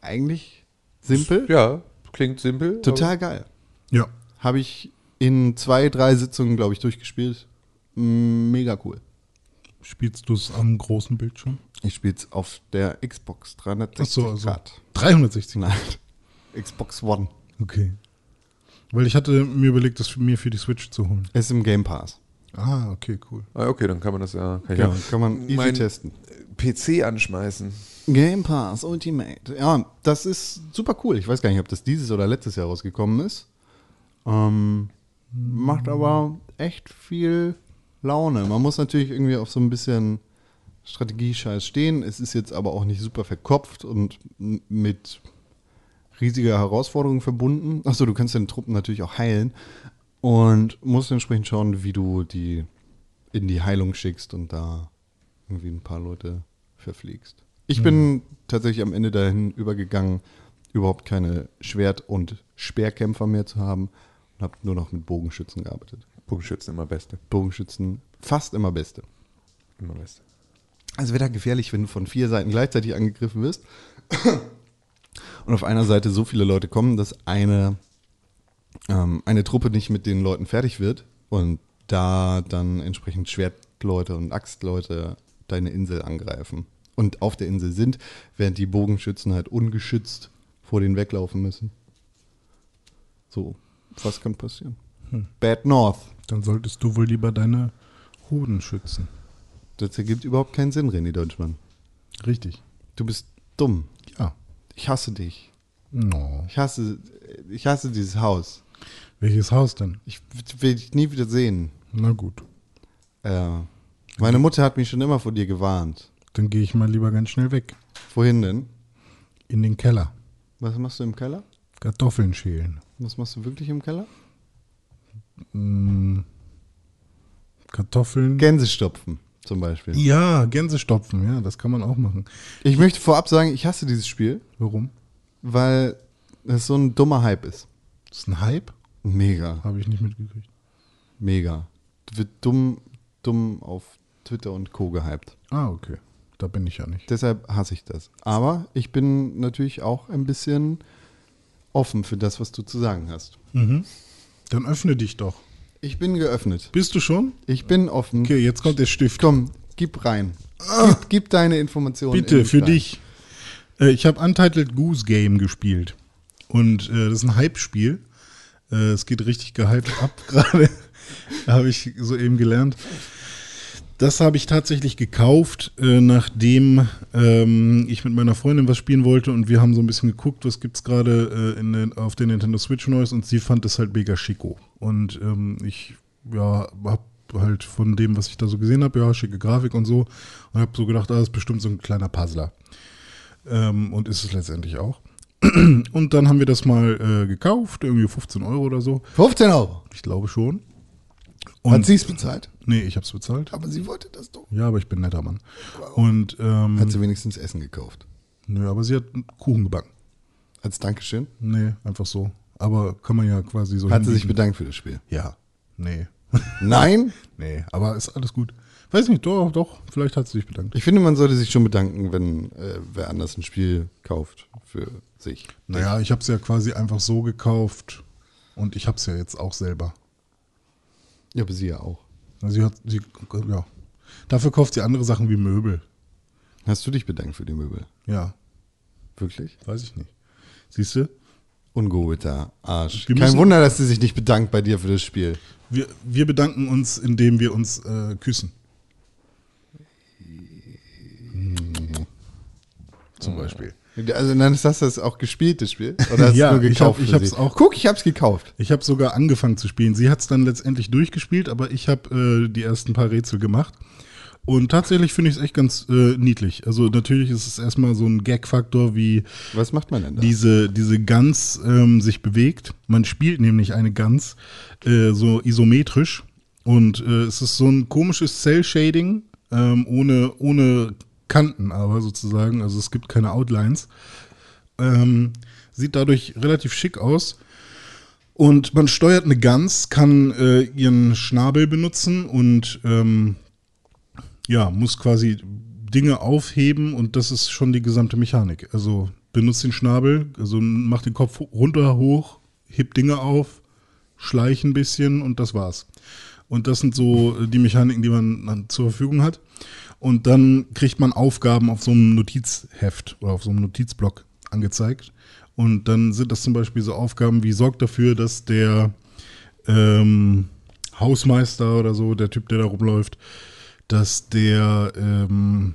S2: Eigentlich simpel,
S3: Ja, klingt simpel.
S2: total geil.
S4: Ja.
S2: Habe ich in zwei, drei Sitzungen, glaube ich, durchgespielt. Mega cool.
S4: Spielst du es am großen Bildschirm?
S2: Ich spiele es auf der Xbox 360
S4: Achso, also
S2: Grad.
S4: 360.
S2: Nein, Xbox One.
S4: Okay. Weil ich hatte mir überlegt, das für- mir für die Switch zu holen.
S2: Ist im Game Pass.
S4: Ah, okay, cool.
S3: Ah, okay, dann kann man das ja. Kann ich
S2: Ja,
S3: ja.
S2: Genau, kann man easy
S3: Mein-
S2: testen.
S3: PC anschmeißen.
S2: Game Pass Ultimate. Ja, das ist super cool. Ich weiß gar nicht, ob das dieses oder letztes Jahr rausgekommen ist. Ähm, macht aber echt viel Laune. Man muss natürlich irgendwie auf so ein bisschen Strategiescheiß stehen. Es ist jetzt aber auch nicht super verkopft und m- mit riesiger Herausforderung verbunden. Achso, du kannst deine Truppen natürlich auch heilen und musst entsprechend schauen, wie du die in die Heilung schickst und da irgendwie ein paar Leute verpflegst. Ich bin tatsächlich am Ende dahin übergegangen, überhaupt keine Schwert- und Speerkämpfer mehr zu haben und habe nur noch mit Bogenschützen gearbeitet.
S3: Bogenschützen immer beste.
S2: Bogenschützen fast immer beste.
S3: Immer beste.
S2: Also wird da gefährlich, wenn du von vier Seiten gleichzeitig angegriffen wirst [CLEARS THROAT] und auf einer Seite so viele Leute kommen, dass eine, ähm, eine Truppe nicht mit den Leuten fertig wird und da dann entsprechend Schwertleute und Axtleute deine Insel angreifen und auf der Insel sind, während die Bogenschützen halt ungeschützt vor denen weglaufen müssen. So, was kann passieren? Bad North.
S4: Dann solltest du wohl lieber deine Hoden schützen.
S2: Das ergibt überhaupt keinen Sinn, René Deutschmann.
S4: Richtig.
S2: Du bist dumm.
S4: Ja.
S2: Ich hasse dich.
S4: No.
S2: Ich hasse, ich hasse dieses Haus.
S4: Welches Haus denn?
S2: Ich will dich nie wieder sehen.
S4: Na gut.
S2: Äh, meine Mutter hat mich schon immer vor dir gewarnt.
S4: Dann gehe ich mal lieber ganz schnell weg.
S2: Wohin denn?
S4: In den Keller.
S2: Was machst du im Keller?
S4: Kartoffeln schälen.
S2: Was machst du wirklich im Keller?
S4: Mm. Kartoffeln.
S2: Gänse stopfen zum Beispiel.
S4: ja, Gänse stopfen. Ja, das kann man auch machen.
S2: Ich möchte vorab sagen, ich hasse dieses Spiel,
S4: Warum?
S2: weil es so ein dummer Hype ist.
S4: Das ist ein Hype?
S2: Mega,
S4: Habe ich nicht mitgekriegt.
S2: mega. Wird dumm, dumm auf Twitter und Co. gehypt.
S4: Ah, okay. Da bin ich ja nicht.
S2: Deshalb hasse ich das. Aber ich bin natürlich auch ein bisschen offen für das, was du zu sagen hast.
S4: Dann öffne dich doch.
S2: Ich bin geöffnet.
S4: Bist du schon?
S2: Ich bin offen.
S4: Okay, jetzt kommt der Stift.
S2: Komm, gib rein. Gib, gib deine Informationen. in
S4: Bitte,
S2: den
S4: für
S2: Stein.
S4: dich. Äh, ich habe Untitled Goose Game gespielt. Und äh, das ist ein Hype-Spiel. Äh, es geht richtig gehypt ab [LAUGHS] gerade. habe ich soeben gelernt. Das habe ich tatsächlich gekauft, äh, nachdem ähm, ich mit meiner Freundin was spielen wollte und wir haben so ein bisschen geguckt, was gibt's gerade äh, in den- auf der Nintendo Switch Neues und sie fand das halt mega schicko. Und ähm, ich ja, hab halt von dem, was ich da so gesehen habe, ja, schicke Grafik und so. Und hab so gedacht, ah, das ist bestimmt so ein kleiner Puzzler. Ähm, und ist es letztendlich auch. [CLEARS THROAT] Und dann haben wir das mal äh, gekauft, irgendwie 15 Euro oder so.
S2: 15 Euro.
S4: Ich glaube schon.
S2: Hat
S4: Und
S2: sie es bezahlt?
S4: nee, ich hab's bezahlt.
S2: Aber sie wollte das doch.
S4: Ja, aber ich bin ein netter Mann. Und ähm,
S2: Hat sie wenigstens Essen gekauft.
S4: nö, aber sie hat einen Kuchen gebacken.
S2: Als Dankeschön.
S4: Nee, einfach so. Aber kann man ja quasi so.
S2: Hat sie sich
S4: hinbieten.
S2: bedankt für das Spiel?
S4: Ja. Nee. [LAUGHS]
S2: Nein?
S4: nee, aber ist alles gut. Weiß nicht, doch, doch, vielleicht hat sie sich bedankt.
S2: Ich finde, man sollte sich schon bedanken, wenn äh, wer anders ein Spiel kauft für sich.
S4: Naja, ich hab's ja quasi einfach so gekauft und ich hab's ja jetzt auch selber.
S2: Ja, aber sie ja auch.
S4: Sie hat, sie, ja. Dafür kauft sie andere Sachen wie Möbel.
S2: Hast du dich bedankt für die Möbel?
S4: Ja,
S2: Wirklich?
S4: weiß ich nicht. Siehst du?
S2: Ungeholter Arsch.
S4: Wir
S2: Kein
S4: müssen-
S2: Wunder, dass sie sich nicht bedankt bei dir für das Spiel.
S4: Wir, wir bedanken uns, indem wir uns äh, küssen. Hm. Zum Beispiel.
S2: Also dann ist das das auch gespielt, das Spiel?
S4: [LAUGHS]
S2: Oder hast
S4: Ja,
S2: du nur
S4: ich
S2: gekauft?
S4: hab- ich
S2: für
S4: hab's
S2: sie?
S4: auch-
S2: Guck, ich hab's gekauft.
S4: Ich habe sogar angefangen zu spielen. Sie hat es dann letztendlich durchgespielt, aber ich habe äh, die ersten paar Rätsel gemacht. Und tatsächlich finde ich es echt ganz äh, niedlich. Also natürlich ist es erstmal so ein Gag-Faktor, wie
S2: Was macht man denn da?
S4: Äh, diese, diese Gans ähm, sich bewegt. Man spielt nämlich eine Gans äh, so isometrisch. Und äh, es ist so ein komisches Cell-Shading ähm, ohne, ohne Kanten aber sozusagen. Also es gibt keine Outlines. Ähm, sieht dadurch relativ schick aus. Und man steuert eine Gans, kann äh, ihren Schnabel benutzen und ähm, ja, muss quasi Dinge aufheben und das ist schon die gesamte Mechanik. Also benutzt den Schnabel, also macht den Kopf runter, hoch, hebt Dinge auf, schleicht ein bisschen und das war's. Und das sind so äh, die Mechaniken, die man dann zur Verfügung hat. Und dann kriegt man Aufgaben auf so einem Notizheft oder auf so einem Notizblock angezeigt. Und dann sind das zum Beispiel so Aufgaben wie sorgt dafür, dass der ähm, Hausmeister oder so, der Typ, der da rumläuft, dass der ähm,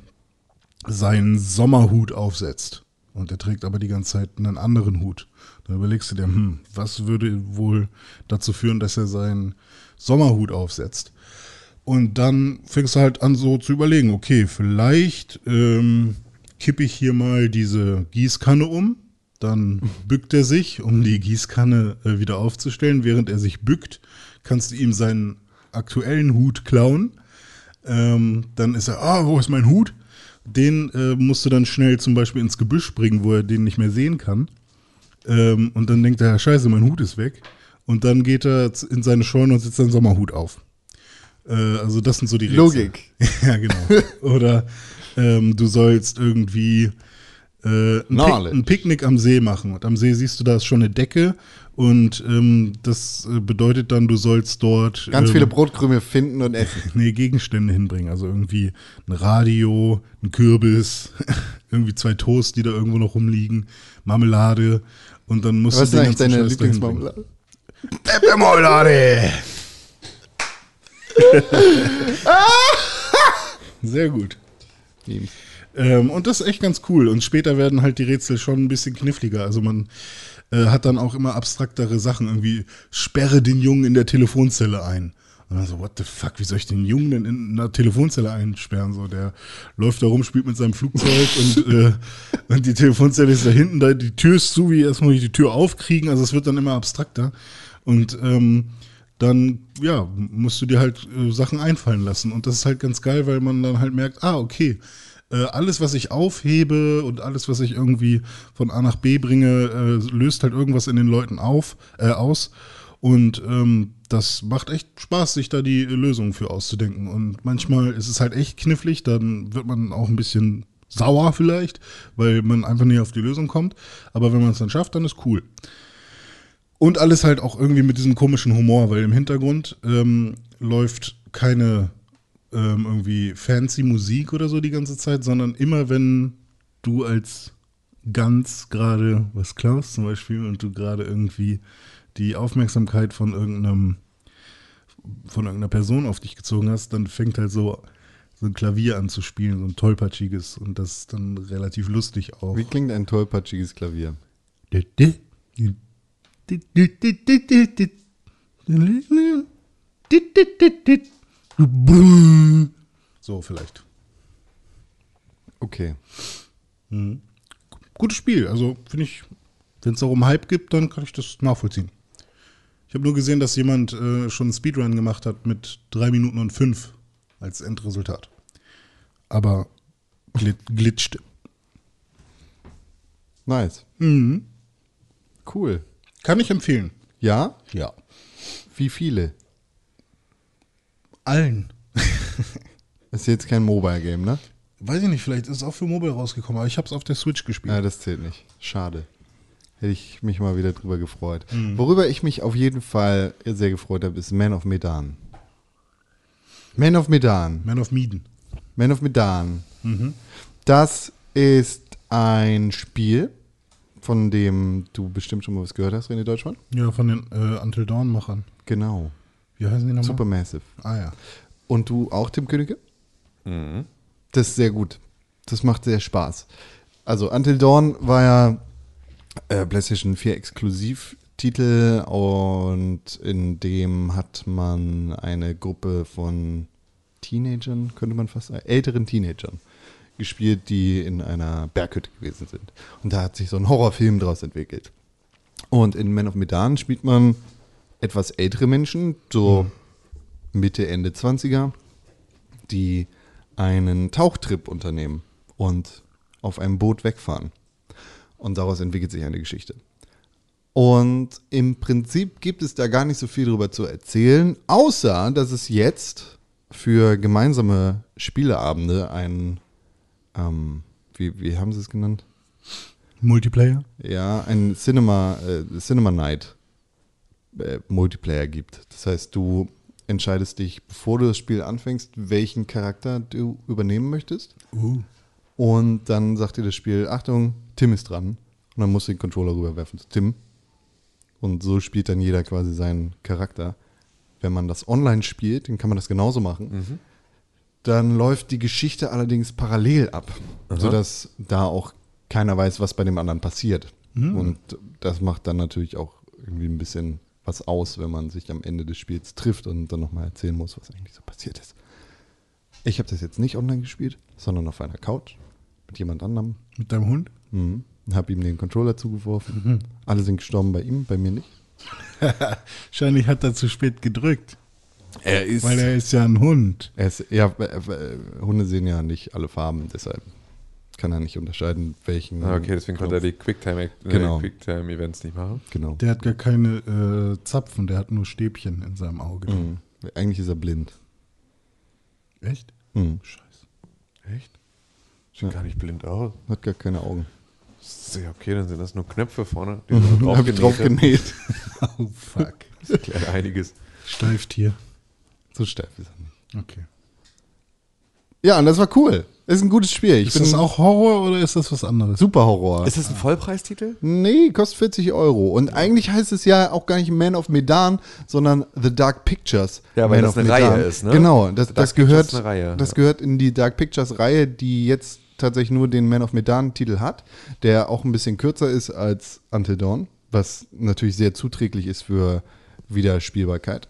S4: seinen Sommerhut aufsetzt. Und er trägt aber die ganze Zeit einen anderen Hut. Dann überlegst du dir, hm, was würde wohl dazu führen, dass er seinen Sommerhut aufsetzt? Und dann fängst du halt an, so zu überlegen, okay, vielleicht ähm, kippe ich hier mal diese Gießkanne um. Dann bückt er sich, um die Gießkanne äh, wieder aufzustellen. Während er sich bückt, kannst du ihm seinen aktuellen Hut klauen. Ähm, dann ist er, ah, wo ist mein Hut? Den äh, musst du dann schnell zum Beispiel ins Gebüsch bringen, wo er den nicht mehr sehen kann. Ähm, und dann denkt er, scheiße, mein Hut ist weg. Und dann geht er z- in seine Scheune und setzt seinen Sommerhut auf. Äh, also das sind so die Rätsel.
S2: Logik.
S4: [LAUGHS] ja, genau. Oder ähm, du sollst irgendwie äh, ein,
S2: Knowledge.
S4: Pick, ein Picknick am See machen. Und am See siehst du, da ist schon eine Decke. Und ähm, das äh, bedeutet dann, du sollst dort
S2: Ganz
S4: ähm,
S2: viele Brotkrümel finden und essen.
S4: nee, Gegenstände hinbringen. Also irgendwie ein Radio, ein Kürbis, [LAUGHS] irgendwie zwei Toast, die da irgendwo noch rumliegen, Marmelade. Und dann musst
S2: Was ist
S4: du den
S2: eigentlich
S4: ganzen
S2: deine
S4: Scheiß da hinbringen.
S2: Lieblingsmarmelade? [LAUGHS]
S4: Peppermarmelade!
S2: Ah!
S4: Sehr gut.
S2: Memes.
S4: Ähm, und das ist echt ganz cool. Und später werden halt die Rätsel schon ein bisschen kniffliger. Also man äh, hat dann auch immer abstraktere Sachen. Irgendwie sperre den Jungen in der Telefonzelle ein. Und dann so, what the fuck, wie soll ich den Jungen denn in einer Telefonzelle einsperren? So, der läuft da rum, spielt mit seinem Flugzeug und, äh, und die Telefonzelle ist da hinten, da die Tür ist zu, wie erst muss ich die Tür aufkriegen. Also es wird dann immer abstrakter. Und ähm, dann ja, musst du dir halt äh, Sachen einfallen lassen. Und das ist halt ganz geil, weil man dann halt merkt, ah, okay, äh, alles, was ich aufhebe und alles, was ich irgendwie von A nach B bringe, äh, löst halt irgendwas in den Leuten auf, äh, aus. Und ähm, das macht echt Spaß, sich da die äh, Lösungen für auszudenken. Und manchmal ist es halt echt knifflig, dann wird man auch ein bisschen sauer vielleicht, weil man einfach nicht auf die Lösung kommt. Aber wenn man es dann schafft, dann ist cool. Und alles halt auch irgendwie mit diesem komischen Humor, weil im Hintergrund ähm, läuft keine ähm, irgendwie fancy Musik oder so die ganze Zeit, sondern immer wenn du als ganz gerade was klaust zum Beispiel und du gerade irgendwie die Aufmerksamkeit von irgendeinem von irgendeiner Person auf dich gezogen hast, dann fängt halt so so ein Klavier an zu spielen, so ein tollpatschiges und das ist dann relativ lustig auch.
S2: Wie klingt ein tollpatschiges Klavier?
S4: Das
S5: Dit, dit, dit, dit. Brrr.
S4: So vielleicht.
S2: Okay.
S4: Gutes Spiel. Also finde ich, wenn es darum Hype gibt, dann kann ich das nachvollziehen. Ich habe nur gesehen, dass jemand äh, schon einen Speedrun gemacht hat mit 3 Minuten und 5 als Endresultat. Aber glit glitscht.
S2: Nice.
S4: Mhm.
S2: Cool.
S4: Kann ich empfehlen.
S2: Ja?
S4: Ja.
S2: Wie viele?
S4: Allen.
S2: Ist jetzt kein Mobile-Game, ne?
S4: Weiß ich nicht, vielleicht ist es auch für Mobile rausgekommen, aber ich habe es auf der Switch gespielt.
S2: Ja, das zählt nicht. Schade. Hätte ich mich mal wieder drüber gefreut.
S4: Mhm.
S2: Worüber ich mich auf jeden Fall sehr gefreut habe, ist Man of Medan. Man of Medan.
S4: Man of Medan.
S2: Man of Medan. Das ist ein Spiel, von dem du bestimmt schon mal was gehört hast, René Deutschmann.
S4: Ja, von den äh, Until Dawn-Machern.
S2: Genau.
S4: Wie heißen die nochmal?
S2: Supermassive.
S4: Ah ja.
S2: Und du auch, Tim Königke? Das ist sehr gut. Das macht sehr Spaß. Also Until Dawn war ja äh, PlayStation 4 Exklusivtitel und in dem hat man eine Gruppe von Teenagern, könnte man fast sagen, älteren Teenagern gespielt, die in einer Berghütte gewesen sind. Und da hat sich so ein Horrorfilm draus entwickelt. Und in Man of Medan spielt man etwas ältere Menschen, so Mitte, Ende 20er, die einen Tauchtrip unternehmen und auf einem Boot wegfahren. Und daraus entwickelt sich eine Geschichte. Und im Prinzip gibt es da gar nicht so viel drüber zu erzählen, außer dass es jetzt für gemeinsame Spieleabende ein, ähm, wie, wie haben sie es genannt?
S4: Multiplayer?
S2: Ja, ein Cinema, äh, Cinema Night äh, Multiplayer gibt. Das heißt, du entscheidest dich, bevor du das Spiel anfängst, welchen Charakter du übernehmen möchtest.
S4: Uh.
S2: Und dann sagt dir das Spiel, Achtung, Tim ist dran. Und dann musst du den Controller rüberwerfen zu Tim. Und so spielt dann jeder quasi seinen Charakter. Wenn man das online spielt, dann kann man das genauso machen. Dann läuft die Geschichte allerdings parallel ab, sodass da auch keiner weiß, was bei dem anderen passiert. Und das macht dann natürlich auch irgendwie ein bisschen was aus, wenn man sich am Ende des Spiels trifft und dann nochmal erzählen muss, was eigentlich so passiert ist. Ich habe das jetzt nicht online gespielt, sondern auf einer Couch mit jemand anderem.
S4: Mit deinem Hund?
S2: Mhm. Hab ihm den Controller zugeworfen. Alle sind gestorben bei ihm, bei mir nicht.
S4: Wahrscheinlich hat er zu spät gedrückt,
S2: Er ist.
S4: weil er ist ja ein Hund.
S2: Er ist, ja, äh, äh, Hunde sehen ja nicht alle Farben, deshalb kann er nicht unterscheiden, welchen.
S3: Ah, okay, deswegen konnte er die Quicktime- äh,
S2: Genau.
S3: Quicktime-Events nicht machen.
S2: Genau.
S4: Der hat gar keine äh, Zapfen, der hat nur Stäbchen in seinem Auge.
S2: Mhm. Eigentlich ist er blind.
S4: Echt?
S2: Mhm.
S4: Scheiße.
S3: Echt? Sieht gar nicht blind aus.
S2: Hat gar keine Augen.
S3: Ist ja okay, dann sind das nur Knöpfe vorne.
S2: [LAUGHS]
S3: Die sind [LAUGHS] drauf
S2: Hab ich drauf
S3: genäht.
S2: genäht.
S4: [LAUGHS] Oh, fuck.
S3: Erklärt einiges.
S4: Steiftier.
S2: so steif ist er nicht.
S4: Okay.
S2: Ja, und das war cool. Ist ein gutes Spiel. Ich
S4: Ist
S2: bin
S4: das auch Horror oder ist das was anderes?
S2: super Horror.
S3: das ein Vollpreistitel?
S2: Nee, kostet 40 Euro. Und eigentlich heißt es ja auch gar nicht Man of Medan, sondern The Dark Pictures.
S3: Ja, weil
S2: Man
S3: das
S2: of
S3: eine
S2: Medan.
S3: Reihe ist, ne?
S2: Genau, das,
S3: The Dark
S2: das,
S3: Pictures
S2: gehört,
S3: ist eine Reihe,
S2: das
S3: ja.
S2: gehört in die Dark Pictures Reihe, die jetzt tatsächlich nur den Man of Medan-Titel hat, der auch ein bisschen kürzer ist als Until Dawn, was natürlich sehr zuträglich ist für Wiederspielbarkeit.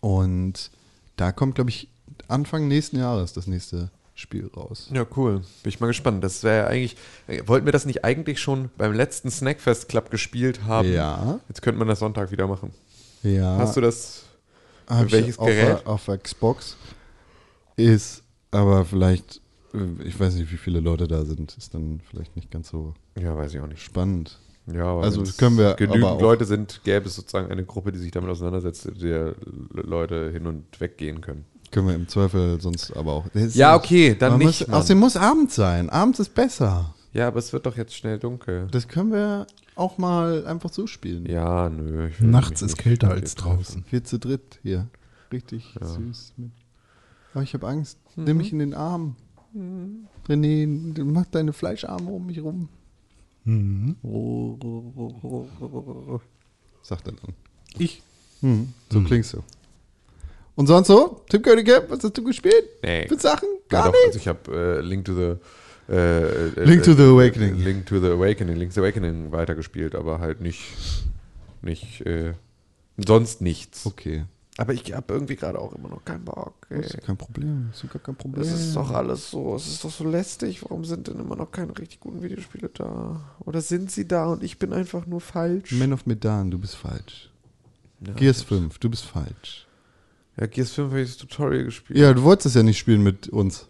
S2: Und da kommt, glaube ich, Anfang nächsten Jahres das nächste Spiel raus.
S3: Ja, cool. Bin ich mal gespannt. Das wäre ja eigentlich. äh, Wollten wir das nicht eigentlich schon beim letzten Snackfest Club gespielt haben?
S2: Ja.
S3: Jetzt könnte man das Sonntag wieder machen.
S2: Ja.
S3: Hast du das?
S2: Hab
S3: Welches
S2: ich auf,
S3: Gerät?
S2: Auf Xbox ist, aber vielleicht, äh, ich weiß nicht, wie viele Leute da sind, ist dann vielleicht nicht ganz so
S3: Ja, weiß ich auch nicht.
S2: spannend.
S3: Ja, aber
S2: Also,
S3: wenn's
S2: das können wir
S3: genügend
S2: aber auch-
S3: Leute sind, gäbe es sozusagen eine Gruppe, die sich damit auseinandersetzt, der Leute hin und weg gehen können.
S2: Können wir im Zweifel sonst aber auch. Das ist
S3: Ja, okay, dann
S2: man
S3: nicht,
S2: Muss,
S3: Mann.
S2: außerdem muss abends sein. Abends ist besser.
S3: Ja, aber es wird doch jetzt schnell dunkel.
S2: Das können wir auch mal einfach so spielen.
S3: Ja, nö. ich will
S4: Hm. Nachts
S3: mich
S4: ist
S3: nicht
S4: kälter
S3: mit dir
S4: als
S3: treffen.
S4: draußen.
S2: Wir zu dritt hier. Richtig süß. Mit. Oh, ich habe Angst.
S3: Mhm.
S2: Nimm mich in den Arm. René, du- mach deine Fleischarme um mich rum.
S3: Mhm.
S2: Sagt er dann.
S4: Ich?
S2: Mhm. So klingst du. Und sonst so? Tim Königke, was hast du gespielt?
S3: Nee.
S2: Für Sachen?
S3: Ja,
S2: Gar
S3: doch, also
S2: nicht.
S3: ich habe äh, Link to the äh, äh,
S2: Link to the
S3: äh,
S2: Awakening.
S3: Link to the Awakening, Link's Awakening weitergespielt, aber halt nicht nicht äh, sonst nichts.
S2: Okay.
S3: Aber ich habe irgendwie gerade auch immer noch keinen Bock. Ey.
S2: Ist ja kein Problem. Ist ja gar kein Problem.
S3: Es ist doch alles so, es ist doch so lästig. Warum sind denn immer noch keine richtig guten Videospiele da? Oder sind sie da und ich bin einfach nur falsch?
S2: Man of Medan, du bist falsch.
S3: Ja.
S2: Gears 5, du bist falsch.
S3: Ja, Gears 5 habe ich das Tutorial gespielt.
S2: Ja, du wolltest es ja nicht spielen mit uns.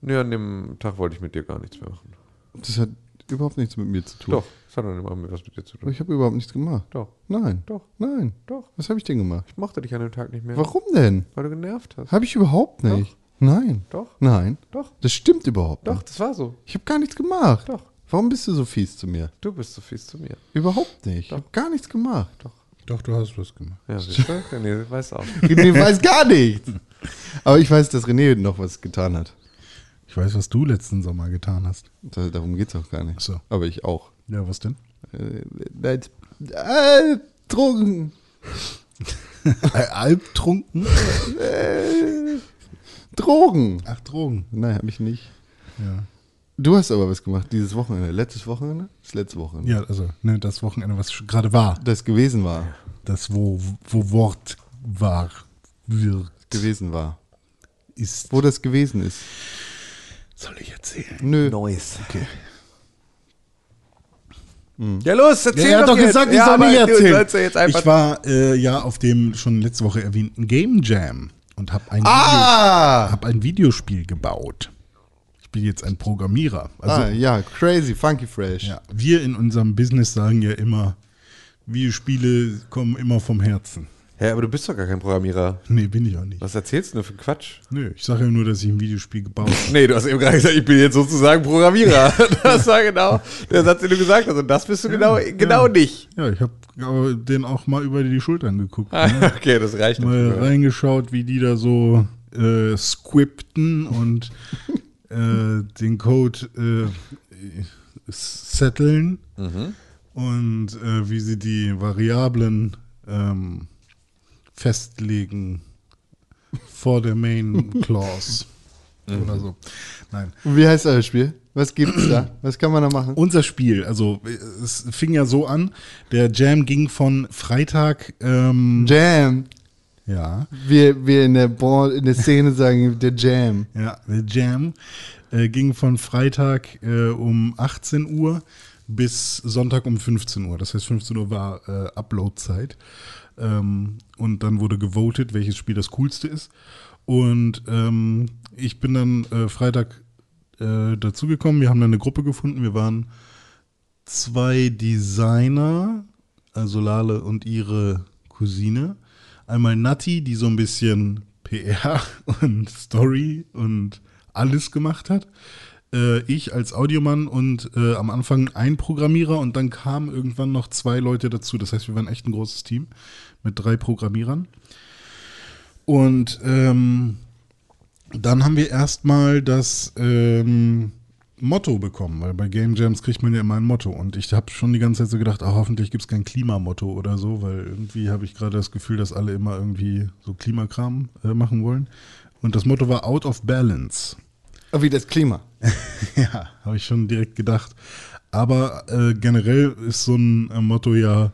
S3: Nö, an dem Tag wollte ich mit dir gar nichts mehr machen.
S2: Das hat überhaupt nichts mit mir zu tun.
S3: Doch, das hat dann immer was mit dir zu
S2: Aber
S3: tun.
S2: Ich habe überhaupt nichts gemacht.
S3: Doch,
S2: Nein.
S3: Doch.
S2: Nein.
S3: doch.
S2: Was habe ich denn gemacht?
S3: Ich mochte dich an dem Tag nicht mehr.
S2: Warum denn?
S3: Weil du genervt hast.
S2: Habe ich überhaupt nicht. Nein.
S3: Doch,
S2: Nein.
S3: doch,
S2: Das stimmt überhaupt
S3: doch,
S2: nicht.
S3: das war so.
S2: Ich habe gar nichts gemacht.
S3: Doch.
S2: Warum bist du so fies zu mir?
S3: Du bist so fies zu mir.
S2: Überhaupt nicht. Ich habe gar nichts gemacht. [LAUGHS]
S4: Doch, du hast was gemacht.
S3: Ja, siehst
S4: [LAUGHS]
S3: du? Nee, weißt auch.
S4: Hm.
S2: René weiß gar nichts. Aber ich weiß, dass René noch was getan hat.
S4: Ich weiß, was du letzten Sommer getan hast.
S2: Da, darum geht es auch gar nicht.
S4: Ach so.
S2: Aber ich auch.
S4: Ja, was denn?
S2: Äh, nein, äh, Drogen.
S4: Albtrunken?
S2: Äh, Drogen.
S4: Ach, Drogen.
S2: Nein, habe ich nicht.
S4: Ja.
S2: Du hast aber was gemacht dieses Wochenende. Letztes Wochenende? Das letzte Wochenende.
S4: Ja, also, ne, das Wochenende, was sch- gerade war.
S2: Das gewesen war.
S4: Das, wo, wo Wort war, wird,
S2: Gewesen war.
S4: ist.
S2: Wo das gewesen ist.
S4: Soll ich erzählen?
S2: Nö.
S3: Neues. Okay. Ja, los, erzähl
S4: Ja, er hat doch
S3: jetzt.
S4: gesagt, ich
S3: ja,
S4: soll
S3: aber
S4: nicht
S3: Du
S4: erzählen.
S3: sollst ja jetzt einfach
S4: Ich war äh, ja auf dem schon letzte Woche erwähnten Game Jam und habe ein, Video,
S2: Ah!
S4: hab ein Videospiel gebaut. Ich bin jetzt ein Programmierer. Also,
S2: ah! Ja, crazy, funky fresh.
S4: ja, wir in unserem Business sagen ja immer, Videospiele kommen immer vom Herzen. [LAUGHS]
S3: Hä, aber du bist doch gar kein Programmierer.
S4: Nee, bin ich auch nicht.
S3: Was erzählst du denn für Quatsch?
S4: Nö, ich sage ja nur, dass ich ein Videospiel gebaut habe.
S3: Nee, du hast eben gerade gesagt, ich bin jetzt sozusagen Programmierer. [LAUGHS] Das war genau der Satz, den du gesagt hast. Und das bist du genau, genau
S4: ja.
S3: nicht.
S4: Ja, ich habe den auch mal über die Schultern geguckt.
S3: Ah,
S4: Ne?
S3: Okay, das reicht
S4: mal
S3: nicht.
S4: reingeschaut, wie die da so äh, scripten und äh, den Code äh, setteln und äh, wie sie die Variablen ähm, festlegen vor der Main Clause. Oder so. Nein.
S2: Und wie heißt euer Spiel? Was gibt's da? Was kann man da machen?
S4: Unser Spiel, also äh, es fing ja so an, der Jam ging von Freitag, ähm,
S2: Jam.
S4: ja,
S2: Wir, wir in, der Bran- in der Szene sagen der Jam.
S4: Ja, The Jam äh, ging von Freitag äh, um 18 Uhr bis Sonntag um 15 Uhr. Das heißt, 15 Uhr war äh, Upload-Zeit. Ähm, und dann wurde gewotet, welches Spiel das coolste ist. Und ähm, ich bin dann äh, Freitag äh, dazugekommen. Wir haben dann eine Gruppe gefunden. Wir waren zwei Designer, also Lale und ihre Cousine. Einmal Nati, die so ein bisschen PR [LAUGHS] und Story und alles gemacht hat. Äh, ich als Audiomann und äh, am Anfang ein Programmierer und dann kamen irgendwann noch zwei Leute dazu. Das heißt, wir waren echt ein großes Team mit drei Programmierern. Und ähm, dann haben wir erstmal das ähm, Motto bekommen, weil bei Game Jams kriegt man ja immer ein Motto. Und ich habe schon die ganze Zeit so gedacht, ah, hoffentlich gibt es kein Klimamotto oder so, weil irgendwie habe ich gerade das Gefühl, dass alle immer irgendwie so Klimakram äh, machen wollen. Und das Motto war Out of Balance.
S2: Oh, wie das Klima.
S4: [LAUGHS] Ja, habe ich schon direkt gedacht. Aber äh, generell ist so ein äh, Motto ja,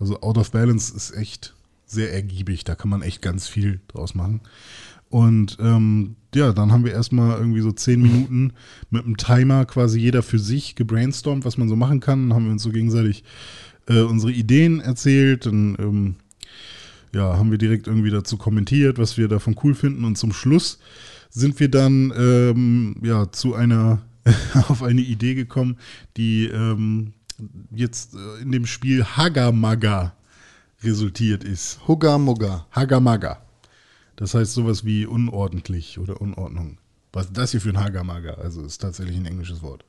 S4: also Out of Balance ist echt sehr ergiebig. Da kann man echt ganz viel draus machen. Und ähm, ja, dann haben wir erstmal irgendwie so zehn Minuten mit einem Timer quasi jeder für sich gebrainstormt, was man so machen kann. Dann haben wir uns so gegenseitig äh, unsere Ideen erzählt. Dann ähm, ja, haben wir direkt irgendwie dazu kommentiert, was wir davon cool finden. Und zum Schluss sind wir dann ähm, ja, zu einer, [LAUGHS] auf eine Idee gekommen, die ähm, jetzt äh, in dem Spiel Hagamaga resultiert ist.
S2: Hugga Mugga.
S4: Hagamaga. Das heißt sowas wie unordentlich oder Unordnung. Was ist das hier für ein Hagamaga? Also ist tatsächlich ein englisches Wort.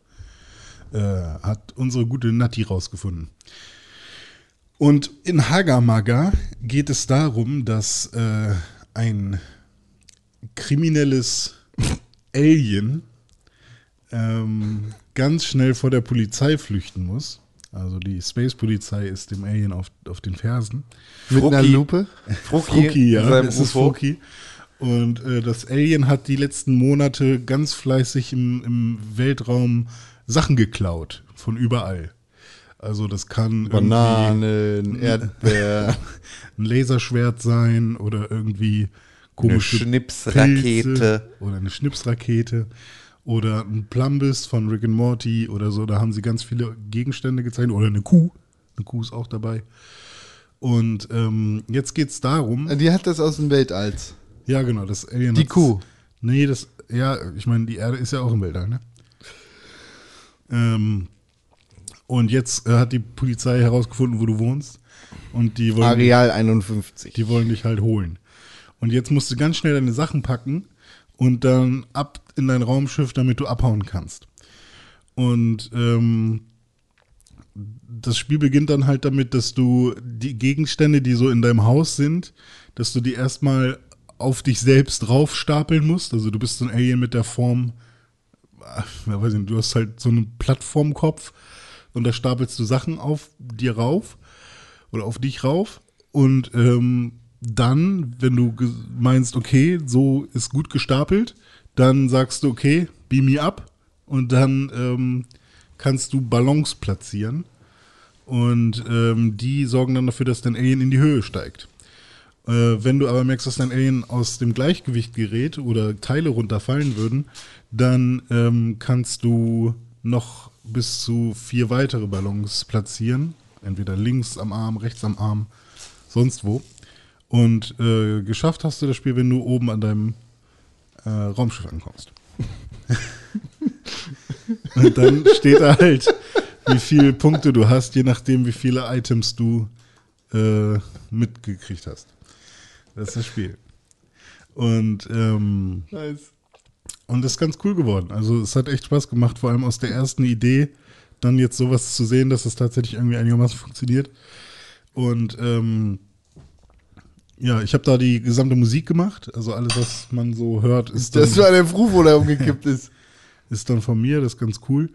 S4: Äh, hat unsere gute Natti rausgefunden. Und in Hagamaga geht es darum, dass äh, ein kriminelles Alien ähm, ganz schnell vor der Polizei flüchten muss. Also die Space-Polizei ist dem Alien auf, auf den Fersen.
S2: Mit einer
S3: Frucki.
S2: Lupe.
S3: Fruki,
S4: Fruki, ja,
S3: seinem
S4: es ist
S3: UFO.
S4: Fruki. Und äh, das Alien hat die letzten Monate ganz fleißig im, im Weltraum Sachen geklaut. Von überall. Also das kann
S2: Bananen, Erdbeer.
S4: irgendwie ein Laserschwert sein oder irgendwie komische
S3: Schnipsrakete.
S4: Pilze Oder eine Schnipsrakete. Oder ein Plumbus von Rick and Morty oder so. Da haben sie ganz viele Gegenstände gezeigt. Oder eine Kuh. Eine Kuh ist auch dabei. Und ähm, jetzt geht es darum.
S2: Die hat das aus dem Weltall.
S4: Ja, genau, das Alien.
S2: Die
S4: hat's-
S2: Kuh.
S4: Nee, das, ja, ich meine, die Erde ist ja auch im Weltall, ne? Ähm, und jetzt äh, hat die Polizei herausgefunden, wo du wohnst. Und die wollen,
S2: Areal 51.
S4: die wollen dich halt holen. Und jetzt musst du ganz schnell deine Sachen packen und dann ab in dein Raumschiff, damit du abhauen kannst. Und ähm, das Spiel beginnt dann halt damit, dass du die Gegenstände, die so in deinem Haus sind, dass du die erstmal auf dich selbst draufstapeln musst. Also du bist so ein Alien mit der Form, ah, ja, weiß ich nicht, du hast halt so einen Plattformkopf und da stapelst du Sachen auf dir rauf oder auf dich rauf. Und ähm, dann, wenn du ge- meinst, okay, so ist gut gestapelt, dann sagst du, okay, beam me up. Und dann ähm, kannst du Ballons platzieren. Und ähm, die sorgen dann dafür, dass dein Alien in die Höhe steigt. Äh, wenn du aber merkst, dass dein Alien aus dem Gleichgewicht gerät oder Teile runterfallen würden, dann ähm, kannst du noch bis zu vier weitere Ballons platzieren. Entweder links am Arm, rechts am Arm, sonst wo. Und äh, geschafft hast du das Spiel, wenn du oben an deinem äh, Raumschiff ankommst. Und dann steht da halt, wie viele Punkte du hast, je nachdem, wie viele Items du äh, mitgekriegt hast. Das ist das Spiel. Und, ähm, und das ist ganz cool geworden. Also es hat echt Spaß gemacht, vor allem aus der ersten Idee, dann jetzt sowas zu sehen, dass es tatsächlich irgendwie einigermaßen funktioniert. Und ähm, ja, ich habe da die gesamte Musik gemacht. Also alles, was man so hört, ist dann
S2: Das war der Ruf, wo der umgekippt ist.
S4: ist dann von mir, das ist ganz cool.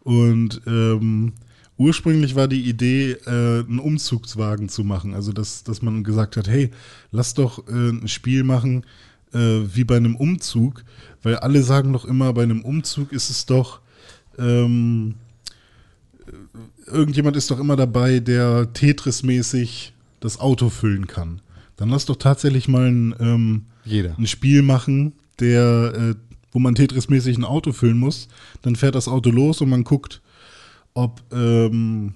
S4: Und ähm, ursprünglich war die Idee, äh, einen Umzugswagen zu machen. Also, dass, dass man gesagt hat, hey, lass doch äh, ein Spiel machen äh, wie bei einem Umzug. Weil alle sagen doch immer, bei einem Umzug ist es doch... Ähm, irgendjemand ist doch immer dabei, der Tetris-mäßig das Auto füllen kann. Dann lass doch tatsächlich mal ein, ähm,
S2: [LAUGHS] Jeder.
S4: ein Spiel machen, der, äh, wo man Tetris-mäßig ein Auto füllen muss. Dann fährt das Auto los und man guckt, ob, ähm,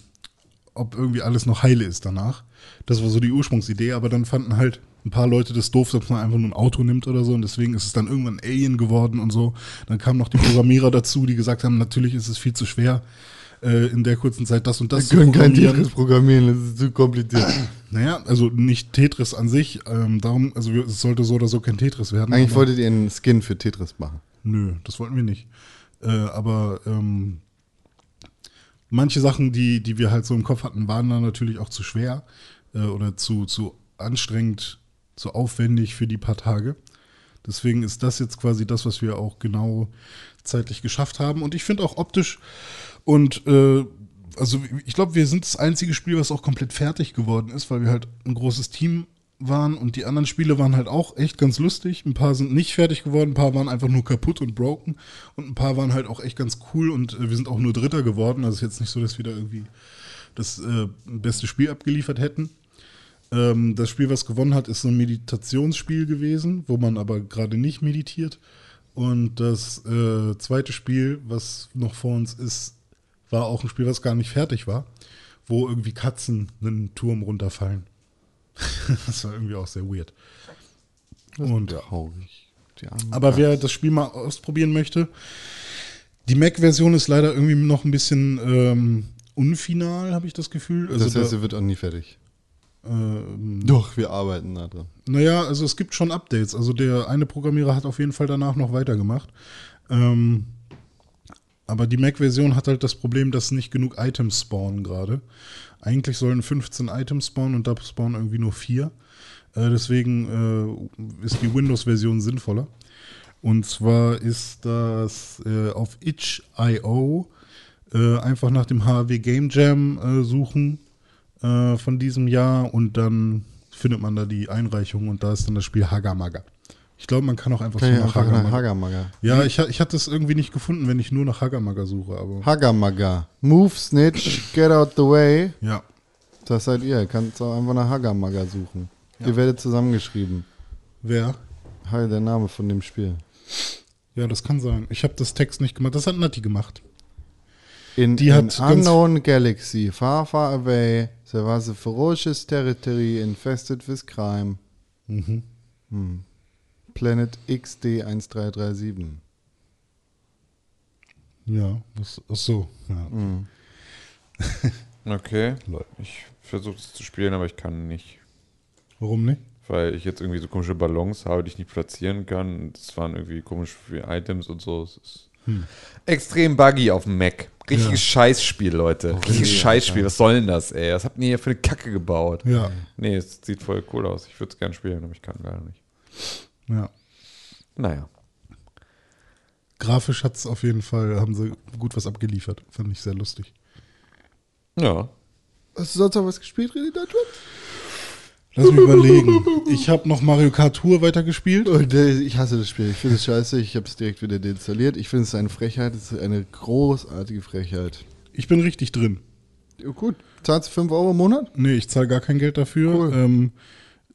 S4: ob irgendwie alles noch heile ist danach. Das war so die Ursprungsidee, aber dann fanden halt ein paar Leute das doof, dass man einfach nur ein Auto nimmt oder so und deswegen ist es dann irgendwann Alien geworden und so. Dann kamen noch die Programmierer dazu, die gesagt haben, natürlich ist es viel zu schwer, äh, in der kurzen Zeit das und das
S2: Wir können kein
S4: programmieren.
S2: Tetris programmieren, das ist zu kompliziert.
S4: Naja, also nicht Tetris an sich, ähm, darum, also wir- es sollte so oder so kein Tetris werden.
S2: Eigentlich
S4: aber-
S2: wolltet ihr einen Skin für Tetris machen.
S4: Nö, das wollten wir nicht. Äh, aber ähm, manche Sachen, die, die wir halt so im Kopf hatten, waren dann natürlich auch zu schwer äh, oder zu, zu anstrengend, zu aufwendig für die paar Tage. Deswegen ist das jetzt quasi das, was wir auch genau zeitlich geschafft haben. Und ich finde auch optisch und äh, also ich glaube, wir sind das einzige Spiel, was auch komplett fertig geworden ist, weil wir halt ein großes Team waren und die anderen Spiele waren halt auch echt ganz lustig. Ein paar sind nicht fertig geworden, ein paar waren einfach nur kaputt und broken und ein paar waren halt auch echt ganz cool und äh, wir sind auch nur Dritter geworden. Also ist jetzt nicht so, dass wir da irgendwie das äh, beste Spiel abgeliefert hätten. Ähm, das Spiel, was gewonnen hat, ist so ein Meditationsspiel gewesen, wo man aber gerade nicht meditiert. Und das äh, zweite Spiel, was noch vor uns ist, war auch ein Spiel, was gar nicht fertig war, wo irgendwie Katzen einen Turm runterfallen. [LAUGHS] das war irgendwie auch sehr weird. Und ja.
S2: Traurig. Die armen
S4: Aber wer das Spiel mal ausprobieren möchte, die Mac-Version ist leider irgendwie noch ein bisschen ähm, unfinal, habe ich das Gefühl. Also
S2: das heißt,
S4: da,
S2: ihr wird auch nie fertig.
S4: ähm,
S2: Doch, wir arbeiten da dran.
S4: Naja, also es gibt schon Updates. Also der eine Programmierer hat auf jeden Fall danach noch weitergemacht. Ähm, aber die Mac-Version hat halt das Problem, dass nicht genug Items spawnen gerade. Eigentlich sollen 15 Items spawnen und da spawnen irgendwie nur vier. Äh, deswegen äh, ist die Windows-Version sinnvoller. Und zwar ist das äh, auf itch.io äh, einfach nach dem HW Game Jam äh, suchen äh, von diesem Jahr und dann findet man da die Einreichung und da ist dann das Spiel Hagamaga. Ich glaube, man kann auch einfach
S2: Kann
S4: so
S2: ich
S4: nach
S2: einfach nach
S4: Hagamaga.
S2: Hagamaga.
S4: Ja, ich, ha- ich hatte es irgendwie nicht gefunden, wenn ich nur nach Hagamaga suche, aber.
S2: Hagamaga. Move, Snitch, get out the way.
S4: Ja.
S2: Das seid ihr. Kannst auch einfach nach Hagamaga suchen. Ihr werdet zusammengeschrieben.
S4: Wer?
S2: Hi, der Name von dem Spiel.
S4: Ja, das kann sein. Ich habe das Text nicht gemacht. Das hat Natti gemacht.
S2: In,
S4: Die
S2: an
S4: hat ganz-
S2: unknown galaxy, far, far away, there was a ferocious territory infested with crime. Hm. Planet XD1337.
S4: Ja, das, ach so. Ja.
S3: Okay.
S4: Lol.
S3: Ich versuche es zu spielen, aber ich kann nicht.
S4: Warum nicht?
S3: Weil ich jetzt irgendwie so komische Ballons habe, die ich nicht platzieren kann. Das waren irgendwie komische Items und so. Es ist
S4: Hm.
S3: Extrem buggy auf dem Mac. Richtiges Scheißspiel, Leute. Richtiges Scheißspiel. Was soll denn das, ey? Was habt ihr hier für eine Kacke gebaut?
S4: Ja.
S3: Nee, es sieht voll cool aus. Ich würde es gerne spielen, aber ich kann leider nicht.
S4: Ja.
S3: Naja.
S4: Grafisch hat's auf jeden Fall, haben sie gut was abgeliefert. Fand ich sehr lustig.
S3: Ja.
S2: Hast du sonst noch was gespielt, René Deutschland?
S4: Lass mich überlegen. Ich habe noch Mario Kart Tour weitergespielt.
S2: Und, äh, Ich hasse das Spiel. Ich finde es scheiße. Ich habe es direkt wieder deinstalliert. Ich finde es eine Frechheit. Es ist eine großartige Frechheit.
S4: Ich bin richtig drin.
S2: Ja, gut. Zahlst du 5 Euro im Monat?
S4: Nee, ich zahle gar kein Geld dafür. Ähm,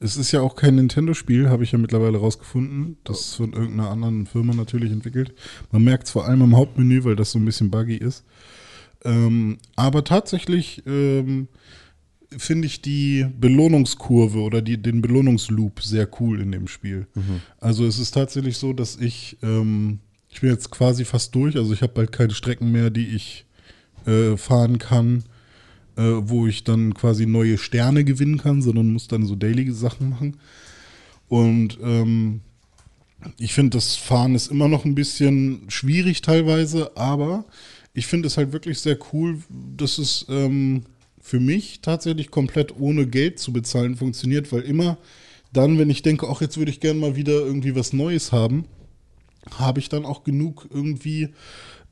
S4: es ist ja auch kein Nintendo-Spiel, habe ich ja mittlerweile rausgefunden. Das ist von irgendeiner anderen Firma natürlich entwickelt. Man merkt es vor allem im Hauptmenü, weil das so ein bisschen buggy ist. Ähm, aber tatsächlich ähm, finde ich die Belohnungskurve oder die, den Belohnungsloop sehr cool in dem Spiel. Also es ist tatsächlich so, dass ich, ähm, ich bin jetzt quasi fast durch, also ich habe bald keine Strecken mehr, die ich äh, fahren kann äh, wo ich dann quasi neue Sterne gewinnen kann, sondern muss dann so daily Sachen machen. Und ähm, ich finde, das Fahren ist immer noch ein bisschen schwierig teilweise, aber ich finde es halt wirklich sehr cool, dass es ähm, für mich tatsächlich komplett ohne Geld zu bezahlen funktioniert, weil immer dann, wenn ich denke, ach, jetzt würde ich gerne mal wieder irgendwie was Neues haben, habe ich dann auch genug irgendwie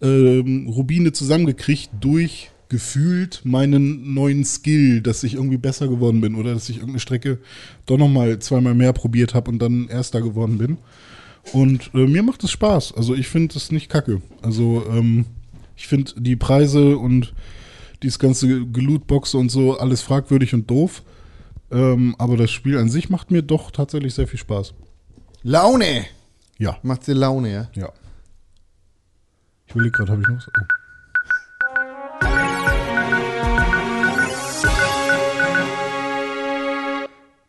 S4: ähm, Rubine zusammengekriegt durch gefühlt meinen neuen Skill, dass ich irgendwie besser geworden bin oder dass ich irgendeine Strecke doch nochmal zweimal mehr probiert habe und dann erster geworden bin. Und äh, mir macht es Spaß. Also ich finde es nicht kacke. Also ähm, ich finde die Preise und dieses ganze Gelootboxe und so alles fragwürdig und doof. Ähm, aber das Spiel an sich macht mir doch tatsächlich sehr viel Spaß.
S2: Laune!
S4: Ja.
S2: Macht dir Laune, ja?
S4: Ja. Ich überlege gerade, habe ich noch was? Oh.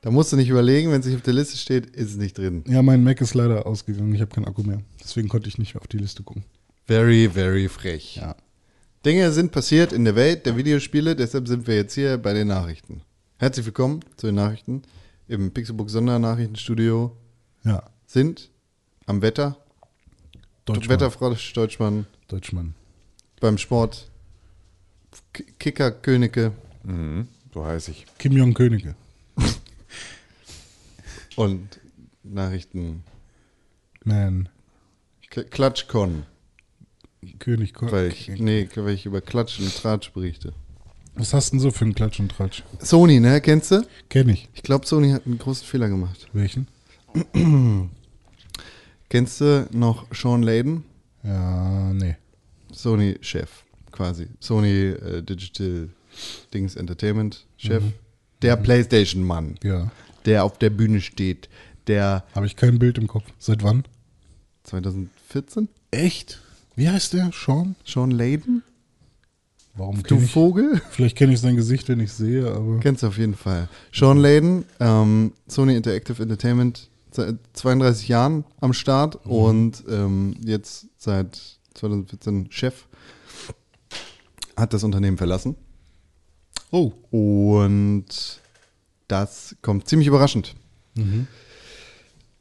S2: Da musst du nicht überlegen. Wenn es nicht auf der Liste steht, ist es nicht drin.
S4: Ja, mein Mac ist leider ausgegangen. Ich habe keinen Akku mehr. Deswegen konnte ich nicht auf die Liste gucken.
S2: Very, very frech.
S4: Ja.
S2: Dinge sind passiert in der Welt der Videospiele, deshalb sind wir jetzt hier bei den Nachrichten. Herzlich willkommen zu den Nachrichten im Pixelbook Sondernachrichtenstudio
S4: Ja.
S2: sind am Wetter,
S4: Deutschmann.
S2: Wetterfrau Deutschmann,
S4: Deutschmann.
S2: beim Sport, K Kicker Königke
S3: Mhm. So heiß ich.
S4: Kim Jong Könige.
S2: und Nachrichten
S4: Man.
S2: K Klatschkon,
S4: König Ko-
S2: weil ich, nee, weil ich über Klatsch und Tratsch berichte.
S4: Was hast du denn so für einen Klatsch und Tratsch?
S2: Sony, ne, kennst du?
S4: Kenn ich.
S2: Ich glaube, Sony hat einen großen Fehler gemacht.
S4: Welchen?
S2: Kennst du noch Sean Layden?
S4: Ja, nee.
S2: Sony-Chef quasi. Sony äh, Digital Dings Entertainment Chef. Der PlayStation-Mann,
S4: Ja.
S2: der auf der Bühne steht, der
S4: Habe ich kein Bild im Kopf. Seit wann?
S2: 2014?
S4: Echt? Wie heißt der? Sean?
S2: Sean Layden?
S4: Warum
S2: Du
S4: kenn ich?
S2: Vogel?
S4: Vielleicht kenne ich sein Gesicht, wenn ich sehe, aber.
S2: Kennst du auf jeden Fall. Sean Layden, ähm, Sony Interactive Entertainment, seit 32 Jahren am Start und ähm, jetzt seit 2014 Chef, hat das Unternehmen verlassen.
S4: Oh.
S2: Und das kommt ziemlich überraschend.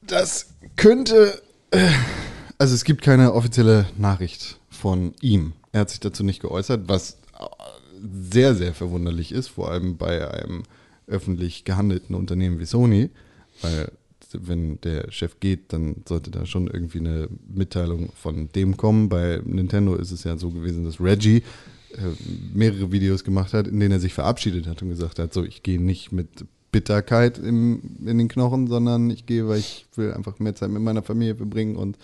S2: Das könnte. äh, Also es gibt keine offizielle Nachricht von ihm. Er hat sich dazu nicht geäußert, was äh, sehr, sehr verwunderlich ist, vor allem bei einem öffentlich gehandelten Unternehmen wie Sony, weil wenn der Chef geht, dann sollte da schon irgendwie eine Mitteilung von dem kommen. Bei Nintendo ist es ja so gewesen, dass Reggie äh, mehrere Videos gemacht hat, in denen er sich verabschiedet hat und gesagt hat, so ich gehe nicht mit Bitterkeit im, in den Knochen, sondern ich gehe, weil ich will einfach mehr Zeit mit meiner Familie verbringen und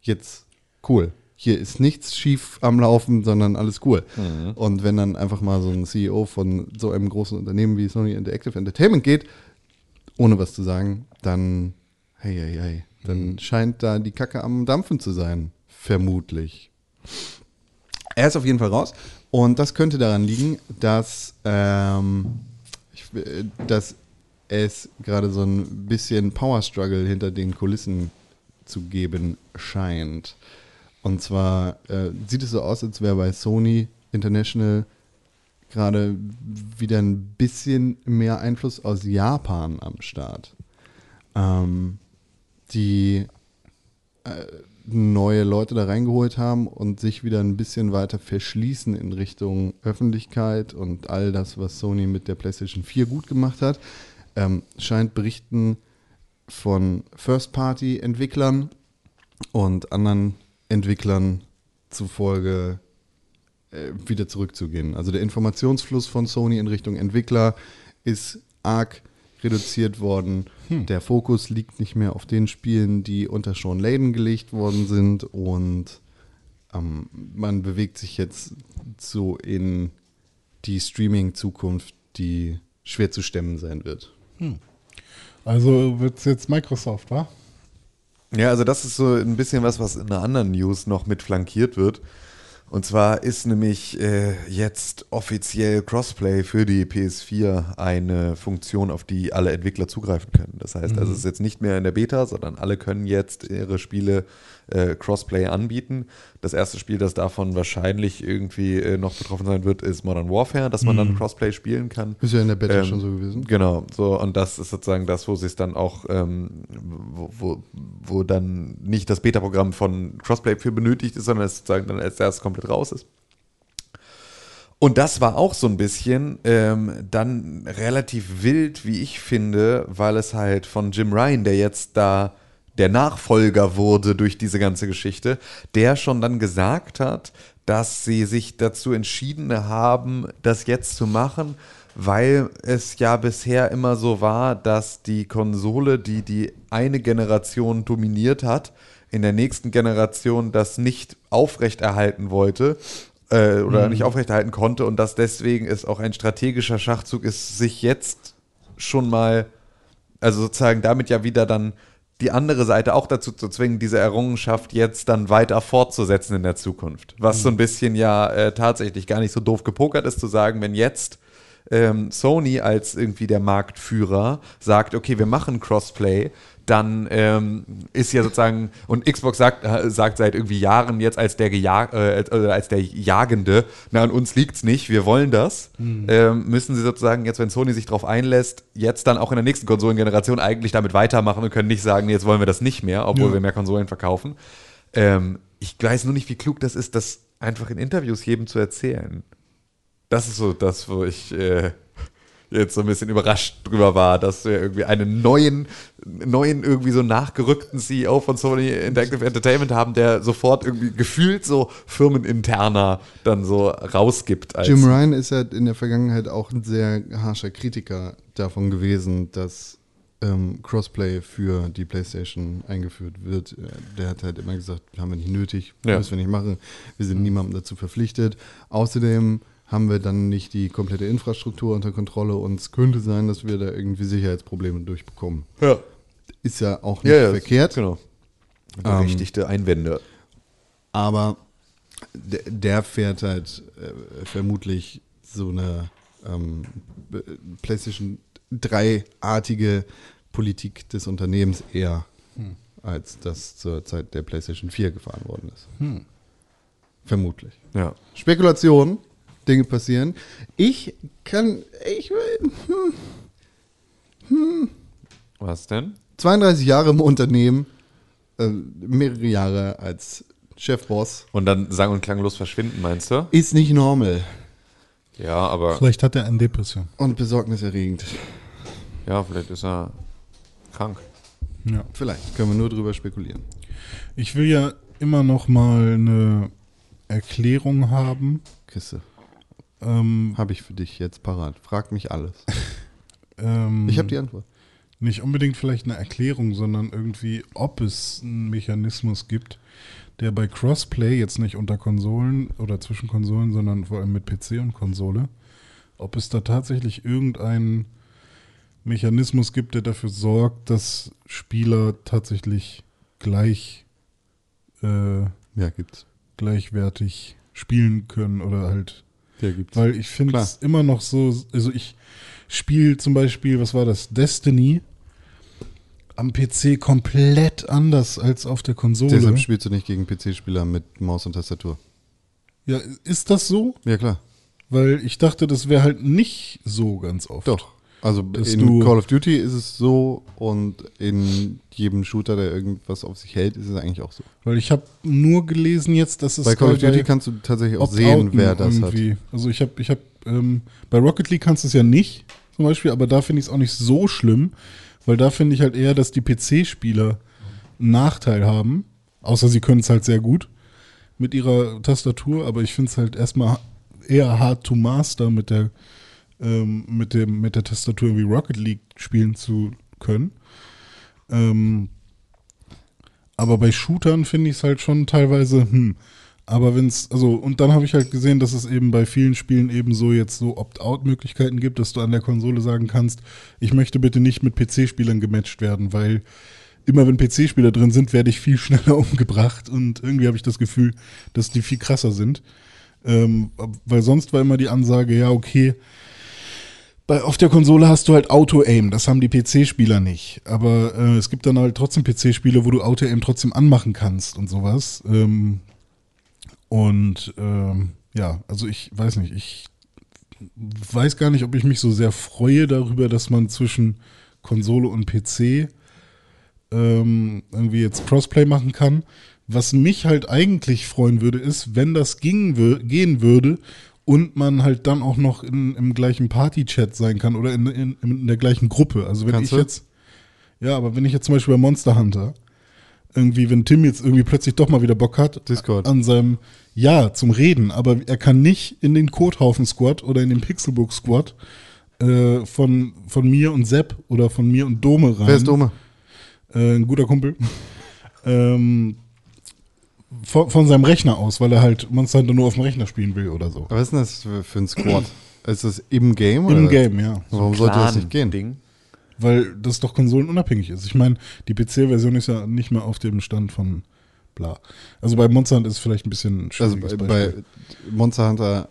S2: jetzt cool. Hier ist nichts schief am Laufen, sondern alles cool. Und wenn dann einfach mal so ein CEO von so einem großen Unternehmen wie Sony Interactive Entertainment geht, ohne was zu sagen, dann, hey, hey, hey, dann scheint da die Kacke am Dampfen zu sein. Vermutlich. Er ist auf jeden Fall raus. Und das könnte daran liegen, dass, ähm, ich, äh, dass es gerade so ein bisschen Power Struggle hinter den Kulissen zu geben scheint. Und zwar äh, sieht es so aus, als wäre bei Sony International gerade wieder ein bisschen mehr Einfluss aus Japan am Start. Ähm, die neue Leute da reingeholt haben und sich wieder ein bisschen weiter verschließen in Richtung Öffentlichkeit und all das, was Sony mit der PlayStation 4 gut gemacht hat, ähm, scheint Berichten von First-Party-Entwicklern und anderen Entwicklern zufolge äh, wieder zurückzugehen. Also der Informationsfluss von Sony in Richtung Entwickler ist arg reduziert worden. Der Fokus liegt nicht mehr auf den Spielen, die unter Sean Layden gelegt worden sind und ähm, man bewegt sich jetzt so in die Streaming-Zukunft, die schwer zu stemmen sein wird.
S4: Also wird es jetzt Microsoft, wa?
S3: Ja, also das ist so ein bisschen was, was in einer anderen News noch mit flankiert wird. Und zwar ist nämlich äh, jetzt offiziell Crossplay für die PS4 eine Funktion, auf die alle Entwickler zugreifen können. Das heißt, also es ist jetzt nicht mehr in der Beta, sondern alle können jetzt ihre Spiele äh, Crossplay anbieten. Das erste Spiel, das davon wahrscheinlich irgendwie äh, noch betroffen sein wird, ist Modern Warfare, dass man dann Crossplay spielen kann.
S2: Ist ja in der Beta
S3: Ähm,
S2: schon so gewesen.
S3: Genau, so und das ist sozusagen das, wo sie es dann auch, ähm, wo, wo, wo dann nicht das Beta-Programm von Crossplay für benötigt ist, sondern es sozusagen dann als erstes komplett raus ist. Und das war auch so ein bisschen ähm, dann relativ wild, wie ich finde, weil es halt von Jim Ryan, der jetzt da der Nachfolger wurde durch diese ganze Geschichte, der schon dann gesagt hat, dass sie sich dazu entschieden haben, das jetzt zu machen, weil es ja bisher immer so war, dass die Konsole, die die eine Generation dominiert hat, in der nächsten Generation das nicht aufrechterhalten wollte äh, oder nicht aufrechterhalten konnte und dass deswegen es auch ein strategischer Schachzug ist, sich jetzt schon mal, also sozusagen damit ja wieder dann die andere Seite auch dazu zu zwingen, diese Errungenschaft jetzt dann weiter fortzusetzen in der Zukunft. Was so ein bisschen ja äh, tatsächlich gar nicht so doof gepokert ist, zu sagen, wenn jetzt ähm, Sony als irgendwie der Marktführer sagt, okay, wir machen Crossplay, dann ähm, ist ja sozusagen, und Xbox sagt, äh, sagt seit irgendwie Jahren jetzt als der, Geja äh, als- äh, als der Jagende, na, an uns liegt's nicht, wir wollen das, ähm, müssen sie sozusagen jetzt, wenn Sony sich darauf einlässt, jetzt dann auch in der nächsten Konsolengeneration eigentlich damit weitermachen und können nicht sagen, nee, jetzt wollen wir das nicht mehr, obwohl wir mehr Konsolen verkaufen. Ähm, ich weiß nur nicht, wie klug das ist, das einfach in Interviews jedem zu erzählen. Das ist so das, wo ich äh, jetzt so ein bisschen überrascht drüber war, dass wir irgendwie einen neuen, neuen irgendwie so nachgerückten CEO von Sony Interactive Entertainment haben, der sofort irgendwie gefühlt so firmeninterner dann so rausgibt. Als
S2: Jim Ryan ist halt in der Vergangenheit auch ein sehr harscher Kritiker davon gewesen, dass ähm, Crossplay für die PlayStation eingeführt wird. Äh, Der hat halt immer gesagt, haben wir nicht nötig,
S3: Ja. Mhm.
S2: müssen wir nicht machen, wir sind niemandem dazu verpflichtet. Außerdem haben wir dann nicht die komplette Infrastruktur unter Kontrolle und es könnte sein, dass wir da irgendwie Sicherheitsprobleme durchbekommen.
S3: ja.
S2: Ist ja auch nicht
S3: Ja, ja,
S2: verkehrt. Ähm.
S3: Genau. Berechtigte Einwände.
S2: Aber der, der fährt halt äh, vermutlich so eine ähm, B- PlayStation 3-artige Politik des Unternehmens eher, als das zur Zeit der PlayStation 4 gefahren worden ist. Vermutlich.
S3: Ja.
S2: Spekulation, Dinge passieren. Ich kann, ich will,
S3: Was denn?
S2: 32 Jahre im Unternehmen, äh, mehrere Jahre als Chefboss,
S3: Und dann sang- und klanglos verschwinden, meinst du?
S2: ist nicht normal
S3: Ja, aber
S4: Vielleicht hat er eine Depression.
S2: und besorgniserregend.
S3: ja, vielleicht ist er krank.
S4: Ja.
S2: Vielleicht können wir nur drüber spekulieren.
S4: Ich will ja immer noch mal eine Erklärung haben.
S2: Kiste
S4: Ähm,
S2: habe ich für dich jetzt parat. Frag mich alles.
S4: ähm,
S2: Ich habe die Antwort.
S4: nicht unbedingt vielleicht eine Erklärung, sondern irgendwie, ob es einen Mechanismus gibt, der bei Crossplay jetzt nicht unter Konsolen oder zwischen Konsolen, sondern vor allem mit PC und Konsole, ob es da tatsächlich irgendeinen Mechanismus gibt, der dafür sorgt, dass Spieler tatsächlich gleich äh,
S2: Ja, gibt's.
S4: gleichwertig spielen können oder halt
S2: Ja, gibt's.
S4: weil ich finde es immer noch so, also ich spiele zum Beispiel, was war das, Destiny am PC komplett anders als auf der Konsole.
S2: Deshalb spielst du nicht gegen PC-Spieler mit Maus und Tastatur.
S4: Ja, ist das so?
S2: Ja, klar.
S4: Weil ich dachte, das wäre halt nicht so ganz oft.
S2: Doch. Also
S4: Dass
S2: in
S4: du-
S2: Call of Duty ist es so und in jedem Shooter, der irgendwas auf sich hält, ist es eigentlich auch so.
S4: Weil ich habe nur gelesen jetzt, dass es
S2: Bei Call of
S4: bei-
S2: Duty
S4: bei
S2: kannst du tatsächlich auch
S4: Opt-outen
S2: sehen, wer das hat.
S4: irgendwie. Also ich habe, ich habe, ähm, bei Rocket League kannst du es ja nicht, zum Beispiel, aber da finde ich es auch nicht so schlimm, weil da finde ich halt eher, dass die PC-Spieler einen Nachteil haben, außer sie können es halt sehr gut mit ihrer Tastatur, aber ich finde es halt erstmal eher hard to master mit der, ähm, mit dem, mit der Tastatur irgendwie Rocket League spielen zu können. Ähm, aber bei Shootern finde ich es halt schon teilweise, hm. Aber wenn es, also, und dann habe ich halt gesehen, dass es eben bei vielen Spielen eben so jetzt so Opt-out-Möglichkeiten gibt, dass du an der Konsole sagen kannst, ich möchte bitte nicht mit PC-Spielern gematcht werden, weil immer wenn PC-Spieler drin sind, werde ich viel [LAUGHS] schneller umgebracht und irgendwie habe ich das Gefühl, dass die viel krasser sind. Ähm, weil sonst war immer die Ansage, ja, okay, bei, auf der Konsole hast du halt Auto-Aim, das haben die PC-Spieler nicht. Aber äh, es gibt dann halt trotzdem PC-Spiele, wo du Auto-Aim trotzdem anmachen kannst und sowas. Ähm, und ähm, ja, also ich weiß nicht, ich weiß gar nicht, ob ich mich so sehr freue darüber, dass man zwischen Konsole und PC ähm, irgendwie jetzt Crossplay machen kann. Was mich halt eigentlich freuen würde, ist, wenn das ging, wür- gehen würde und man halt dann auch noch in, im gleichen Party-Chat sein kann oder in, in, in der gleichen Gruppe. Also wenn
S2: Kannst
S4: ich
S2: du?
S4: jetzt, ja, aber wenn ich jetzt zum Beispiel bei Monster Hunter irgendwie, wenn Tim jetzt irgendwie plötzlich doch mal wieder Bock hat,
S2: Discord.
S4: an seinem Ja zum Reden, aber er kann nicht in den Kothaufen Squad oder in den Pixelburg Squad äh, von, von mir und Sepp oder von mir und Dome rein.
S2: Wer ist Dome?
S4: Äh, ein guter Kumpel. [LAUGHS] ähm, von, von seinem Rechner aus, weil er halt Monster Hunter nur auf dem Rechner spielen will oder so.
S2: Aber Was ist denn das für, für ein Squad? ist das im Game? Oder?
S4: Im Game, ja.
S2: Warum sollte das nicht gehen?
S3: Ding.
S4: Weil das doch konsolenunabhängig ist. Ich meine, die PC-Version ist ja nicht mehr auf dem Stand von bla. Also bei Monster Hunter ist es vielleicht ein bisschen
S2: Also
S4: schwieriges
S2: bei,
S4: Beispiel.
S2: bei Monster Hunter,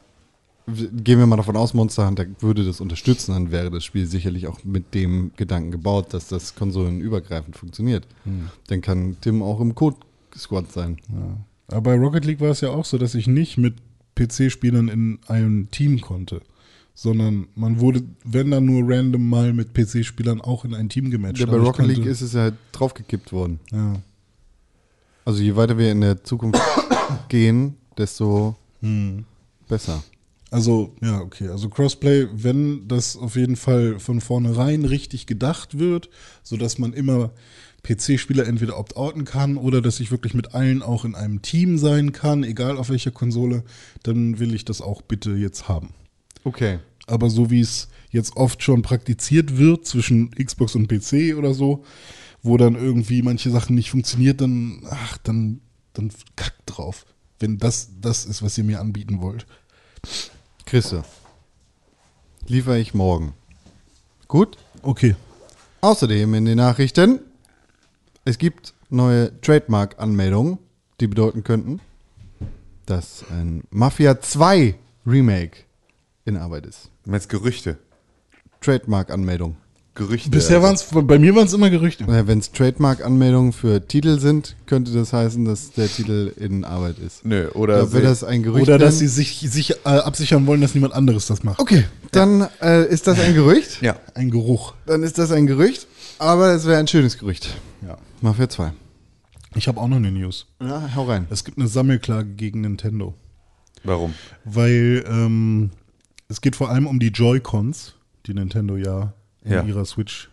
S2: w- gehen wir mal davon aus, Monster Hunter würde das unterstützen, dann wäre das Spiel sicherlich auch mit dem Gedanken gebaut, dass das konsolenübergreifend funktioniert. Dann kann Tim auch im Code-Squad sein.
S4: Aber bei Rocket League war es ja auch so, dass ich nicht mit PC-Spielern in einem Team konnte. Sondern man wurde, wenn dann nur random mal mit PC-Spielern auch in ein Team gematcht.
S2: Ja, bei
S4: Aber ich
S2: Rocket League
S4: konnte-
S2: ist es ja draufgekippt worden.
S4: Ja.
S2: Also je weiter wir in der Zukunft [COUGHS] gehen, desto besser.
S4: Also, ja, okay. Also Crossplay, wenn das auf jeden Fall von vornherein richtig gedacht wird, sodass man immer PC-Spieler entweder opt-outen kann oder dass ich wirklich mit allen auch in einem Team sein kann, egal auf welcher Konsole, dann will ich das auch bitte jetzt haben.
S2: Okay.
S4: Aber so wie es jetzt oft schon praktiziert wird zwischen Xbox und PC oder so, wo dann irgendwie manche Sachen nicht funktioniert, dann, ach, dann, dann kackt drauf. Wenn das das ist, was ihr mir anbieten wollt.
S2: Chrisse. Liefer ich morgen. Gut.
S4: Okay.
S2: Außerdem in den Nachrichten, es gibt neue Trademark-Anmeldungen, die bedeuten könnten, dass ein Mafia 2 Remake in Arbeit ist.
S3: Und Jetzt Gerüchte.
S2: Trademark-Anmeldung.
S3: Gerüchte.
S4: Bisher waren es, bei mir waren es immer Gerüchte.
S2: Wenn es Trademark-Anmeldungen für Titel sind, könnte das heißen, dass der Titel in Arbeit ist.
S3: Nö, oder
S2: Oder wird
S3: sie-
S2: das ein Gerücht?
S4: Oder dass sie
S2: werden?
S4: sich, sich äh, absichern wollen, dass niemand anderes das macht.
S2: Okay, dann äh, ist das ein Gerücht.
S3: Ja.
S4: Ein Geruch.
S2: Dann ist das ein Gerücht, aber es wäre ein schönes Gerücht.
S4: Ja.
S2: Mafia 2.
S4: Ich habe auch noch eine News.
S2: Ja, hau rein.
S4: Es gibt eine Sammelklage gegen Nintendo.
S3: Warum?
S4: Weil ähm, es geht vor allem um die Joy-Cons, die Nintendo ja in
S3: Ja.
S4: ihrer Switch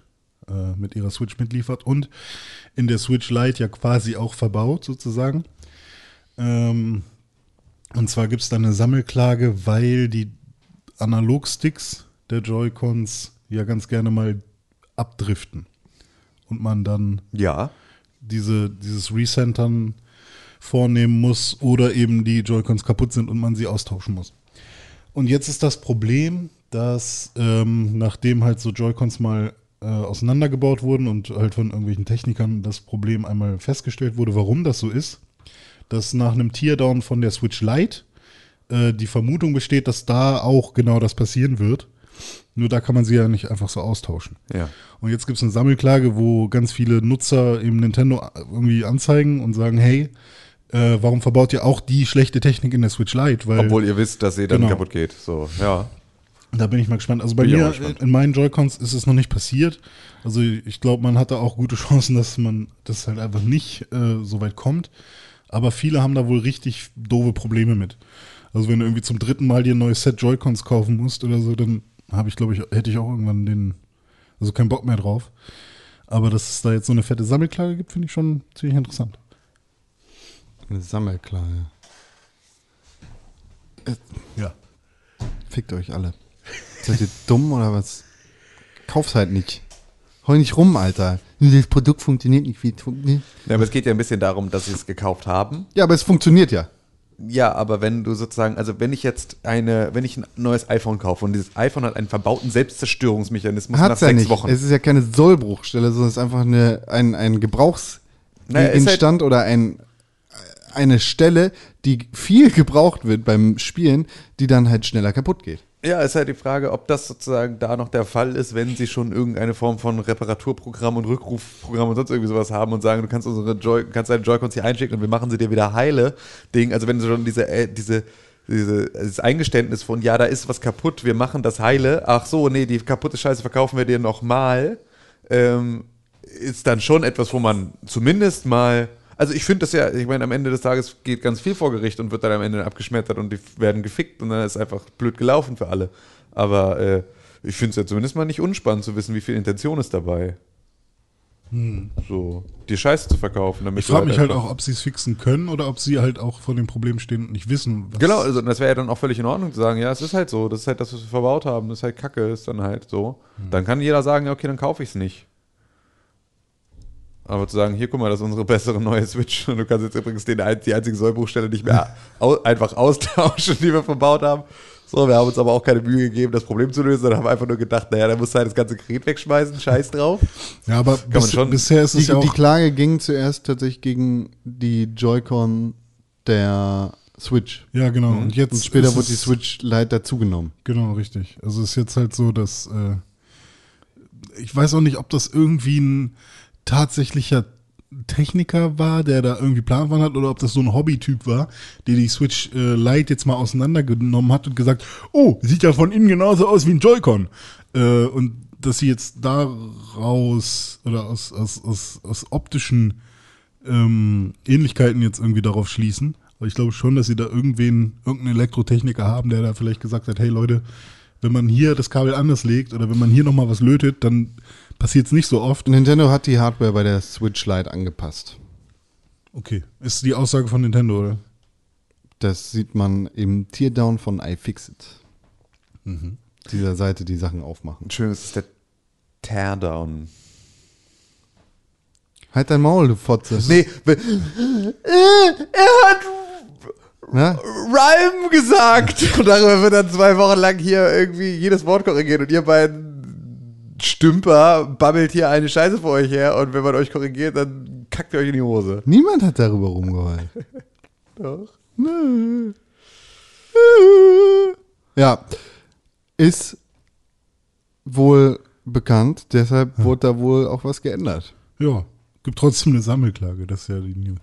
S4: äh, mit ihrer Switch mitliefert und in der Switch Lite ja quasi auch verbaut sozusagen. Ähm, und zwar gibt es da eine Sammelklage, weil die Analogsticks der Joy-Cons ja ganz gerne mal abdriften. Und man dann
S3: Ja.
S4: diese, dieses Recentern vornehmen muss oder eben die Joy-Cons kaputt sind und man sie austauschen muss. Und jetzt ist das Problem, dass ähm, nachdem halt so Joy-Cons mal äh, auseinandergebaut wurden und halt von irgendwelchen Technikern das Problem einmal festgestellt wurde, warum das so ist, dass nach einem Teardown von der Switch Lite äh, die Vermutung besteht, dass da auch genau das passieren wird. Nur da kann man sie ja nicht einfach so austauschen.
S3: Ja.
S4: Und jetzt gibt es eine Sammelklage, wo ganz viele Nutzer eben Nintendo äh, irgendwie anzeigen und sagen, hey, äh, warum verbaut ihr auch die schlechte Technik in der Switch Lite? Weil
S3: Obwohl ihr wisst, dass ihr dann
S4: Genau.
S3: kaputt geht. So, ja.
S4: da bin ich mal gespannt. Also bei
S3: Bin ich auch
S4: mir
S3: mal gespannt.
S4: in meinen Joy-Cons ist es noch nicht passiert. Also ich glaube, man hat da auch gute [LAUGHS] Chancen, dass man das halt einfach nicht äh, so weit kommt. Aber viele haben da wohl richtig doofe Probleme mit. Also wenn du irgendwie zum dritten Mal dir ein neues Set Joy-Cons kaufen musst oder so, dann habe ich, glaube ich, hätte ich auch irgendwann den, also keinen Bock mehr drauf. Aber dass es da jetzt so eine fette Sammelklage gibt, finde ich schon ziemlich interessant.
S2: Eine Sammelklage.
S4: Ja.
S2: Fickt euch alle. Seid ihr dumm oder was? Kauft's halt nicht. Heul nicht rum, Alter. Das Produkt funktioniert nicht wie.
S3: ja. Aber es geht ja ein bisschen darum, dass sie es gekauft haben.
S2: Ja, aber es funktioniert ja.
S3: Ja, aber wenn du sozusagen, also wenn ich jetzt eine, wenn ich ein neues iPhone kaufe und dieses iPhone hat einen verbauten Selbstzerstörungsmechanismus nach
S2: Hat's ja
S3: sechs
S2: nicht.
S3: Wochen.
S2: Es ist ja keine Sollbruchstelle, sondern es ist einfach eine, ein, ein
S3: Naja,
S4: halt
S3: ist
S2: Gebrauchsgegenstand oder ein, eine Stelle, die viel gebraucht wird beim Spielen, die dann halt schneller kaputt geht.
S3: Ja, ist halt die Frage, ob das sozusagen da noch der Fall ist, wenn sie schon irgendeine Form von Reparaturprogramm und Rückrufprogramm und sonst irgendwie sowas haben und sagen, du kannst unsere Joy kannst deine Joy-Cons hier einschicken und wir machen sie dir wieder heile. Ding, also wenn du schon diese äh, diese diese, dieses Eingeständnis von, ja, da ist was kaputt, wir machen das heile. Ach so, nee, die kaputte Scheiße verkaufen wir dir nochmal. Ähm, ist dann schon etwas, wo man zumindest mal. Also ich finde das ja, ich meine, am Ende des Tages geht ganz viel vor Gericht und wird dann am Ende abgeschmettert und die werden gefickt und dann ist einfach blöd gelaufen für alle. Aber äh, ich finde es ja zumindest mal nicht unspannend zu wissen, wie viel Intention ist dabei. So, dir Scheiße zu verkaufen. Damit
S4: Hm. Ich frage mich halt
S3: einfach-
S4: auch, ob sie es fixen können oder ob sie halt auch vor dem Problem stehen und nicht wissen, was
S3: Genau, also das wäre ja dann auch völlig in Ordnung zu sagen, ja, es ist halt so, das ist halt das, was wir verbaut haben, das ist halt Kacke, ist dann halt so. Dann kann jeder sagen, ja, okay, dann kaufe ich es nicht. Aber zu sagen, hier, guck mal, das ist unsere bessere neue Switch und du kannst jetzt übrigens den, ein- die einzige Sollbruchstelle nicht [LAUGHS] mehr au, einfach austauschen, die wir verbaut haben. So, wir haben uns aber auch keine Mühe gegeben, das Problem zu lösen, sondern haben einfach nur gedacht, naja, da musst du halt das ganze Gerät wegschmeißen, scheiß drauf.
S4: Ja, aber
S3: man
S4: bis,
S3: schon-
S4: bisher ist
S2: Die,
S4: es ja auch.
S2: die Klage ging zuerst tatsächlich gegen die Joy-Con der Switch.
S4: ja, genau. Und jetzt
S2: Mhm. Und später
S4: ist
S2: wurde die
S4: es-
S2: Switch Lite dazugenommen.
S4: Genau, richtig. Also es ist jetzt halt so, dass äh, ich weiß auch nicht, ob das irgendwie ein tatsächlicher Techniker war, der da irgendwie Plan von hat, oder ob das so ein Hobbytyp war, der die Switch äh, Lite jetzt mal auseinandergenommen hat und gesagt, oh, sieht ja von innen genauso aus wie ein Joy-Con. Äh, und dass sie jetzt daraus oder aus, aus, aus, aus optischen ähm, Ähnlichkeiten jetzt irgendwie darauf schließen. Aber ich glaube schon, dass sie da irgendwen, irgendeinen Elektrotechniker haben, der da vielleicht gesagt hat, hey Leute, wenn man hier das Kabel anders legt oder wenn man hier nochmal was lötet, dann passiert es nicht so oft.
S2: Nintendo hat die Hardware bei der Switch Lite angepasst.
S4: Okay, ist die Aussage von Nintendo, oder?
S2: Das sieht man im Teardown von iFixit.
S3: Mhm.
S2: Dieser Seite, die Sachen aufmachen.
S3: Entschuldigung, es ist der Teardown.
S2: Halt dein Maul, du Fotze.
S3: [LAUGHS] Nee, we-
S2: [LAUGHS]
S3: äh, er hat
S2: Na?
S3: Rhyme gesagt. [LAUGHS] Und darüber wird dann zwei Wochen lang hier irgendwie jedes Wort korrigiert. Und ihr beiden Stümper babbelt hier eine Scheiße vor euch her. Und wenn man euch korrigiert, dann kackt ihr euch in die Hose.
S2: Niemand hat darüber rumgeheult.
S3: [LAUGHS] Doch.
S2: [LAUGHS] Ja. Ist wohl bekannt, deshalb
S3: Hm.
S2: wurde da wohl auch was geändert.
S4: Ja, gibt trotzdem eine Sammelklage, das ist ja die News.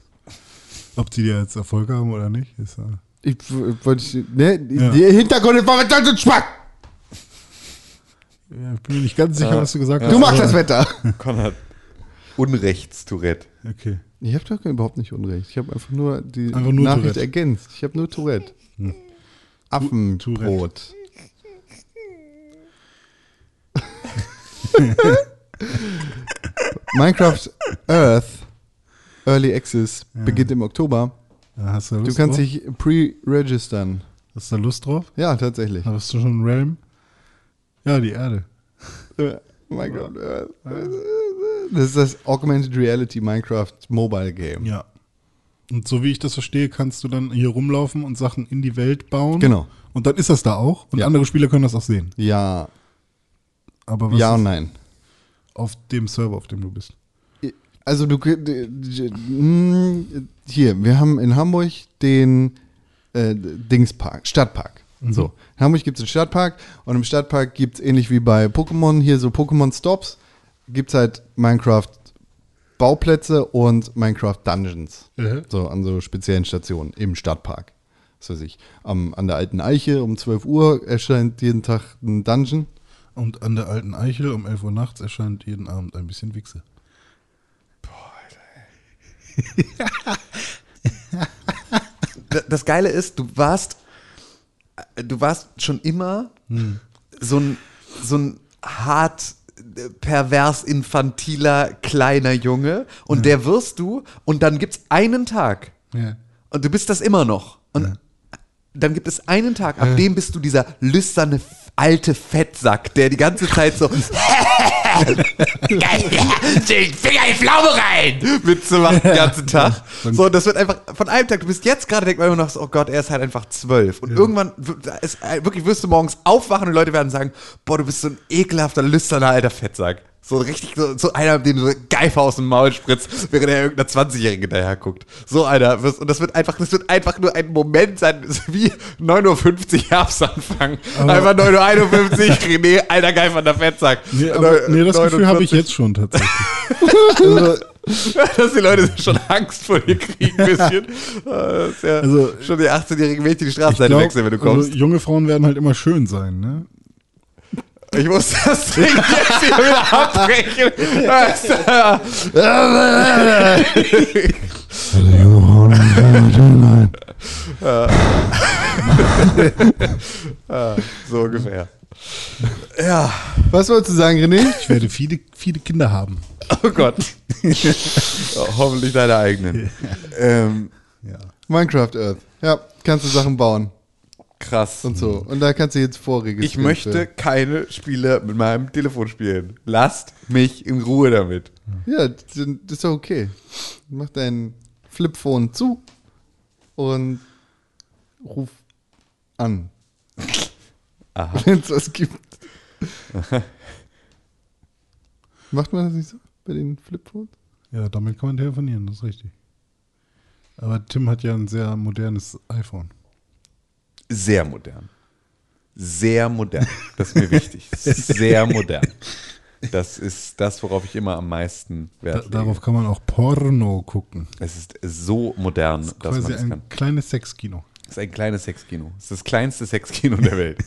S4: Ob die da jetzt Erfolg haben oder nicht, ist ja.
S2: Ich w- wollte. ich- Ne?
S4: Ja.
S2: Der Hintergrund ist verdammt und schwach!
S4: ja ich bin mir nicht ganz sicher, was du gesagt hast.
S2: Du machst
S4: aber-
S2: das Wetter!
S3: [LAUGHS] Konrad. Unrechtstourette.
S4: Okay.
S2: Ich habe doch überhaupt nicht unrecht. Ich habe einfach nur die
S4: Einfach nur
S2: Nachricht
S4: Tourette. Hm.
S2: ergänzt. Ich habe nur Tourette. Affenbrot. [LAUGHS] Minecraft Earth Early Access beginnt im Oktober.
S4: Ja, hast du da
S2: Du
S4: Lust
S2: kannst
S4: drauf?
S2: dich pre-registern.
S4: Hast du da Lust drauf?
S2: Ja, tatsächlich.
S4: Hast du schon Realm? Ja, die Erde.
S2: Oh mein Gott. Das ist das Augmented Reality Minecraft Mobile Game.
S4: Ja. Und so wie ich das verstehe, kannst du dann hier rumlaufen und Sachen in die Welt bauen.
S2: Genau.
S4: Und dann ist das da auch. Und andere Spieler können das auch sehen.
S2: Ja,
S4: Aber was
S2: ja
S4: ist
S2: und nein.
S4: auf dem Server, auf dem du bist?
S2: Also du kö- d- d- mm, hier, wir haben in Hamburg den äh, Dingspark, Stadtpark. So. In Hamburg gibt es einen Stadtpark und im Stadtpark gibt es ähnlich wie bei Pokémon hier so Pokémon Stops, gibt es halt Minecraft Bauplätze und Minecraft Dungeons. So an so speziellen Stationen im Stadtpark. Was weiß ich. Am, an der alten Eiche um 12 Uhr erscheint jeden Tag ein Dungeon.
S4: Und an der alten Eichel um 11 Uhr nachts erscheint jeden Abend ein bisschen Wichse.
S3: D- das Geile ist, du warst, äh, du warst schon immer so ein, so ein hart äh, pervers infantiler kleiner Junge und der wirst du und dann gibt's einen Tag
S4: Ja.
S3: und du bist das immer noch und dann gibt es einen Tag, ab dem bist du dieser lüsterne f- alte Fettsack, der die ganze Zeit so Geil, ja. Den Finger in die Pflaume rein! Witze macht den ganzen Tag. So, das wird einfach von einem Tag, du bist jetzt gerade, denkt man immer noch so, oh Gott, er ist halt einfach zwölf. Und irgendwann, w- da ist, äh, wirklich wirst du morgens aufwachen und Leute werden sagen, boah, du bist so ein ekelhafter, lüsterner alter Fettsack. So richtig, so, so einer, dem so Geifer aus dem Maul spritzt, während er irgendeiner 20-Jährige daherguckt. So einer wirst, und das wird einfach, das wird einfach nur ein Moment sein, das ist wie 9.50 Uhr Herbstanfang. Einfach 9.51 Uhr, [LAUGHS] René, alter geifernder Fettsack.
S4: Nee, aber, nee das Gefühl habe ich jetzt schon tatsächlich.
S3: Also, [LAUGHS] dass die Leute schon Angst vor dir kriegen, ein bisschen. Ah, Das ist ja
S4: Also,
S3: schon die 18-jährigen Mädchen die Straßenseite
S4: glaub,
S3: wechseln, wenn du kommst.
S4: Also, junge Frauen werden halt immer schön sein, ne?
S3: ich muss das Ding jetzt hier wieder abbrechen. Das, äh, äh, so ungefähr. Ja,
S2: Was wolltest du sagen, René?
S4: Ich werde viele, viele Kinder haben.
S3: oh Gott. Hoffentlich deine eigenen. Ähm,
S4: Ja.
S2: Minecraft Earth. Ja, kannst du Sachen bauen
S3: krass.
S2: und so. Und da kannst du jetzt vorregistrieren.
S3: Ich möchte keine Spiele mit meinem Telefon spielen. Lasst mich in Ruhe damit.
S2: Ja, dann ist doch okay. Mach dein Flipphone zu und ruf an.
S3: Aha.
S2: [LAUGHS] Wenn es was gibt. Macht man das nicht so bei den Flipphones?
S4: ja, damit kann man telefonieren, das ist richtig. Aber Tim hat ja ein sehr modernes iPhone.
S3: Sehr modern. Sehr modern. Das ist mir
S4: [LAUGHS]
S3: wichtig. Sehr modern. Das ist das, worauf ich immer am meisten
S4: Da,
S3: Wert lege.
S4: darauf kann man auch Porno gucken.
S3: Es ist so modern, dass man
S4: Quasi
S3: es
S4: ein
S3: kann.
S4: kleines Sexkino.
S3: Es ist ein kleines Sexkino. Es ist das kleinste Sexkino der Welt.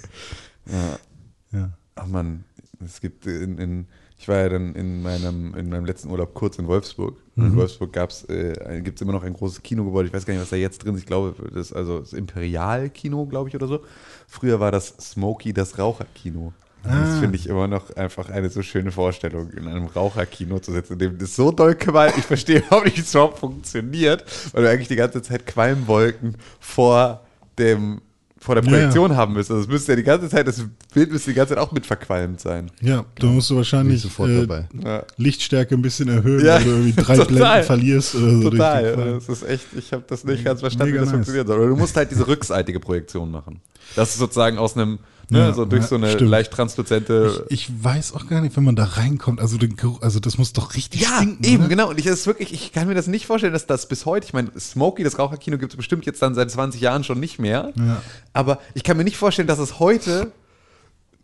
S4: Ja.
S3: Ach man, es gibt in, in ich war ja dann in meinem, in meinem letzten Urlaub kurz in Wolfsburg. Und In Wolfsburg gab's, äh, gibt es immer noch ein großes Kinogebäude. Ich weiß gar nicht, was da jetzt drin ist. Ich glaube, das ist also das Imperial-Kino, glaube ich, oder so. Früher war das Smokey das Raucherkino. Das finde ich immer noch einfach eine so schöne Vorstellung, in einem Raucherkino zu sitzen, in dem das so doll qualmt. Ich verstehe [LAUGHS] überhaupt nicht, wie es überhaupt funktioniert, weil du eigentlich die ganze Zeit Qualmwolken vor dem vor der
S4: Ja.
S3: Projektion haben müsste. Also es müsste ja die ganze Zeit, das Bild müsste die ganze Zeit auch mit verqualmt sein.
S4: Ja, da musst du wahrscheinlich
S2: sofort
S4: äh,
S2: dabei.
S3: Ja.
S4: Lichtstärke ein bisschen erhöhen,
S3: Ja,
S4: weil du irgendwie
S3: [LAUGHS]
S4: drei
S3: total.
S4: Blenden verlierst oder so. durch den
S3: Total.
S4: Fall.
S3: Das ist echt, ich habe das nicht ganz verstanden, wie das
S4: Mega nice.
S3: funktionieren soll. Aber du musst halt diese rückseitige Projektion machen. Das ist sozusagen aus einem, ne,
S4: Ja,
S3: so durch
S4: ja,
S3: so eine
S4: stimmt.
S3: leicht transluzente.
S4: Ich weiß auch gar nicht, wenn man da reinkommt, also, den Geruch, also das muss doch richtig
S3: ja,
S4: stinken.
S3: eben,
S4: oder?
S3: genau. Und ich, das ist wirklich, ich kann mir das nicht vorstellen, dass das bis heute, ich meine, Smokey, das Raucherkino, gibt es bestimmt jetzt dann seit 20 Jahren schon nicht mehr.
S4: Ja.
S3: Aber ich kann mir nicht vorstellen, dass es heute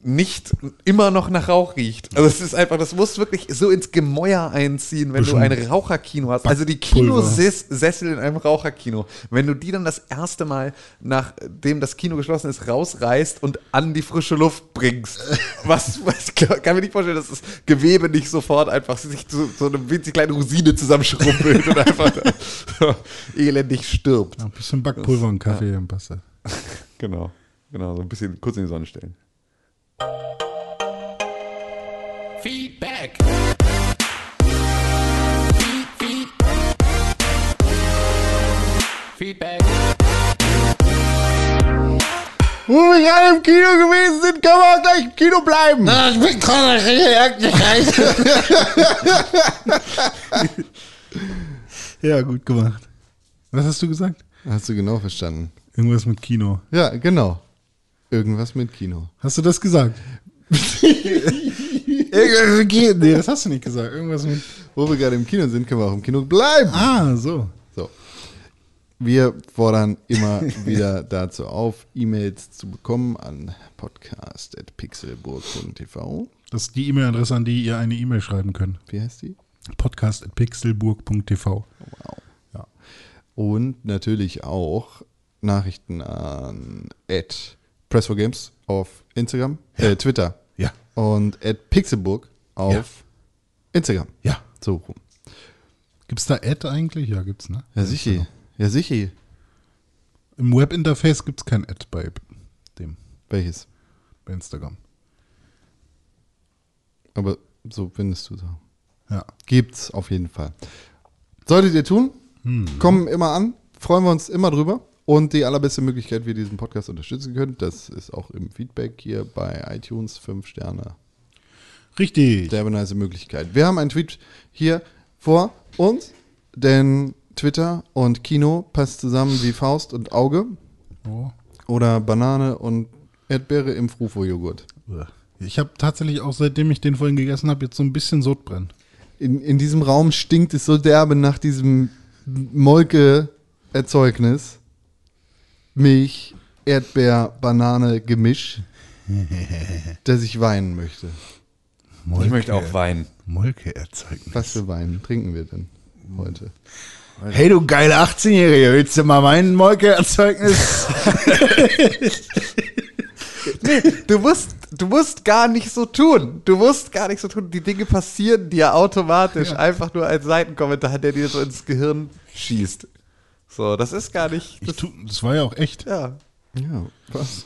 S3: nicht immer noch nach Rauch riecht. Also es ist einfach, das muss wirklich so ins Gemäuer einziehen, wenn du ein Raucherkino hast. Also die
S4: Backpulver.
S3: Kinosessel in einem Raucherkino. Wenn du die dann das erste Mal, nachdem das Kino geschlossen ist, rausreißt und an die frische Luft bringst. Was, was kann mir nicht vorstellen, dass das Gewebe nicht sofort einfach sich zu so eine winzig kleine Rosine zusammenschrumpelt und einfach so [LAUGHS] elendig stirbt.
S4: Ja, Ein bisschen Backpulver und Kaffee im Wasser.
S3: Genau. Genau, so ein bisschen kurz in die Sonne stellen.
S6: Feedback.
S3: [LAUGHS]
S6: Feedback.
S5: wo wir gerade im Kino gewesen sind, können wir auch gleich im Kino bleiben.
S7: Ich bin gerade
S4: Ja, gut gemacht. Was hast du gesagt?
S2: Hast du genau verstanden?
S4: Irgendwas mit Kino.
S2: Ja, genau. Irgendwas mit Kino.
S4: Hast du das gesagt? Irgendwas mit Kino. Nee, das hast du nicht gesagt. Irgendwas mit.
S2: Wo wir gerade im Kino sind, können wir auch im Kino bleiben.
S4: Ah, so.
S2: So. Wir fordern
S4: [LAUGHS]
S2: immer wieder dazu auf, E-Mails zu bekommen an podcast.pixelburg.tv.
S4: Das ist die E-Mail-Adresse, an die ihr eine E-Mail schreiben könnt.
S2: Wie heißt die?
S4: Podcast.pixelburg.tv.
S2: Wow. Ja. Und natürlich auch Nachrichten an at Press4Games auf Instagram, äh, Twitter
S4: Ja.
S2: und at Pixelburg auf Instagram.
S4: Ja.
S2: So rum.
S4: Gibt's da Ad eigentlich? Ja, gibt's, ne?
S2: Ja, sicher. Ja, sicher.
S4: Im Webinterface gibt's kein Ad bei dem,
S2: Welches?
S4: bei Instagram.
S2: Aber so findest du da.
S4: Ja.
S2: Gibt's auf jeden Fall. Solltet ihr tun, kommen immer an, freuen wir uns immer drüber. Und die allerbeste Möglichkeit, wie ihr diesen Podcast unterstützen könnt, das ist auch im Feedback hier bei iTunes 5 Sterne.
S4: Richtig.
S2: Sehr nice Möglichkeit. Wir haben einen Tweet hier vor uns, denn Twitter und Kino passt zusammen wie Faust und Auge
S4: Oh.
S2: oder Banane und Erdbeere im Frufo-Joghurt.
S4: Ich habe tatsächlich auch, seitdem ich den vorhin gegessen habe, jetzt so ein bisschen Sodbrennen.
S2: In, in diesem Raum stinkt es so derbe nach diesem Molke-Erzeugnis. Milch, Erdbeer, Banane, Gemisch, dass ich weinen möchte.
S4: Molke,
S3: Ich möchte auch weinen.
S4: Molke-Erzeugnis.
S2: Was für Wein trinken wir denn heute?
S5: Hey, du geile 18-Jährige, willst du mal mein Molkeerzeugnis?
S3: Du musst, du musst gar nicht so tun. Du musst gar nicht so tun. Die Dinge passieren dir automatisch. Einfach nur als Seitenkommentar, der dir so ins Gehirn schießt. So, das ist gar nicht.
S4: Ich tu, [LAUGHS] das war ja auch echt.
S3: Ja.
S2: Ja, was?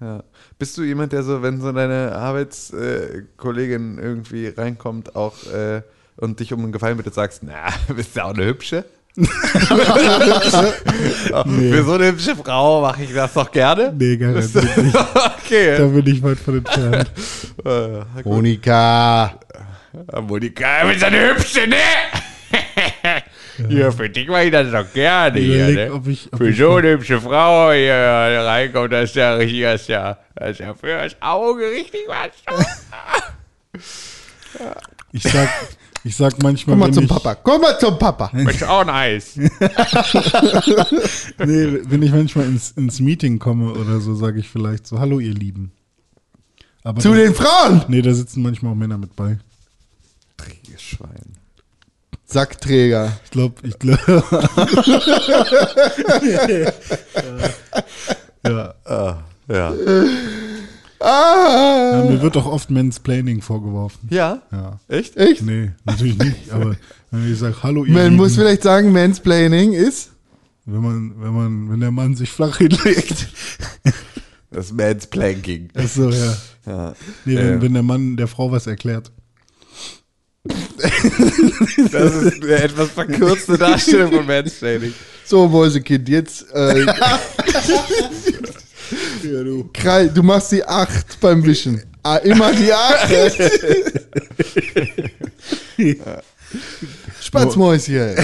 S3: ja. Bist du jemand, der so, wenn so deine Arbeitskollegin irgendwie reinkommt, auch äh, und dich um einen Gefallen bittet, sagst, na, [LAUGHS] bist du auch eine
S4: [LAUGHS]
S3: hübsche? Für so eine hübsche Frau mache ich das doch gerne.
S4: Nee, garantiert nicht.
S3: [LAUGHS] Okay.
S4: [LAUGHS] Da bin ich weit von entfernt.
S3: Äh, gut.
S2: Monika!
S3: Monika, du bist eine hübsche, ne? [LAUGHS] ja, für dich mache ich das doch gerne hier,
S4: Überleg,
S3: ne?
S4: ob ich- ob
S3: für
S4: ich-
S3: so eine hübsche Frau hier reinkommt, das ist ja richtig, das ist ja, das ist ja für das Auge richtig was. [LAUGHS]
S4: Ich sag, ich sag manchmal.
S2: Komm mal
S4: wenn
S2: zum
S4: ich,
S2: Papa, komm mal zum [LAUGHS] Papa!
S3: Ist auch ein Eis.
S4: Nee, wenn ich manchmal ins, ins Meeting komme oder so, sage ich vielleicht so: Hallo, ihr Lieben. Aber
S2: Zu
S4: da-
S2: den Frauen!
S4: Nee, da sitzen manchmal auch Männer mit bei.
S3: Dreckiges Schwein.
S2: Sackträger.
S4: Ich glaube, ich glaube. [LAUGHS] ja. äh,
S3: Ja.
S2: Ah!
S4: ja. Mir wird auch oft Mansplaining vorgeworfen.
S3: Ja?
S4: Ja.
S3: Echt?
S2: Echt?
S4: Nee, natürlich
S2: [LAUGHS]
S4: nicht. Aber wenn ich sage, hallo, ihr
S2: Man [LAUGHS]
S4: Lieben,
S2: muss vielleicht sagen, Mansplaining ist.
S4: wenn man, wenn man, wenn der Mann sich flach hinlegt.
S2: [LAUGHS]
S3: Das Mansplanking.
S4: Achso, ja.
S3: Ja.
S4: Nee, wenn,
S3: Ähm.
S4: wenn der Mann der Frau was erklärt.
S3: Das ist eine etwas verkürzte Darstellung von Mansplaining.
S2: So, Mäusekind, jetzt.
S4: [LAUGHS]
S2: Äh,
S4: du.
S2: Krall, du machst die 8 beim Wischen. Ah, immer die
S4: [LAUGHS]
S2: 8. Spatzmäuschen.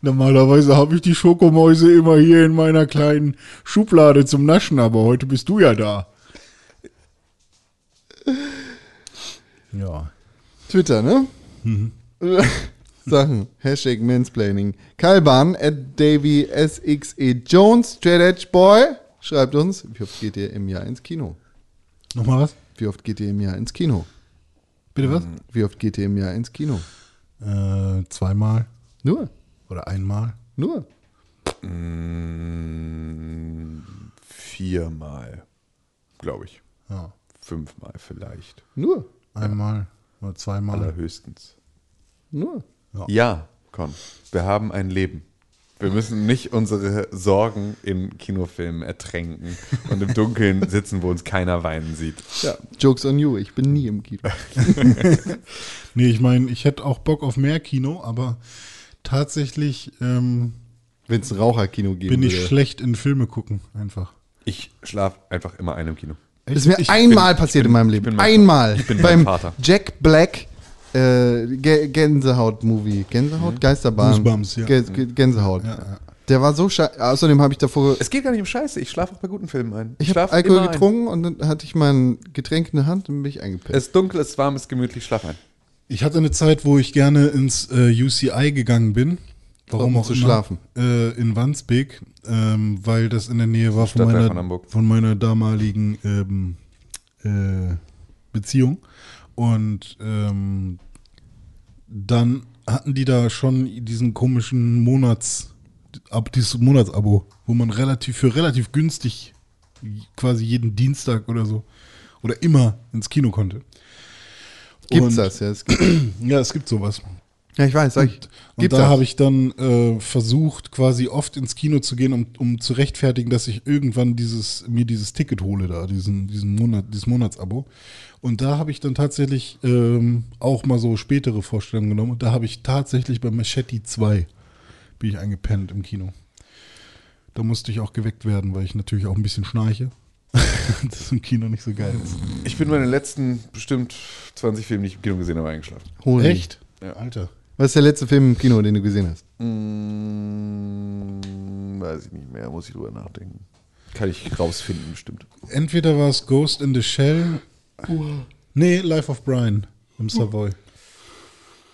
S4: Normalerweise habe ich die Schokomäuse immer hier in meiner kleinen Schublade zum Naschen, aber heute bist du ja da. Ja.
S2: Twitter, ne?
S4: Mhm.
S2: [LAUGHS] Sachen. Hashtag Mansplaining. Kalban at Davy SXE Jones, Straight Edge Boy, schreibt uns, wie oft geht ihr im Jahr ins Kino?
S4: Nochmal was?
S2: Wie oft geht ihr im Jahr ins Kino?
S4: Bitte was?
S2: Wie oft geht ihr im Jahr ins Kino?
S4: Äh, zweimal
S2: Nur,
S4: oder einmal.
S2: nur.
S3: Viermal, glaube ich.
S4: Ja.
S3: Fünfmal vielleicht.
S2: Nur,
S4: Einmal oder zweimal.
S3: Allerhöchstens.
S2: nur.
S3: Ja, Con, wir haben ein Leben. Wir müssen nicht unsere Sorgen in Kinofilmen ertränken und im Dunkeln sitzen, wo uns keiner weinen sieht.
S2: Ja, Jokes on you, ich bin nie im [LAUGHS] Kino.
S4: Nee, ich meine, ich hätte auch Bock auf mehr Kino, aber tatsächlich ähm,
S2: Wenn es ein Raucherkino geben
S4: Bin ich
S2: würde.
S4: schlecht in Filme gucken, einfach.
S3: Ich schlafe einfach immer ein im Kino.
S2: Das ist mir einmal passiert in meinem Leben.
S3: bin mein-
S2: einmal.
S3: ich bin
S2: beim
S3: mein Vater.
S2: Jack Black äh, Gä- Gänsehaut-Movie. Gänsehaut? Geisterbahn.
S4: Goosebumps, ja.
S2: Gä- Gä- Gänsehaut. Der war so scheiße. Außerdem habe ich davor.
S3: Es geht gar nicht um Scheiße. Ich schlafe auch bei guten Filmen ein.
S2: Ich habe
S3: schlafe
S2: Alkohol
S3: immer
S2: getrunken und dann hatte ich mein Getränk in der Hand und bin ich eingepennt.
S3: Ein. Es ist dunkel, es ist warm, es ist gemütlich, ich schlaf ein.
S4: Ich hatte eine Zeit, wo ich gerne ins äh, UCI gegangen bin. Warum
S2: Um
S4: auch
S2: zu
S4: immer.
S2: schlafen.
S4: Äh, in Wandsbek, ähm, weil das in der Nähe war von
S3: Stadtteil
S4: meiner,
S3: von Hamburg.
S4: von meiner damaligen ähm, äh, Beziehung. Und ähm, dann hatten die da schon diesen komischen Monats, ab dieses Monatsabo, wo man relativ für relativ günstig quasi jeden Dienstag oder so oder immer ins Kino konnte.
S2: Gibt's
S4: Und-
S2: das? Ja, es gibt,
S4: Ja, es gibt sowas.
S2: ja ich weiß, sag ich.
S4: Und da habe ich dann äh, versucht, quasi oft ins Kino zu gehen, um, um zu rechtfertigen, dass ich irgendwann dieses, mir dieses Ticket hole da, diesen, diesen Monat, dieses Monatsabo. Und da habe ich dann tatsächlich ähm, auch mal so spätere Vorstellungen genommen. Und da habe ich tatsächlich bei Machete 2 bin ich eingepennt im Kino. Da musste ich auch geweckt werden, weil ich natürlich auch ein bisschen schnarche. [LAUGHS] das ist im Kino nicht so geil. Ist.
S3: Ich bin meine letzten bestimmt 20 Filme, die ich im Kino gesehen habe, eingeschlafen.
S2: Holen.
S4: Echt? Alter.
S2: Was ist der letzte Film im Kino, den du gesehen hast?
S3: Hm, weiß ich nicht mehr, muss ich drüber nachdenken. Kann ich rausfinden, bestimmt.
S4: Entweder war es Ghost in the Shell. Nee, Life of Brian im Savoy.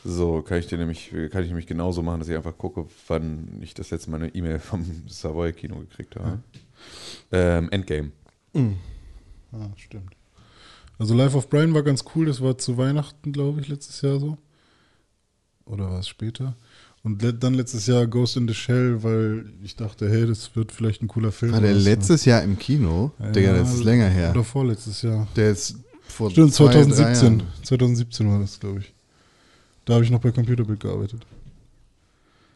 S3: So, kann ich dir nämlich, kann ich nämlich genauso machen, dass ich einfach gucke, wann ich das letzte Mal eine E-Mail vom Savoy Kino gekriegt
S2: Hm.
S3: habe. Ähm, Endgame.
S4: Ah, stimmt. Also Life of Brian war ganz cool, das war zu Weihnachten, glaube ich, letztes Jahr so. Oder war es später? Und le dann letztes Jahr Ghost in the Shell, weil ich dachte, hey, das wird vielleicht ein cooler Film.
S2: War der
S4: Aber es
S2: letztes Jahr im Kino?
S4: war-
S2: Digga, das
S4: Ja,
S2: ist länger
S4: Oder
S2: her.
S4: vorletztes Jahr.
S2: Der ist vor
S4: Stimmt,
S2: zwei, drei
S4: 2017.
S2: Jahren.
S4: 2017 war das, glaube ich. Da habe ich noch bei Computerbild gearbeitet.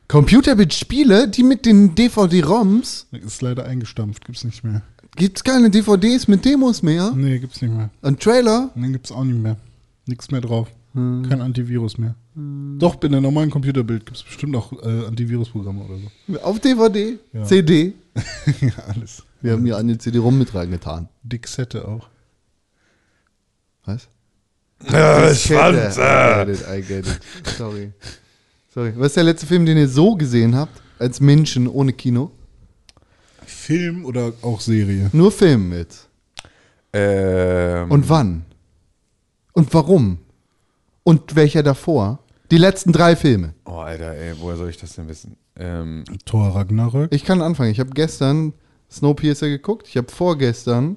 S2: Computerbild-Spiele, die mit den DVD-ROMs,
S4: Ist leider eingestampft, gibt's nicht mehr.
S2: gibt's keine DVDs mit Demos mehr.
S4: Nee, gibt's nicht mehr.
S2: Und Trailer?
S4: Und dann gibt es auch nicht mehr. Nichts mehr drauf.
S3: Hm.
S4: Kein Antivirus mehr. Doch, in der normalen Computerbild gibt es bestimmt auch äh, Antivirusprogramme oder
S3: [LAUGHS]
S4: so.
S2: Auf DVD,
S4: Ja.
S2: CD.
S4: ja, alles.
S2: Wir haben ja eine CD-ROM mit reingetan.
S4: Dixette auch.
S2: Was? Schwanz! I get it, I get it. Sorry. Sorry. Was ist der letzte Film, den ihr so gesehen habt, als Menschen ohne Kino?
S4: Film oder auch Serie?
S2: Nur Film mit.
S3: Ähm,
S2: Und wann? Und warum? Und welcher davor? Die letzten drei Filme.
S3: oh, Alter, ey, woher soll ich das denn wissen? Ähm,
S4: Thor Ragnarök.
S2: Ich kann anfangen. Ich habe gestern Snowpiercer geguckt. Ich habe vorgestern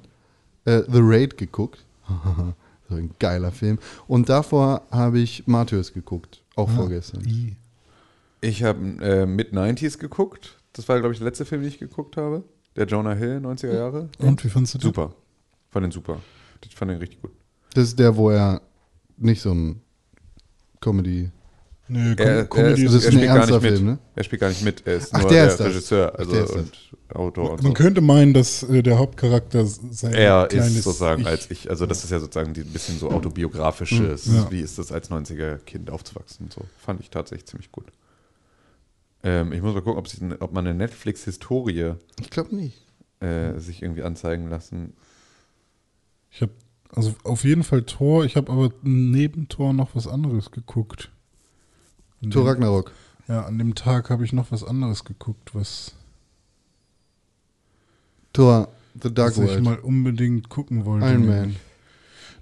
S2: äh, The Raid geguckt. [LAUGHS] so ein geiler Film. Und davor habe ich Martyrs geguckt. Auch vorgestern.
S4: I.
S3: ich habe äh, Mid-90s geguckt. Das war, glaube ich, der letzte Film, den ich geguckt habe. Der Jonah Hill, 90er Jahre.
S4: Und wie fandst du den?
S3: Super. Fand den super. Ich fand den richtig gut.
S2: Das ist der, wo er nicht so ein Comedy.
S4: Nee, Com
S3: Er, er,
S4: Comedy
S3: ist,
S2: das ist
S3: er
S4: ist,
S2: ein
S3: spielt gar
S2: ernster
S3: nicht mit.
S2: Film, ne?
S3: Er spielt gar nicht mit. Er ist
S2: Ach,
S3: nur
S2: der
S3: der,
S2: ist das.
S3: Regisseur also,
S2: der ist das.
S3: und Autor und so.
S4: Man könnte meinen, dass äh, der Hauptcharakter sein
S3: Er
S4: kleines
S3: ist sozusagen
S4: ich,
S3: als ich, also das ist ja sozusagen die ein bisschen so autobiografisches,
S4: Hm, Ja.
S3: wie ist das als 90er Kind aufzuwachsen und so. Fand ich tatsächlich ziemlich gut. Ähm, ich muss mal gucken, ob, sich, ob man eine Netflix-Historie
S2: Ich glaube nicht.
S3: äh, sich irgendwie anzeigen lassen.
S4: Ich habe also auf jeden Fall Thor, ich habe aber neben Thor noch was anderes geguckt.
S2: Thor
S4: Nee.
S2: Ragnarok.
S4: Ja, an dem Tag habe ich noch was anderes geguckt, was,
S2: Thor The Dark
S4: was ich
S2: World.
S4: mal unbedingt gucken wollte.
S2: Iron Man.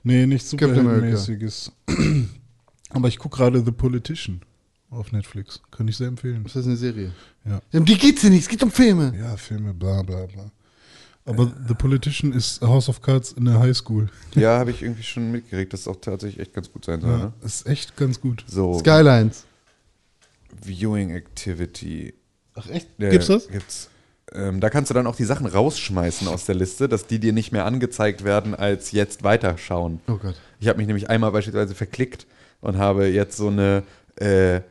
S4: Nee, nicht
S2: Captain
S4: superheldenmäßiges. [CLEARS THROAT] Aber ich gucke gerade The Politician auf Netflix. Kann ich sehr empfehlen.
S2: Ist das eine Serie?
S4: Ja.
S2: Um die geht's ja nicht. Es geht um Filme.
S4: Ja, Filme, bla bla bla. Aber
S2: Äh.
S4: The Politician ist House of Cards in der Highschool.
S3: Ja, habe ich irgendwie schon mitgeregt, dass es auch tatsächlich echt ganz gut sein soll.
S4: Ja,
S3: Ne?
S4: ist echt ganz gut.
S3: So,
S2: Skylines.
S3: Viewing Activity.
S4: Ach echt?
S3: Ja,
S4: Gibt's das?
S3: Gibt's. Ähm, da kannst du dann auch die Sachen rausschmeißen aus der Liste, dass die dir nicht mehr angezeigt werden als jetzt weiterschauen.
S2: Oh Gott.
S3: Ich habe mich nämlich einmal beispielsweise verklickt und habe jetzt so eine äh, äh,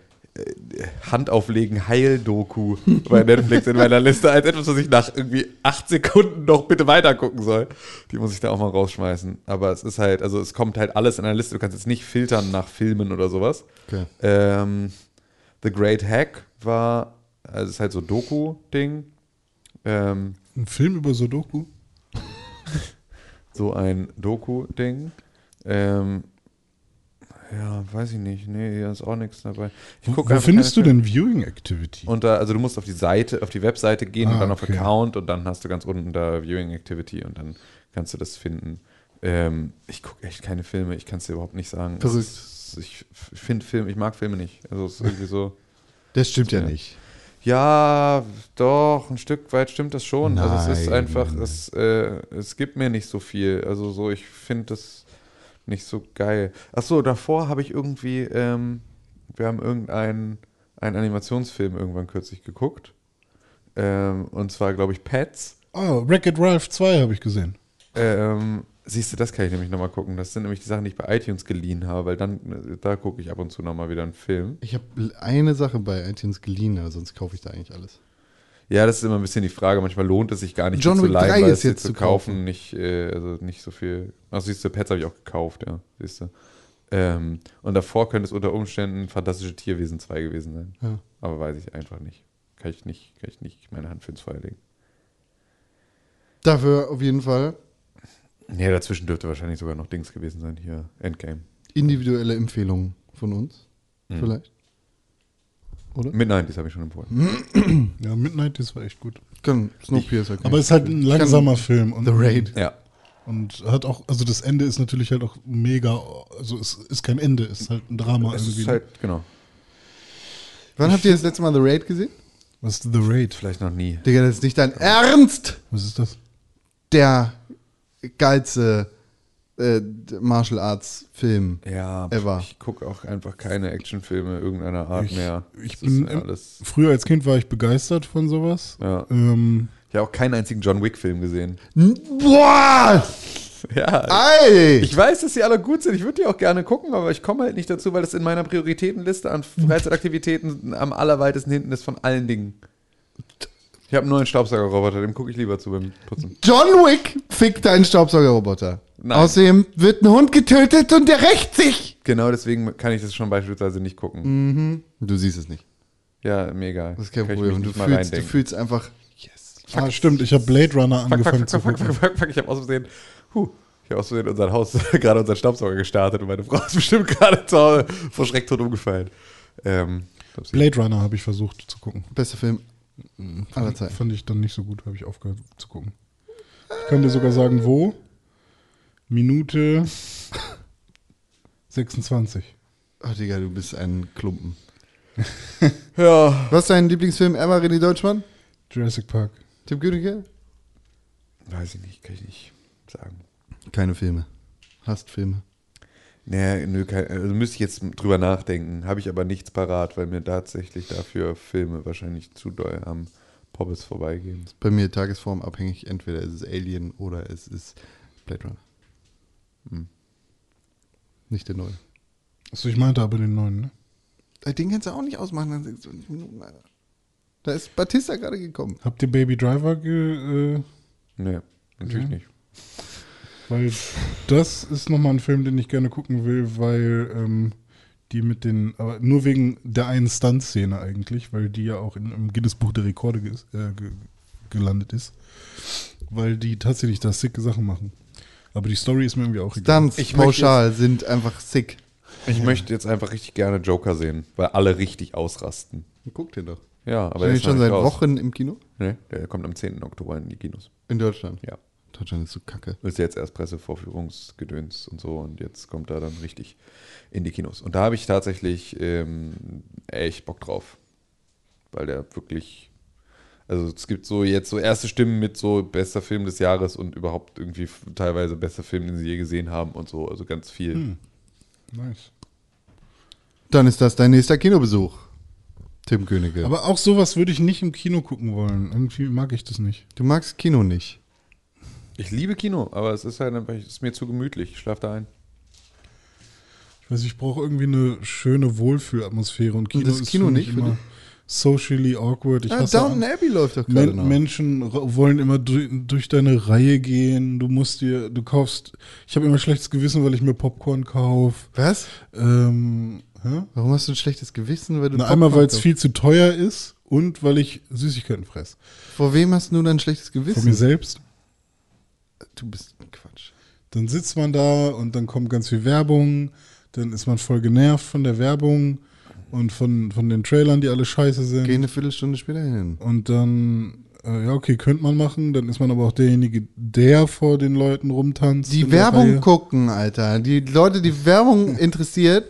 S3: Handauflegen Heil-Doku bei Netflix in meiner Liste als etwas, was ich nach irgendwie acht Sekunden noch bitte weitergucken soll. Die muss ich da auch mal rausschmeißen. Aber es ist halt, also es kommt halt alles in einer Liste. Du kannst jetzt nicht filtern nach Filmen oder sowas.
S2: Okay.
S3: Ähm, The Great Hack war Also es ist halt so Doku-Ding. Ähm,
S4: Ein Film über Sudoku?
S3: so ein Doku-Ding. Ähm, ja, weiß ich nicht. Nee, da ist auch nichts dabei. Ich
S4: Wo,
S3: guck
S4: wo
S3: einfach
S4: findest du
S3: keine Filme.
S4: denn Viewing Activity?
S3: Und da, also du musst auf die Seite, auf die Webseite gehen
S4: Ah,
S3: und dann auf
S4: okay.
S3: Account und dann hast du ganz unten da Viewing Activity und dann kannst du das finden. Ähm, ich gucke echt keine Filme, ich kann es dir überhaupt nicht sagen.
S2: Verrückt.
S3: Es ist- Ich finde Filme, ich mag Filme nicht. Also es ist irgendwie so.
S2: Das stimmt ja, nicht.
S3: Ja, doch, ein Stück weit stimmt das schon. Also es ist
S2: Nein.
S3: einfach, es, äh, es gibt mir nicht so viel. Also so, ich finde das nicht so geil. Achso, davor habe ich irgendwie, ähm, wir haben irgendeinen einen Animationsfilm irgendwann kürzlich geguckt. Ähm, und zwar, glaube ich, Pets.
S4: Oh, Wreck-It Ralph 2 habe ich gesehen.
S3: Ähm, siehst du, das kann ich nämlich nochmal gucken. Das sind nämlich die Sachen, die ich bei iTunes geliehen habe, weil dann, äh, da gucke ich ab und zu nochmal wieder einen Film.
S2: Ich habe eine Sache bei iTunes geliehen, aber sonst kaufe ich da eigentlich alles.
S3: Ja, das ist immer ein bisschen die Frage. Manchmal lohnt es sich gar nicht,
S2: John
S3: viel zu
S2: Wick 3
S3: leihen, weil
S2: ist
S3: es dir
S2: jetzt
S3: zu
S2: zu
S3: kaufen,
S2: kaufen.
S3: nicht, äh, also nicht so viel. Also siehst du, Pets habe ich auch gekauft, ja, siehst du. Ähm, und davor könnte es unter Umständen Fantastische Tierwesen 2 gewesen sein.
S2: Ja.
S3: Aber weiß ich einfach nicht. Kann ich nicht, kann ich nicht meine Hand für ins Feuer legen.
S2: Dafür auf jeden Fall
S3: Nee, dazwischen dürfte wahrscheinlich sogar noch Dings gewesen sein hier. Endgame.
S2: individuelle Empfehlungen von uns.
S3: Hm.
S2: Vielleicht.
S3: Midnight, das habe ich schon empfohlen.
S4: Ja, Midnight, das war echt gut.
S2: Kann Snowpiercer. kann
S4: Aber
S2: ich
S4: es ist halt ein
S2: empfehlen.
S4: langsamer Film. Und,
S2: Kann The Raid.
S3: Ja.
S4: Und hat auch, also das Ende ist natürlich halt auch mega, also es ist kein Ende, es ist halt ein Drama
S3: Es
S4: irgendwie.
S3: ist halt, genau.
S2: Wann habt ihr das letzte Mal The Raid gesehen?
S4: Was ist The Raid?
S3: Vielleicht noch nie.
S2: Digga, das ist nicht dein Ernst!
S4: Was ist das?
S2: Der geilste äh, Martial Arts Film.
S3: Ja,
S2: Ever.
S3: ich gucke auch einfach keine Actionfilme irgendeiner Art mehr. Das
S4: Ich
S3: ist
S4: bin
S3: mir alles.
S4: früher als Kind war ich begeistert von sowas.
S3: Ja.
S4: Ähm,
S3: Ich habe auch keinen einzigen John Wick-Film gesehen.
S2: N- Boah! Ah,
S3: Ja.
S2: Ey!
S3: Ich weiß, dass die alle gut sind. Ich würde die auch gerne gucken, aber ich komme halt nicht dazu, weil das in meiner Prioritätenliste an Freizeitaktivitäten am allerweitesten hinten ist von allen Dingen. Ich habe einen neuen Staubsaugerroboter, dem gucke ich lieber zu beim Putzen.
S2: John Wick fickt einen Staubsaugerroboter.
S3: Nein.
S2: Außerdem wird ein Hund getötet und der rächt sich.
S3: Genau deswegen kann ich das schon beispielsweise nicht gucken.
S2: Du siehst es nicht.
S3: Ja, mir egal.
S2: Mhm. Das ist kein
S3: Kann ich
S2: Problem.
S3: mich
S2: Du
S3: nicht mal
S2: fühlst, du
S3: reindenken.
S2: fühlst einfach.
S4: ah, stimmt, ich habe Blade Runner
S3: Fuck, fuck,
S4: angefangen
S3: fuck, fuck,
S4: zu gucken.
S3: fuck, fuck, fuck, ich habe aus Versehen, huh, ich habe aus Versehen unseren Haus, [LAUGHS] gerade unseren Staubsauger gestartet und meine Frau ist bestimmt gerade zu Hause vor Schreck tot umgefallen. Ähm, glaub, sie-
S4: Blade Runner habe ich versucht zu gucken.
S2: Bester Film
S3: Mhm.
S2: aller Zeiten.
S4: Fand ich dann nicht so gut, habe ich aufgehört zu gucken. Ich kann dir sogar sagen, wo. Minute [LAUGHS] 26.
S2: Oh, Digga, du bist ein Klumpen.
S3: ja.
S2: Was ist dein Lieblingsfilm ever, René Deutschmann?
S4: Jurassic Park.
S2: Tim Königke?
S3: Weiß ich nicht, kann ich nicht sagen.
S2: Keine Filme. Hast Filme.
S3: Naja, nö, kein, also müsste ich jetzt drüber nachdenken. Habe ich aber nichts parat, weil mir tatsächlich dafür Filme wahrscheinlich zu doll am Poppes vorbeigehen.
S2: Bei mir Tagesform abhängig. Entweder es ist Alien oder es ist Blade Runner. Hm. Nicht der neue.
S4: Achso, ich meinte aber den neuen, ne?
S2: Äh, Den kannst du auch nicht ausmachen. Dann sind es 20 Minuten, Alter. Da ist Batista gerade gekommen.
S4: Habt ihr Baby Driver ge. Äh,
S3: Nee,
S2: Mhm.
S3: natürlich
S4: Ja.
S3: nicht.
S4: weil das ist nochmal ein Film, den ich gerne gucken will, weil ähm, die mit den. Aber nur wegen der einen Stunt-Szene eigentlich, weil die ja auch in, im Guinness-Buch der Rekorde ge, äh, ge, gelandet ist. Weil die tatsächlich da sicke Sachen machen. Aber die Story ist mir irgendwie auch egal.
S2: Stunts
S3: Ich möchte
S2: pauschal sind einfach sick.
S3: Ich möchte jetzt einfach richtig gerne Joker sehen, weil alle richtig ausrasten.
S2: Guck dir doch.
S3: Ja, aber
S2: Aber
S3: der
S2: ich
S3: ist
S2: bin schon
S3: noch nicht
S2: seit
S3: raus.
S2: Wochen im Kino.
S3: Nee, der kommt am 10. Oktober in die Kinos.
S2: In Deutschland.
S3: Ja.
S2: Deutschland ist so kacke.
S3: Ist jetzt erst Pressevorführungsgedöns und so und jetzt kommt er dann richtig in die Kinos. Und da habe ich tatsächlich ähm, echt Bock drauf. Weil der wirklich. Also es gibt so jetzt so erste Stimmen mit so bester Film des Jahres und überhaupt irgendwie f- teilweise bester Film, den sie je gesehen haben und so. Also ganz viel.
S4: Nice.
S2: Dann ist das dein nächster Kinobesuch. Tim Königke.
S4: Aber auch sowas würde ich nicht im Kino gucken wollen. Irgendwie mag ich das nicht.
S2: du magst Kino nicht.
S3: Ich liebe Kino, aber es ist halt einfach, es ist mir zu gemütlich. Ich schlaf da ein.
S4: Ich weiß, ich brauche irgendwie eine schöne Wohlfühlatmosphäre und Kino
S2: das
S4: ist
S2: Kino
S4: für mich
S2: nicht für
S4: immer socially awkward. Ich
S2: Ja,
S4: hasse
S2: Downton
S4: an-
S2: Abbey läuft doch gerade
S4: Men
S2: noch.
S4: Menschen ro- wollen immer durch, durch deine Reihe gehen. Du musst dir, du kaufst. Ich habe immer schlechtes Gewissen, weil ich mir Popcorn kaufe.
S2: Was?
S4: Ähm, hä?
S2: Warum hast du ein schlechtes Gewissen? Weil du
S4: Na,
S2: Popcorn
S4: einmal, weil es
S2: kaufst?
S4: viel zu teuer ist. und weil ich Süßigkeiten fresse.
S2: Vor wem hast du dann ein schlechtes
S4: Von mir
S2: Gewissen?
S4: selbst.
S2: Du bist ein Quatsch.
S4: Dann sitzt man da und dann kommt ganz viel Werbung. Dann ist man voll genervt von der Werbung und von, von den Trailern, die alle scheiße sind.
S2: Geh eine Viertelstunde später hin.
S4: Und dann, äh, ja, okay, könnte man machen. Dann ist man aber auch derjenige, der vor den Leuten rumtanzt.
S2: Die
S4: in der
S2: Werbung
S4: Reihe.
S2: gucken, Alter. Die Leute, die
S4: [LAUGHS]
S2: Werbung interessiert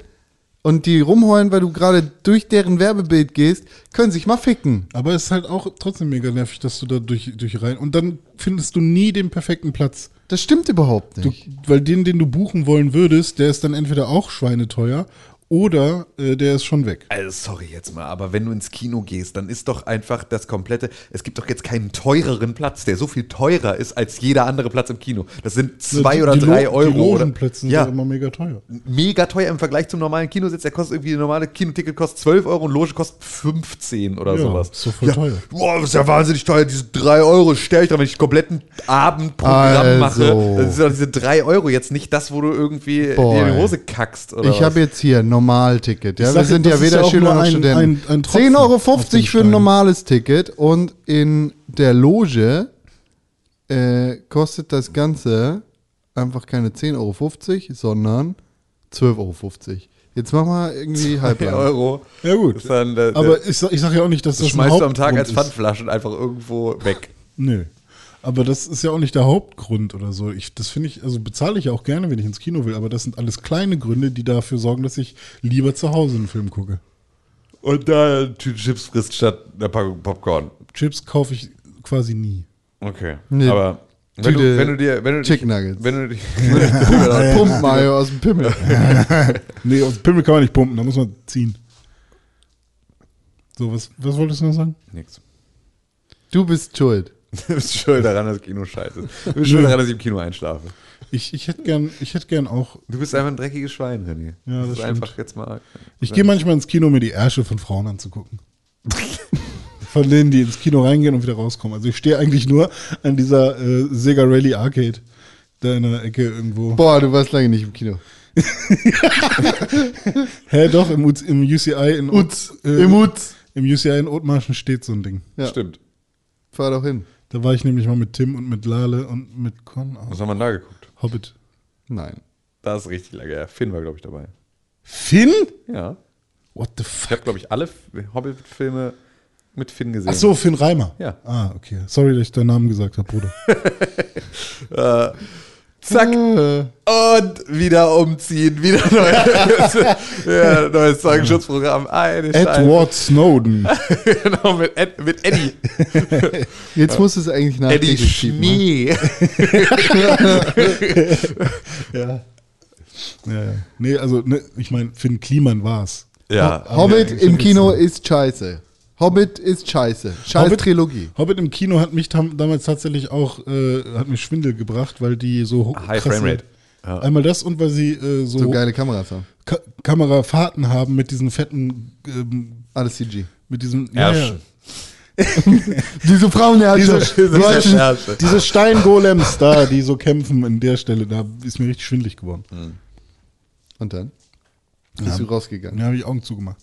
S2: und die rumheulen, weil du gerade durch deren Werbebild gehst, können sich mal ficken.
S4: Aber es ist halt auch trotzdem mega nervig, dass du da durch, durch rein. Und dann findest du nie den perfekten Platz.
S2: Das stimmt überhaupt
S4: Du,
S2: nicht.
S4: weil den, den du buchen wollen würdest, der ist dann entweder auch schweineteuer oder äh, der ist schon weg.
S3: Also sorry jetzt mal, aber wenn du ins Kino gehst, dann ist doch einfach das komplette, es gibt doch jetzt keinen teureren Platz, der so viel teurer ist als jeder andere Platz im Kino. Das sind zwei
S4: Die-
S3: oder
S4: die
S3: drei
S4: Lo-
S3: Euro.
S4: Die Logenplätze sind
S3: oder, ja, Äh,
S4: ja immer mega teuer.
S3: mega teuer im Vergleich zum normalen Kinositz. Der kostet irgendwie, der normale Kinoticket kostet 12 Euro und Loge kostet 15 oder
S4: Ja,
S3: sowas.
S4: ist doch voll teuer.
S3: Boah, das ist ja wahnsinnig teuer, diese 3 Euro stell ich doch, wenn ich den kompletten Abendprogramm
S2: Also.
S3: mache. Das ist doch diese 3 Euro jetzt nicht das, wo du irgendwie
S2: Boy.
S3: dir in die Hose kackst oder
S2: Ich habe
S3: was.
S2: jetzt hier ein Normalticket. Ja,
S4: Ich
S2: wir
S4: sag,
S2: sind ja
S4: das ist
S2: weder
S4: ja auch
S2: Schüler
S4: nur
S2: noch
S4: ein-
S2: Studenten.
S4: ein- ein Tropfen
S2: 10,50 Euro
S4: auf den
S2: für ein
S4: Stein.
S2: normales Ticket und in der Loge äh, kostet das Ganze einfach keine 10,50 Euro, sondern 12,50 Euro. Jetzt machen wir
S3: [LAUGHS]
S2: irgendwie halb
S3: Drei Euro.
S4: Ja, gut.
S3: Ist dann, äh,
S4: Aber ich, sag- ich sage ja auch nicht, dass das,
S3: Das
S4: ein
S3: schmeißt du am Tag
S4: Hauptgrund
S3: als
S4: ist.
S3: Pfandflaschen einfach irgendwo weg.
S4: Nö. Aber das ist ja auch nicht der Hauptgrund oder so. Ich, das finde ich, also bezahle ich ja auch gerne, wenn ich ins Kino will, aber das sind alles kleine Gründe, die dafür sorgen, dass ich lieber zu Hause einen Film gucke.
S3: Und da eine Tüte Chips frisst statt einer Packung Popcorn.
S4: Chips kaufe ich quasi nie.
S3: Okay.
S2: Nee.
S3: Aber wenn
S2: Tüte
S3: du, wenn du dir, wenn du
S2: Chicken
S3: dich,
S2: Nuggets.
S3: Wenn du dich,
S2: [LAUGHS]
S3: [LAUGHS]
S2: Pumpmayo aus dem Pimmel.
S4: Nee, aus dem Pimmel kann man nicht pumpen, da muss man ziehen. So, was, was wolltest du noch sagen?
S3: Nix.
S2: Du bist schuld.
S3: Du bist schuld daran, dass Kino scheiße ist. Du bist schuld daran, dass ich im Kino einschlafe.
S4: Ich, ich hätte gern, ich hätte gern auch.
S3: Du bist einfach ein dreckiges Schwein, René.
S4: Ja, das
S3: ist
S4: stimmt.
S3: einfach jetzt mal.
S4: Ich gehe manchmal ins Kino, mir die Ärsche von Frauen [LAUGHS] anzugucken. Von denen, die ins Kino reingehen und wieder rauskommen. Also ich stehe eigentlich nur an dieser äh, Sega Rally Arcade, da in der Ecke irgendwo.
S2: Boah, du warst lange nicht im Kino.
S4: Hä, doch, im, Uz- im UCI in Uz, äh,
S2: Im Hutz.
S4: Im UCI in Othmarschen steht so ein Ding.
S2: Ja,
S3: Stimmt.
S2: fahr doch hin.
S4: Da war ich nämlich mal mit Tim und mit Lale und mit Con aus
S3: Was haben wir denn da geguckt?
S4: Hobbit.
S2: Nein.
S3: Da ist richtig lange. her. Finn war, glaube ich, dabei.
S4: Finn?
S3: Ja.
S4: What the
S3: Ich habe,
S4: fuck?
S3: glaube ich, alle F- Hobbit-Filme mit Finn gesehen.
S4: Ach so, Finn Reimer.
S3: Ja.
S4: Ah, okay. Sorry, dass ich deinen Namen gesagt
S3: [LAUGHS]
S4: habe, Bruder.
S3: Zack. Und wieder umziehen. Wieder [LAUGHS] neues, ja, neues Zeugenschutzprogramm. Eine Scheiße.
S4: Edward Snowden.
S3: [LAUGHS]
S4: [LAUGHS]
S3: genau, mit, Ed, mit Eddie.
S2: Jetzt
S4: Äh.
S2: musst du es eigentlich
S3: Eddie
S2: nachträglich schieben, ne?
S3: Schmee.
S4: ja. ja, ja. Nee, also, ne, ich meine, Finn Kliman war's.
S3: Ja.
S2: Hobbit
S4: Ja,
S2: im Kino ist scheiße. Hobbit ist scheiße. Scheiß Trilogie.
S4: Hobbit im Kino hat mich tam, damals tatsächlich auch, äh, hat mich Schwindel gebracht, weil die so ho-
S3: High
S4: krasse-
S3: Frame Rate.
S4: Einmal das und weil sie äh, so,
S2: So geile Kameras haben.
S4: Ka Kamerafahrten haben mit diesen fetten, ähm,
S2: Alles CG.
S4: mit diesem,
S3: Ärschen.
S2: Diese
S3: [LAUGHS]
S2: Frauenherrscher.
S4: Diese,
S2: Deutschen-
S4: diese, diese Steingolems da, die so kämpfen in der Stelle, da ist mir richtig schwindelig geworden.
S2: Mhm. Und dann? Bist du rausgegangen.
S4: Da habe ich Augen zugemacht.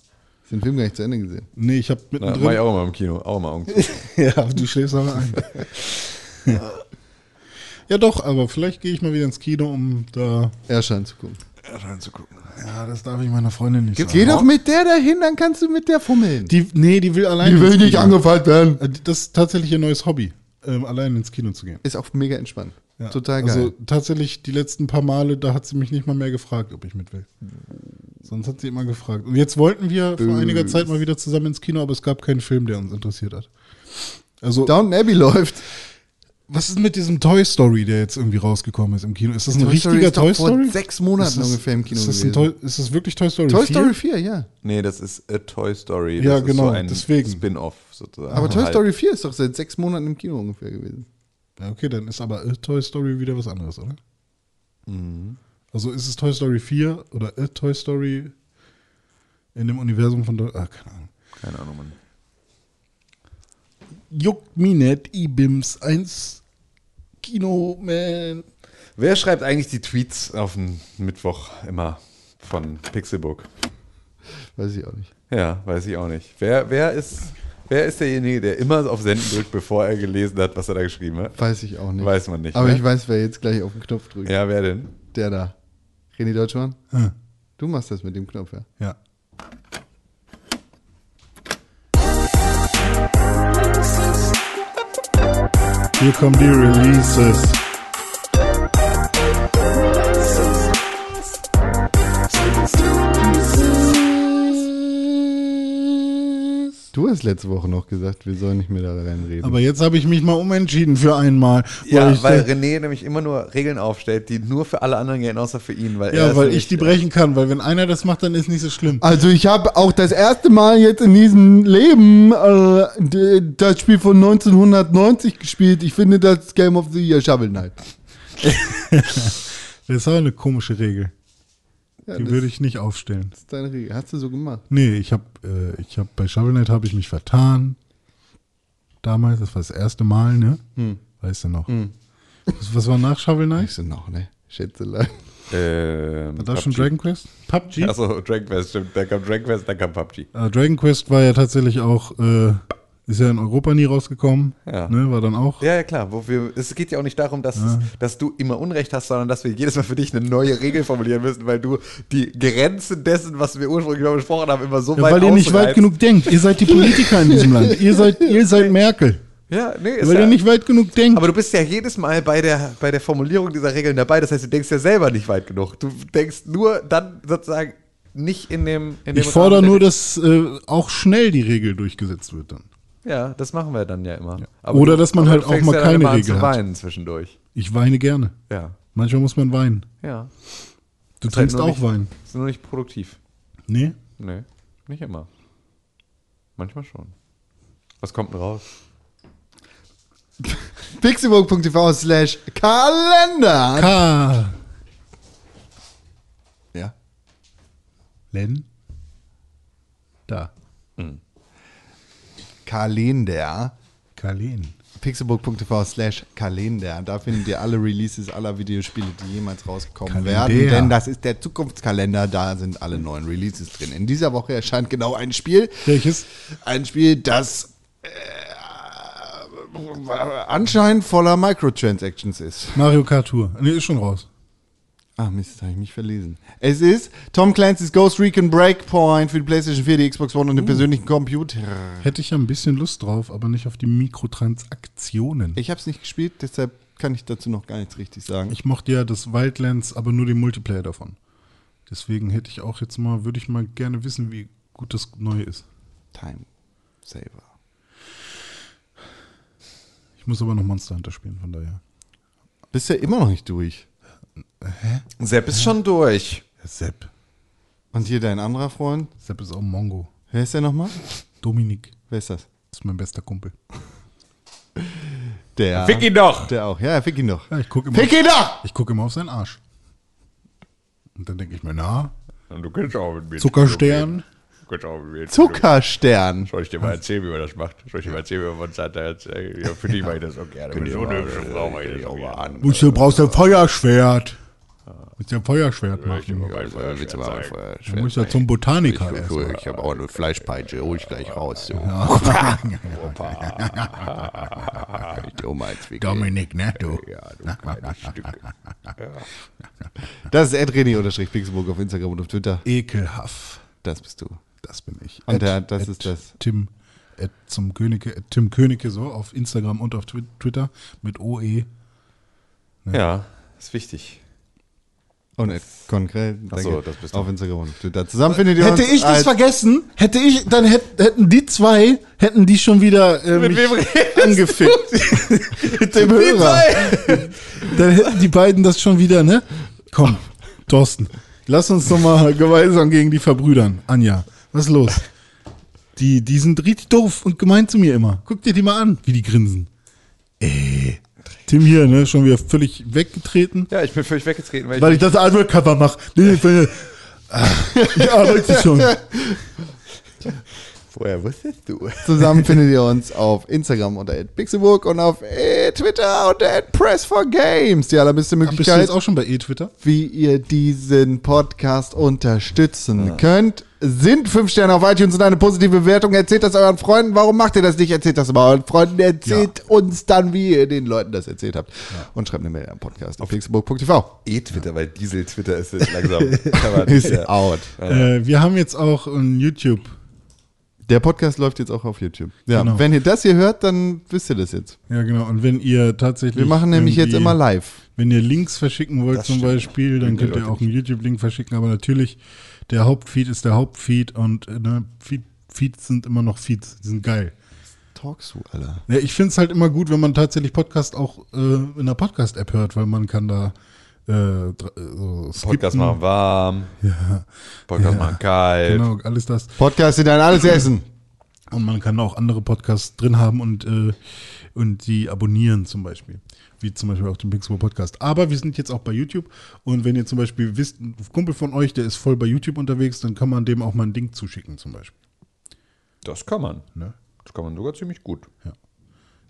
S2: Hast den Film gar nicht zu Ende gesehen.
S4: Nee, ich habe
S3: Na, mach ich
S4: mittendrin.
S3: auch immer im Kino. Auch immer irgendwie.
S4: [LAUGHS] Ja, du schläfst aber ein. ja, doch, aber vielleicht gehe ich mal wieder ins Kino, um da.
S2: Erschein zu gucken.
S3: reinzugucken.
S4: Ja, das darf ich meiner Freundin nicht
S2: Geh doch mit der dahin, dann kannst du mit der fummeln.
S4: Die, nee, die will alleine. ins Kino. Äh,
S2: angefallen werden.
S4: Das ist tatsächlich ihr neues Hobby, ähm, allein ins Kino zu gehen.
S2: Ist auch mega entspannt.
S4: Ja.
S2: Total geil.
S4: Also tatsächlich die letzten paar Male, da hat sie mich nicht mal mehr gefragt, ob ich mit will. Sonst hat sie immer gefragt. Und jetzt wollten wir vor einiger Zeit mal wieder zusammen ins Kino, aber es gab keinen Film, der uns interessiert hat. Also,
S2: Downton Abbey läuft.
S4: was ist mit diesem Toy Story, der jetzt irgendwie rausgekommen ist im Kino? Ist das ein
S2: Toy Story
S4: richtiger
S2: ist doch
S4: Toy
S2: vor
S4: Story?
S2: sechs Monaten
S4: Ist das-
S2: ungefähr im Kino
S4: Ist das, ein Toy,
S2: gewesen.
S4: ist das wirklich Toy Story?
S2: Toy
S4: 4?
S2: Story 4, ja.
S3: Nee, das ist A Toy Story. Das
S4: Ja,
S3: ist
S4: genau,
S3: So ein
S4: deswegen.
S3: Spin-off sozusagen.
S2: Aber Toy
S3: Halt.
S2: Story 4 ist doch seit sechs Monaten im Kino ungefähr gewesen.
S4: Ja, okay, dann ist aber A Toy Story wieder was anderes, oder?
S2: Mhm.
S4: Also ist es Toy Story 4 oder A Toy Story in dem Universum von Toy Ah, keine Ahnung.
S3: Keine Ahnung, Mann.
S4: Juckt mich nicht, Ibims 1 Kino, man.
S3: Wer schreibt eigentlich die Tweets auf den Mittwoch immer von Pixelbook?
S2: Weiß ich auch nicht.
S3: Ja, weiß ich auch nicht. Wer, wer ist. Wer ist derjenige, der immer auf Senden drückt, bevor er gelesen hat, was er da geschrieben hat?
S2: Weiß ich auch nicht.
S3: Weiß man nicht,
S2: Aber
S3: ne?
S2: ich weiß, wer jetzt gleich auf den Knopf drückt.
S3: Ja, wer denn?
S2: Der da. René Deutschmann,
S4: Hm.
S2: du machst das mit dem Knopf, ja.
S4: Ja. Hier kommen die Releases.
S2: Du hast letzte Woche noch gesagt, wir sollen nicht mehr da reinreden.
S4: Aber jetzt habe ich mich mal umentschieden für einmal.
S3: Ja,
S4: ich,
S3: weil
S4: da-
S3: René nämlich immer nur Regeln aufstellt, die nur für alle anderen gelten, außer für ihn. Weil er
S4: ja,
S3: ist
S4: weil
S3: nämlich
S4: ich die
S3: der-
S4: brechen kann, weil wenn einer das macht, dann ist nicht so schlimm.
S2: also ich habe auch das erste Mal jetzt in diesem Leben äh, d- das Spiel von 1990 gespielt. Ich finde das Game of the Year Shovel Knight.
S4: Das ist aber eine komische Regel.
S2: Ja,
S4: Die
S2: das
S4: würde ich nicht aufstellen.
S2: ist deine Regel. Hast du so gemacht?
S4: Nee, ich habe äh, ich hab, bei Shovel Knight habe ich mich vertan. Damals, das war das erste Mal, ne? Weißt du noch? Was, was war nach Shovel Knight?
S2: Weißt du noch, ne? Schätzelein.
S3: Ähm,
S4: War das schon Dragon Quest? PUBG?
S3: Achso, Dragon Quest, stimmt. Da kam Dragon Quest, dann kam PUBG.
S4: Äh, Dragon Quest war ja tatsächlich auch, äh, ist ja in Europa nie rausgekommen.
S3: Ja.
S4: Ne, war dann auch.
S3: Ja, ja, klar. Wo wir, es geht ja auch nicht darum, dass, es, dass du immer Unrecht hast, sondern dass wir jedes Mal für dich eine neue Regel formulieren müssen, weil du die Grenzen dessen, was wir ursprünglich mal besprochen haben, immer so
S4: Ja,
S3: weit
S4: weil ihr nicht weit
S3: ausreizt.
S4: genug denkt. Ihr seid die Politiker in diesem Land. Ihr seid, ihr seid Merkel.
S3: Ja, nee, ist
S4: Weil
S3: ja,
S4: ihr nicht weit genug denkt.
S3: aber du bist ja jedes Mal bei der, bei der Formulierung dieser Regeln dabei. Das heißt, du denkst ja selber nicht weit genug. Du denkst nur dann sozusagen nicht in dem. In dem
S4: ich fordere
S3: Rahmen der-
S4: nur, dass äh, auch schnell die Regel durchgesetzt wird dann.
S3: Ja, das machen wir dann ja immer.
S4: Oder dass man halt
S3: du
S4: auch
S3: fängst
S4: mal
S3: dann
S4: keine
S3: immer an
S4: Regel
S3: zu
S4: hat.
S3: weinen zwischendurch.
S4: Ich weine gerne.
S3: Ja,
S4: Manchmal muss man weinen.
S3: ja.
S4: Du
S3: Ist halt
S4: trinkst
S3: nur
S4: auch
S3: nicht-
S4: Wein.
S3: Ist nur nicht produktiv.
S4: Nee?
S3: Nee, nicht immer. Manchmal schon. Was kommt denn raus?
S2: pixelburg.tv slash Kalender.
S4: Ka.
S2: Ja.
S4: Len? Da.
S2: Kalender.
S4: Kalen.
S2: pixelburg.tv slash Kalender. Da findet ihr alle Releases aller Videospiele, die jemals rausgekommen
S4: Kalender.
S2: werden. Denn das ist der Zukunftskalender, da sind alle neuen Releases drin. In dieser Woche erscheint genau ein Spiel.
S4: Welches?
S2: Ein Spiel, das äh, anscheinend voller Microtransactions ist.
S4: Mario Kart Tour. Nee, ist schon raus.
S2: Ah, Mist, habe ich mich verlesen. Es ist Tom Clancy's Ghost Recon Breakpoint für die PlayStation 4, die Xbox One und
S4: Uh.
S2: den persönlichen Computer.
S4: Hätte ich ja ein bisschen Lust drauf, aber nicht auf die Mikrotransaktionen.
S2: Ich habe es nicht gespielt, deshalb kann ich dazu noch gar nichts richtig sagen.
S4: Ich mochte ja das Wildlands, aber nur den Multiplayer davon. Deswegen hätte ich auch jetzt mal, würde ich mal gerne wissen, wie gut das neue ist.
S2: Time Saver.
S4: Ich muss aber noch Monster Hunter spielen, von daher.
S2: Bist ja immer noch nicht durch.
S3: Sepp ist schon durch.
S4: Herr Sepp.
S2: Und hier dein anderer Freund.
S4: Sepp ist auch ein Mongo.
S2: Wer ist der nochmal?
S4: Dominik
S2: Wer ist das?
S4: ist mein bester Kumpel.
S2: Der.
S3: Fick ihn doch!
S2: Der auch. Ja, fick ihn doch.
S4: Ja, ich gucke immer,
S2: Fick ihn doch!
S4: ich guck immer auf seinen Arsch. Und dann denke ich mir, na,
S3: Du kannst auch mit mir.
S4: Zuckerstern.
S3: Du kannst auch mit mir.
S2: Zuckerstern.
S3: Soll ich dir mal erzählen, wie man das macht? Soll ich dir mal erzählen, wie man Monster Hunter erzählt? Ja, äh, für dich mache ich das auch gerne. Wenn so eine hübsche Frau mache ich das auch gerne.
S4: Musst du brauchst ein Feuerschwert. Musst du ein Feuerschwert machen.
S3: Weil Feuer willst du mal Feuer.
S4: Du musst ja zum Botaniker erst.
S8: Entschuldigung, ich habe auch eine Fleischpeitsche, hol ich gleich raus. So. [LAUGHS] Kann ich dir auch mal eins wickeln?
S4: Dominik, ne, du.
S2: Das ist adreni-pixelburg auf Instagram und auf Twitter.
S4: Ekelhaft.
S2: Das bist du.
S4: Das bin ich.
S2: Und
S4: At-
S2: der- das
S4: at
S2: ist das.
S4: Tim, at zum Könige, at Tim Könige so auf Instagram und auf Twi- Twitter mit E OE.
S3: Ja, ist wichtig.
S2: Und Ed konkret.
S3: so,
S2: danke.
S3: das bist du.
S2: Auf Instagram und auf Twitter. Zusammen findet ihr
S4: Hätte
S2: uns
S4: ich das
S2: als-
S4: [LAUGHS] vergessen, hätte ich, dann hätt, hätten die zwei, hätten die schon wieder äh, mich
S2: [LAUGHS]
S4: angefickt. mit dem Hörer. Dann hätten die beiden das schon wieder, ne? Komm, Thorsten, lass uns doch mal gemeinsam gegen die verbrüdern. Anja, was ist los? Die, die sind richtig doof und gemein zu mir immer. Guck dir die mal an, wie die grinsen. Ey. Tim hier, ne? Schon wieder völlig weggetreten.
S3: Ja, ich bin völlig weggetreten, weil,
S4: Weil ich das Artwork-Cover mache. Nee, ich, bin- Ah, ich arbeite schon.
S3: Vorher wusstest du.
S2: Zusammen findet ihr uns auf Instagram unter @pixelburg und auf äh, Twitter unter @press4games. Die allerbeste
S4: Bist du
S2: Möglichkeit,
S4: jetzt auch schon bei E-Twitter?
S2: wie ihr diesen Podcast unterstützen könnt, sind fünf Sterne auf iTunes und eine positive Bewertung. Erzählt das euren Freunden. Warum macht ihr das nicht? Erzählt das mal euren Freunden. Erzählt uns dann, wie ihr den Leuten das erzählt habt. Und schreibt eine Mail am Podcast auf pixelburg.tv.
S3: E-Twitter, weil Diesel-Twitter ist jetzt [LAUGHS] langsam. Kann man
S2: Ist
S3: nicht, ja.
S2: out.
S4: Äh, wir haben jetzt auch ein YouTube.
S2: Der Podcast läuft jetzt auch auf YouTube. Ja,
S4: Genau.
S2: wenn ihr das hier hört, dann wisst ihr das jetzt.
S4: Ja, genau. Und wenn ihr tatsächlich.
S2: Wir machen nämlich jetzt
S4: irgendwie-
S2: immer live.
S4: Wenn ihr Links verschicken wollt
S3: Das
S4: zum
S3: stimmt.
S4: Beispiel, dann
S3: Wenn die
S4: könnt ihr
S3: Leute
S4: auch einen YouTube-Link verschicken. Aber natürlich, der Hauptfeed ist der Hauptfeed und äh, ne, Feed, Feeds sind immer noch Feeds. Die sind geil.
S2: Talks zu, Alter.
S4: Ja, ich finde es halt immer gut, wenn man tatsächlich Podcast auch äh, in der Podcast-App hört, weil man kann da äh, dr- äh, so skippen.
S3: Podcast machen warm.
S4: Ja,
S3: Podcast machen kalt.
S4: genau, alles das.
S2: Podcast sind ein alles Essen.
S4: Und man kann auch andere Podcasts drin haben und, äh, und die abonnieren zum Beispiel. Wie zum Beispiel auch den Pixelbook Podcast. Aber wir sind jetzt auch bei YouTube. Und wenn ihr zum Beispiel wisst, ein Kumpel von euch, der ist voll bei YouTube unterwegs, dann kann man dem auch mal ein Ding zuschicken zum Beispiel.
S3: Das kann man.
S4: Ne?
S3: Das kann man sogar ziemlich gut.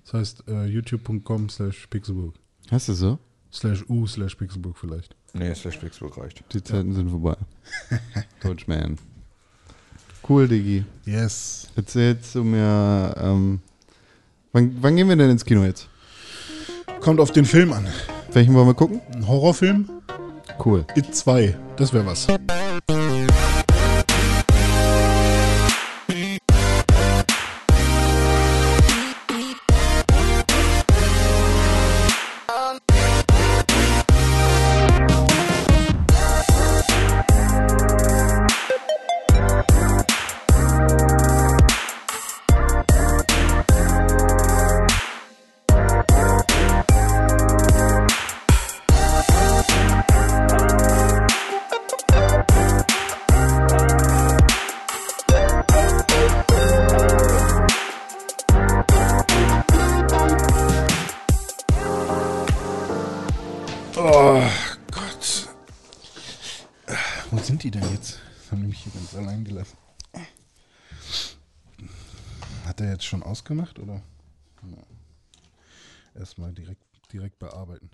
S4: Das heißt äh, youtube.com slash pixelburg.
S2: Hast du so?
S4: Slash u slash pixelburg vielleicht.
S3: Nee, ist der Spitzburg reicht.
S2: Die Zeiten sind vorbei. [LAUGHS] Deutsch Man. Cool, Diggi.
S4: Yes.
S2: Erzählst du mir, ähm, wann, wann gehen wir denn ins Kino jetzt?
S4: Kommt auf den Film an.
S2: Welchen wollen wir gucken?
S4: Ein Horrorfilm?
S2: Cool.
S4: It 2. Das wäre was. Oh Gott. Äh, Wo sind die denn jetzt? Das haben die mich hier ganz allein gelassen. Hat er jetzt schon ausgemacht oder? Ja. Erstmal direkt, direkt bearbeiten.